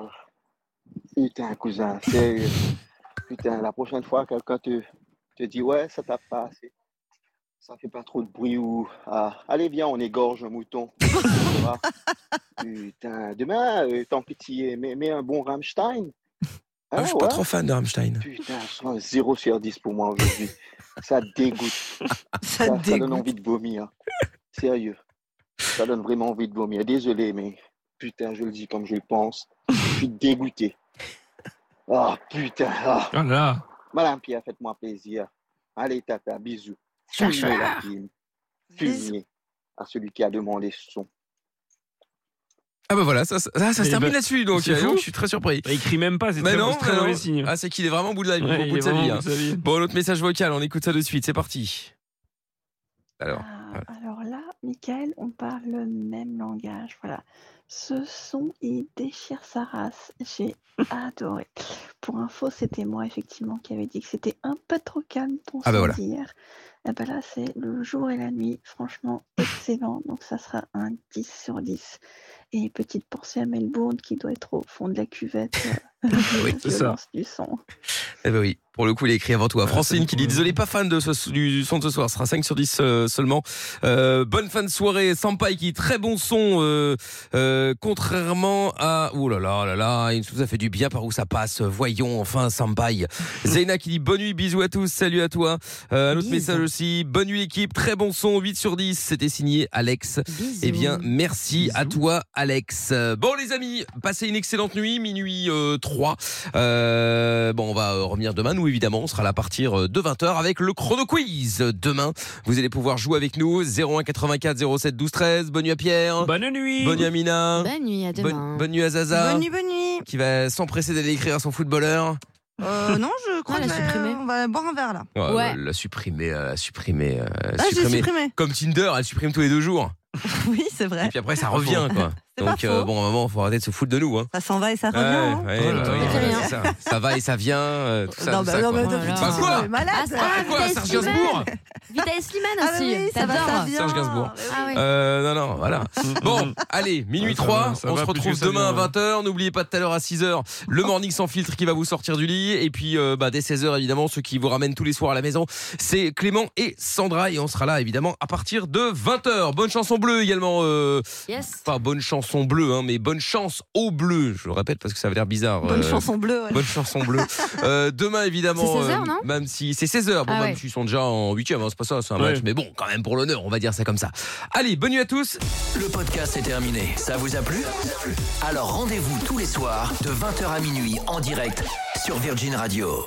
Putain, cousin,
<laughs>
sérieux. Putain, la prochaine fois, quelqu'un te, te dit Ouais, ça tape pas assez. Ça fait pas trop de bruit ou. Ah, allez, viens, on égorge un
<laughs>
mouton. Tu verras. Putain, demain, euh, tant pitié, mets, mets un bon Rammstein.
Ah, je suis pas trop fan de Rammstein.
Putain, je sens un 0 sur 10 pour moi aujourd'hui. ça
<laughs>
dégoûte. Ça, ça donne envie de vomir. Sérieux. Ça donne vraiment envie de vomir. Désolé, mais putain, je le dis comme je le pense. Je suis dégoûté. Ah, putain. ah.
Oh là là.
Madame Pierre, faites-moi plaisir. Allez, tata, bisous.
Chouchou.
Fumez la prime. Fumez à celui qui a demandé ce son.
Ah, bah voilà, ça, ça, ça, ça se
Eh
termine
ben,
là-dessus. Donc,
c'est
euh,
fou.
donc, je suis très surpris.
Bah, Il crie même pas, c'est
Mais
très,
non,
c'est très
mais non.
mauvais signe.
Ah, c'est qu'il est vraiment au bout de la
Ouais,
au
il
bout de
est
sa
vraiment
vie.
au bout de
hein.
sa vie.
Bon, l'autre message vocal, on écoute ça de suite. C'est parti. Alors. voilà.
Ah, Alors là, Michael, on parle le même langage. Voilà. Ce son, il déchire sa race. J'ai adoré. Pour info, c'était moi, effectivement, qui avait dit que c'était un peu trop calme pour
Ah bah
son
voilà.
dire. Et ben là, c'est le jour et la nuit. Franchement, excellent. Donc ça sera un 10 sur 10. Et petite pensée à Melbourne qui doit être au fond de la cuvette. euh,
<laughs>
<laughs>
oui,
de
c'est ça.
violence du son.
Eh ben oui, pour le coup, il est écrit avant toi. Francine qui dit Désolé, pas fan de ce, du son de ce soir, ce sera 5 sur 10 euh, seulement. Euh, bonne fin de soirée. Sampai qui dit Très bon son, euh, euh, contrairement à. Ouh là là, oh là là, il nous a fait du bien par où ça passe. Voyons, enfin, Sampai. Zeina qui dit Bonne nuit, bisous à tous, salut à toi. Euh, un autre message aussi Bonne nuit, équipe, très bon son, 8 sur 10. C'était signé Alex. Eh bien, merci à toi, Alex. Euh, Bon, les amis, passez une excellente nuit, minuit euh, 3. Euh, bon, on va euh, revenir demain, nous évidemment, on sera là à partir euh, de 20h avec le chrono quiz. Euh, Demain, vous allez pouvoir jouer avec nous 01 84 07 12 13. Bonne nuit à Pierre.
Bonne nuit.
Bonne nuit à Mina.
Bonne nuit, à demain.
Bonne, bonne nuit à Zaza.
Bonne nuit, bonne nuit.
Qui va s'empresser d'aller écrire à son footballeur.
Euh, non, je crois
Ah, la
que, euh, on va boire un verre là.
Oh, elle l'a supprimé, elle l'a supprimé, euh, elle l'a
Ah, j'ai supprimé.
Comme Tinder, elle supprime tous les deux jours.
<laughs> Oui, c'est vrai.
Et puis après, ça revient, quoi. Donc, euh, bon, à un moment, faut arrêter de se foutre de nous. Hein.
Ça s'en va et ça revient.
Ouais,
hein.
ouais, bah oui,
Ça fait
ouais,
rien.
c'est ça. Ça va et ça vient, euh, tout ça.
Non,
tout
bah
ça,
non,
quoi.
mais non, putain,
Bah quoi
mais malade.
Ah, ça- quoi,
Vita
Serge
Slimane.
Gainsbourg
Vita et Slimane
Ah,
aussi.
bah oui, ça va,
T'adores.
ça vient.
Serge Gainsbourg.
Ah oui.
Euh, non, non,
<laughs>
voilà. Bon, allez, minuit 3,
Ah, ça
on
va
se
plus que
retrouve
ça
demain
vient, hein.
à 20h. N'oubliez pas tout à l'heure à 6h,
Oh.
le morning sans filtre qui va vous sortir du lit. Et puis, euh, bah, dès 16h, évidemment, ceux qui vous ramènent tous les soirs à la maison, c'est Clément et Sandra. Et on sera là, évidemment, à partir de 20h. Bonne chanson bleue également. euh,
Yes.
Pas bonne chanson bleue, hein, mais bonne chance au bleu. Je le répète parce que ça a l'air bizarre.
Bonne
euh,
chanson bleue. ouais.
Bonne chanson
<laughs>
bleue. Euh, demain, évidemment.
C'est 16 heures,
euh,
non
Même si c'est 16h. Bon,
Ah
même
ouais.
s'ils sont déjà en 8 c'est pas ça, c'est un
Ouais.
match. Mais bon, quand même, pour l'honneur, on va dire ça comme ça. Allez, bonne nuit à tous.
Le podcast est terminé. Ça vous a plu Alors rendez-vous tous les soirs de 20h à minuit en direct sur Virgin Radio.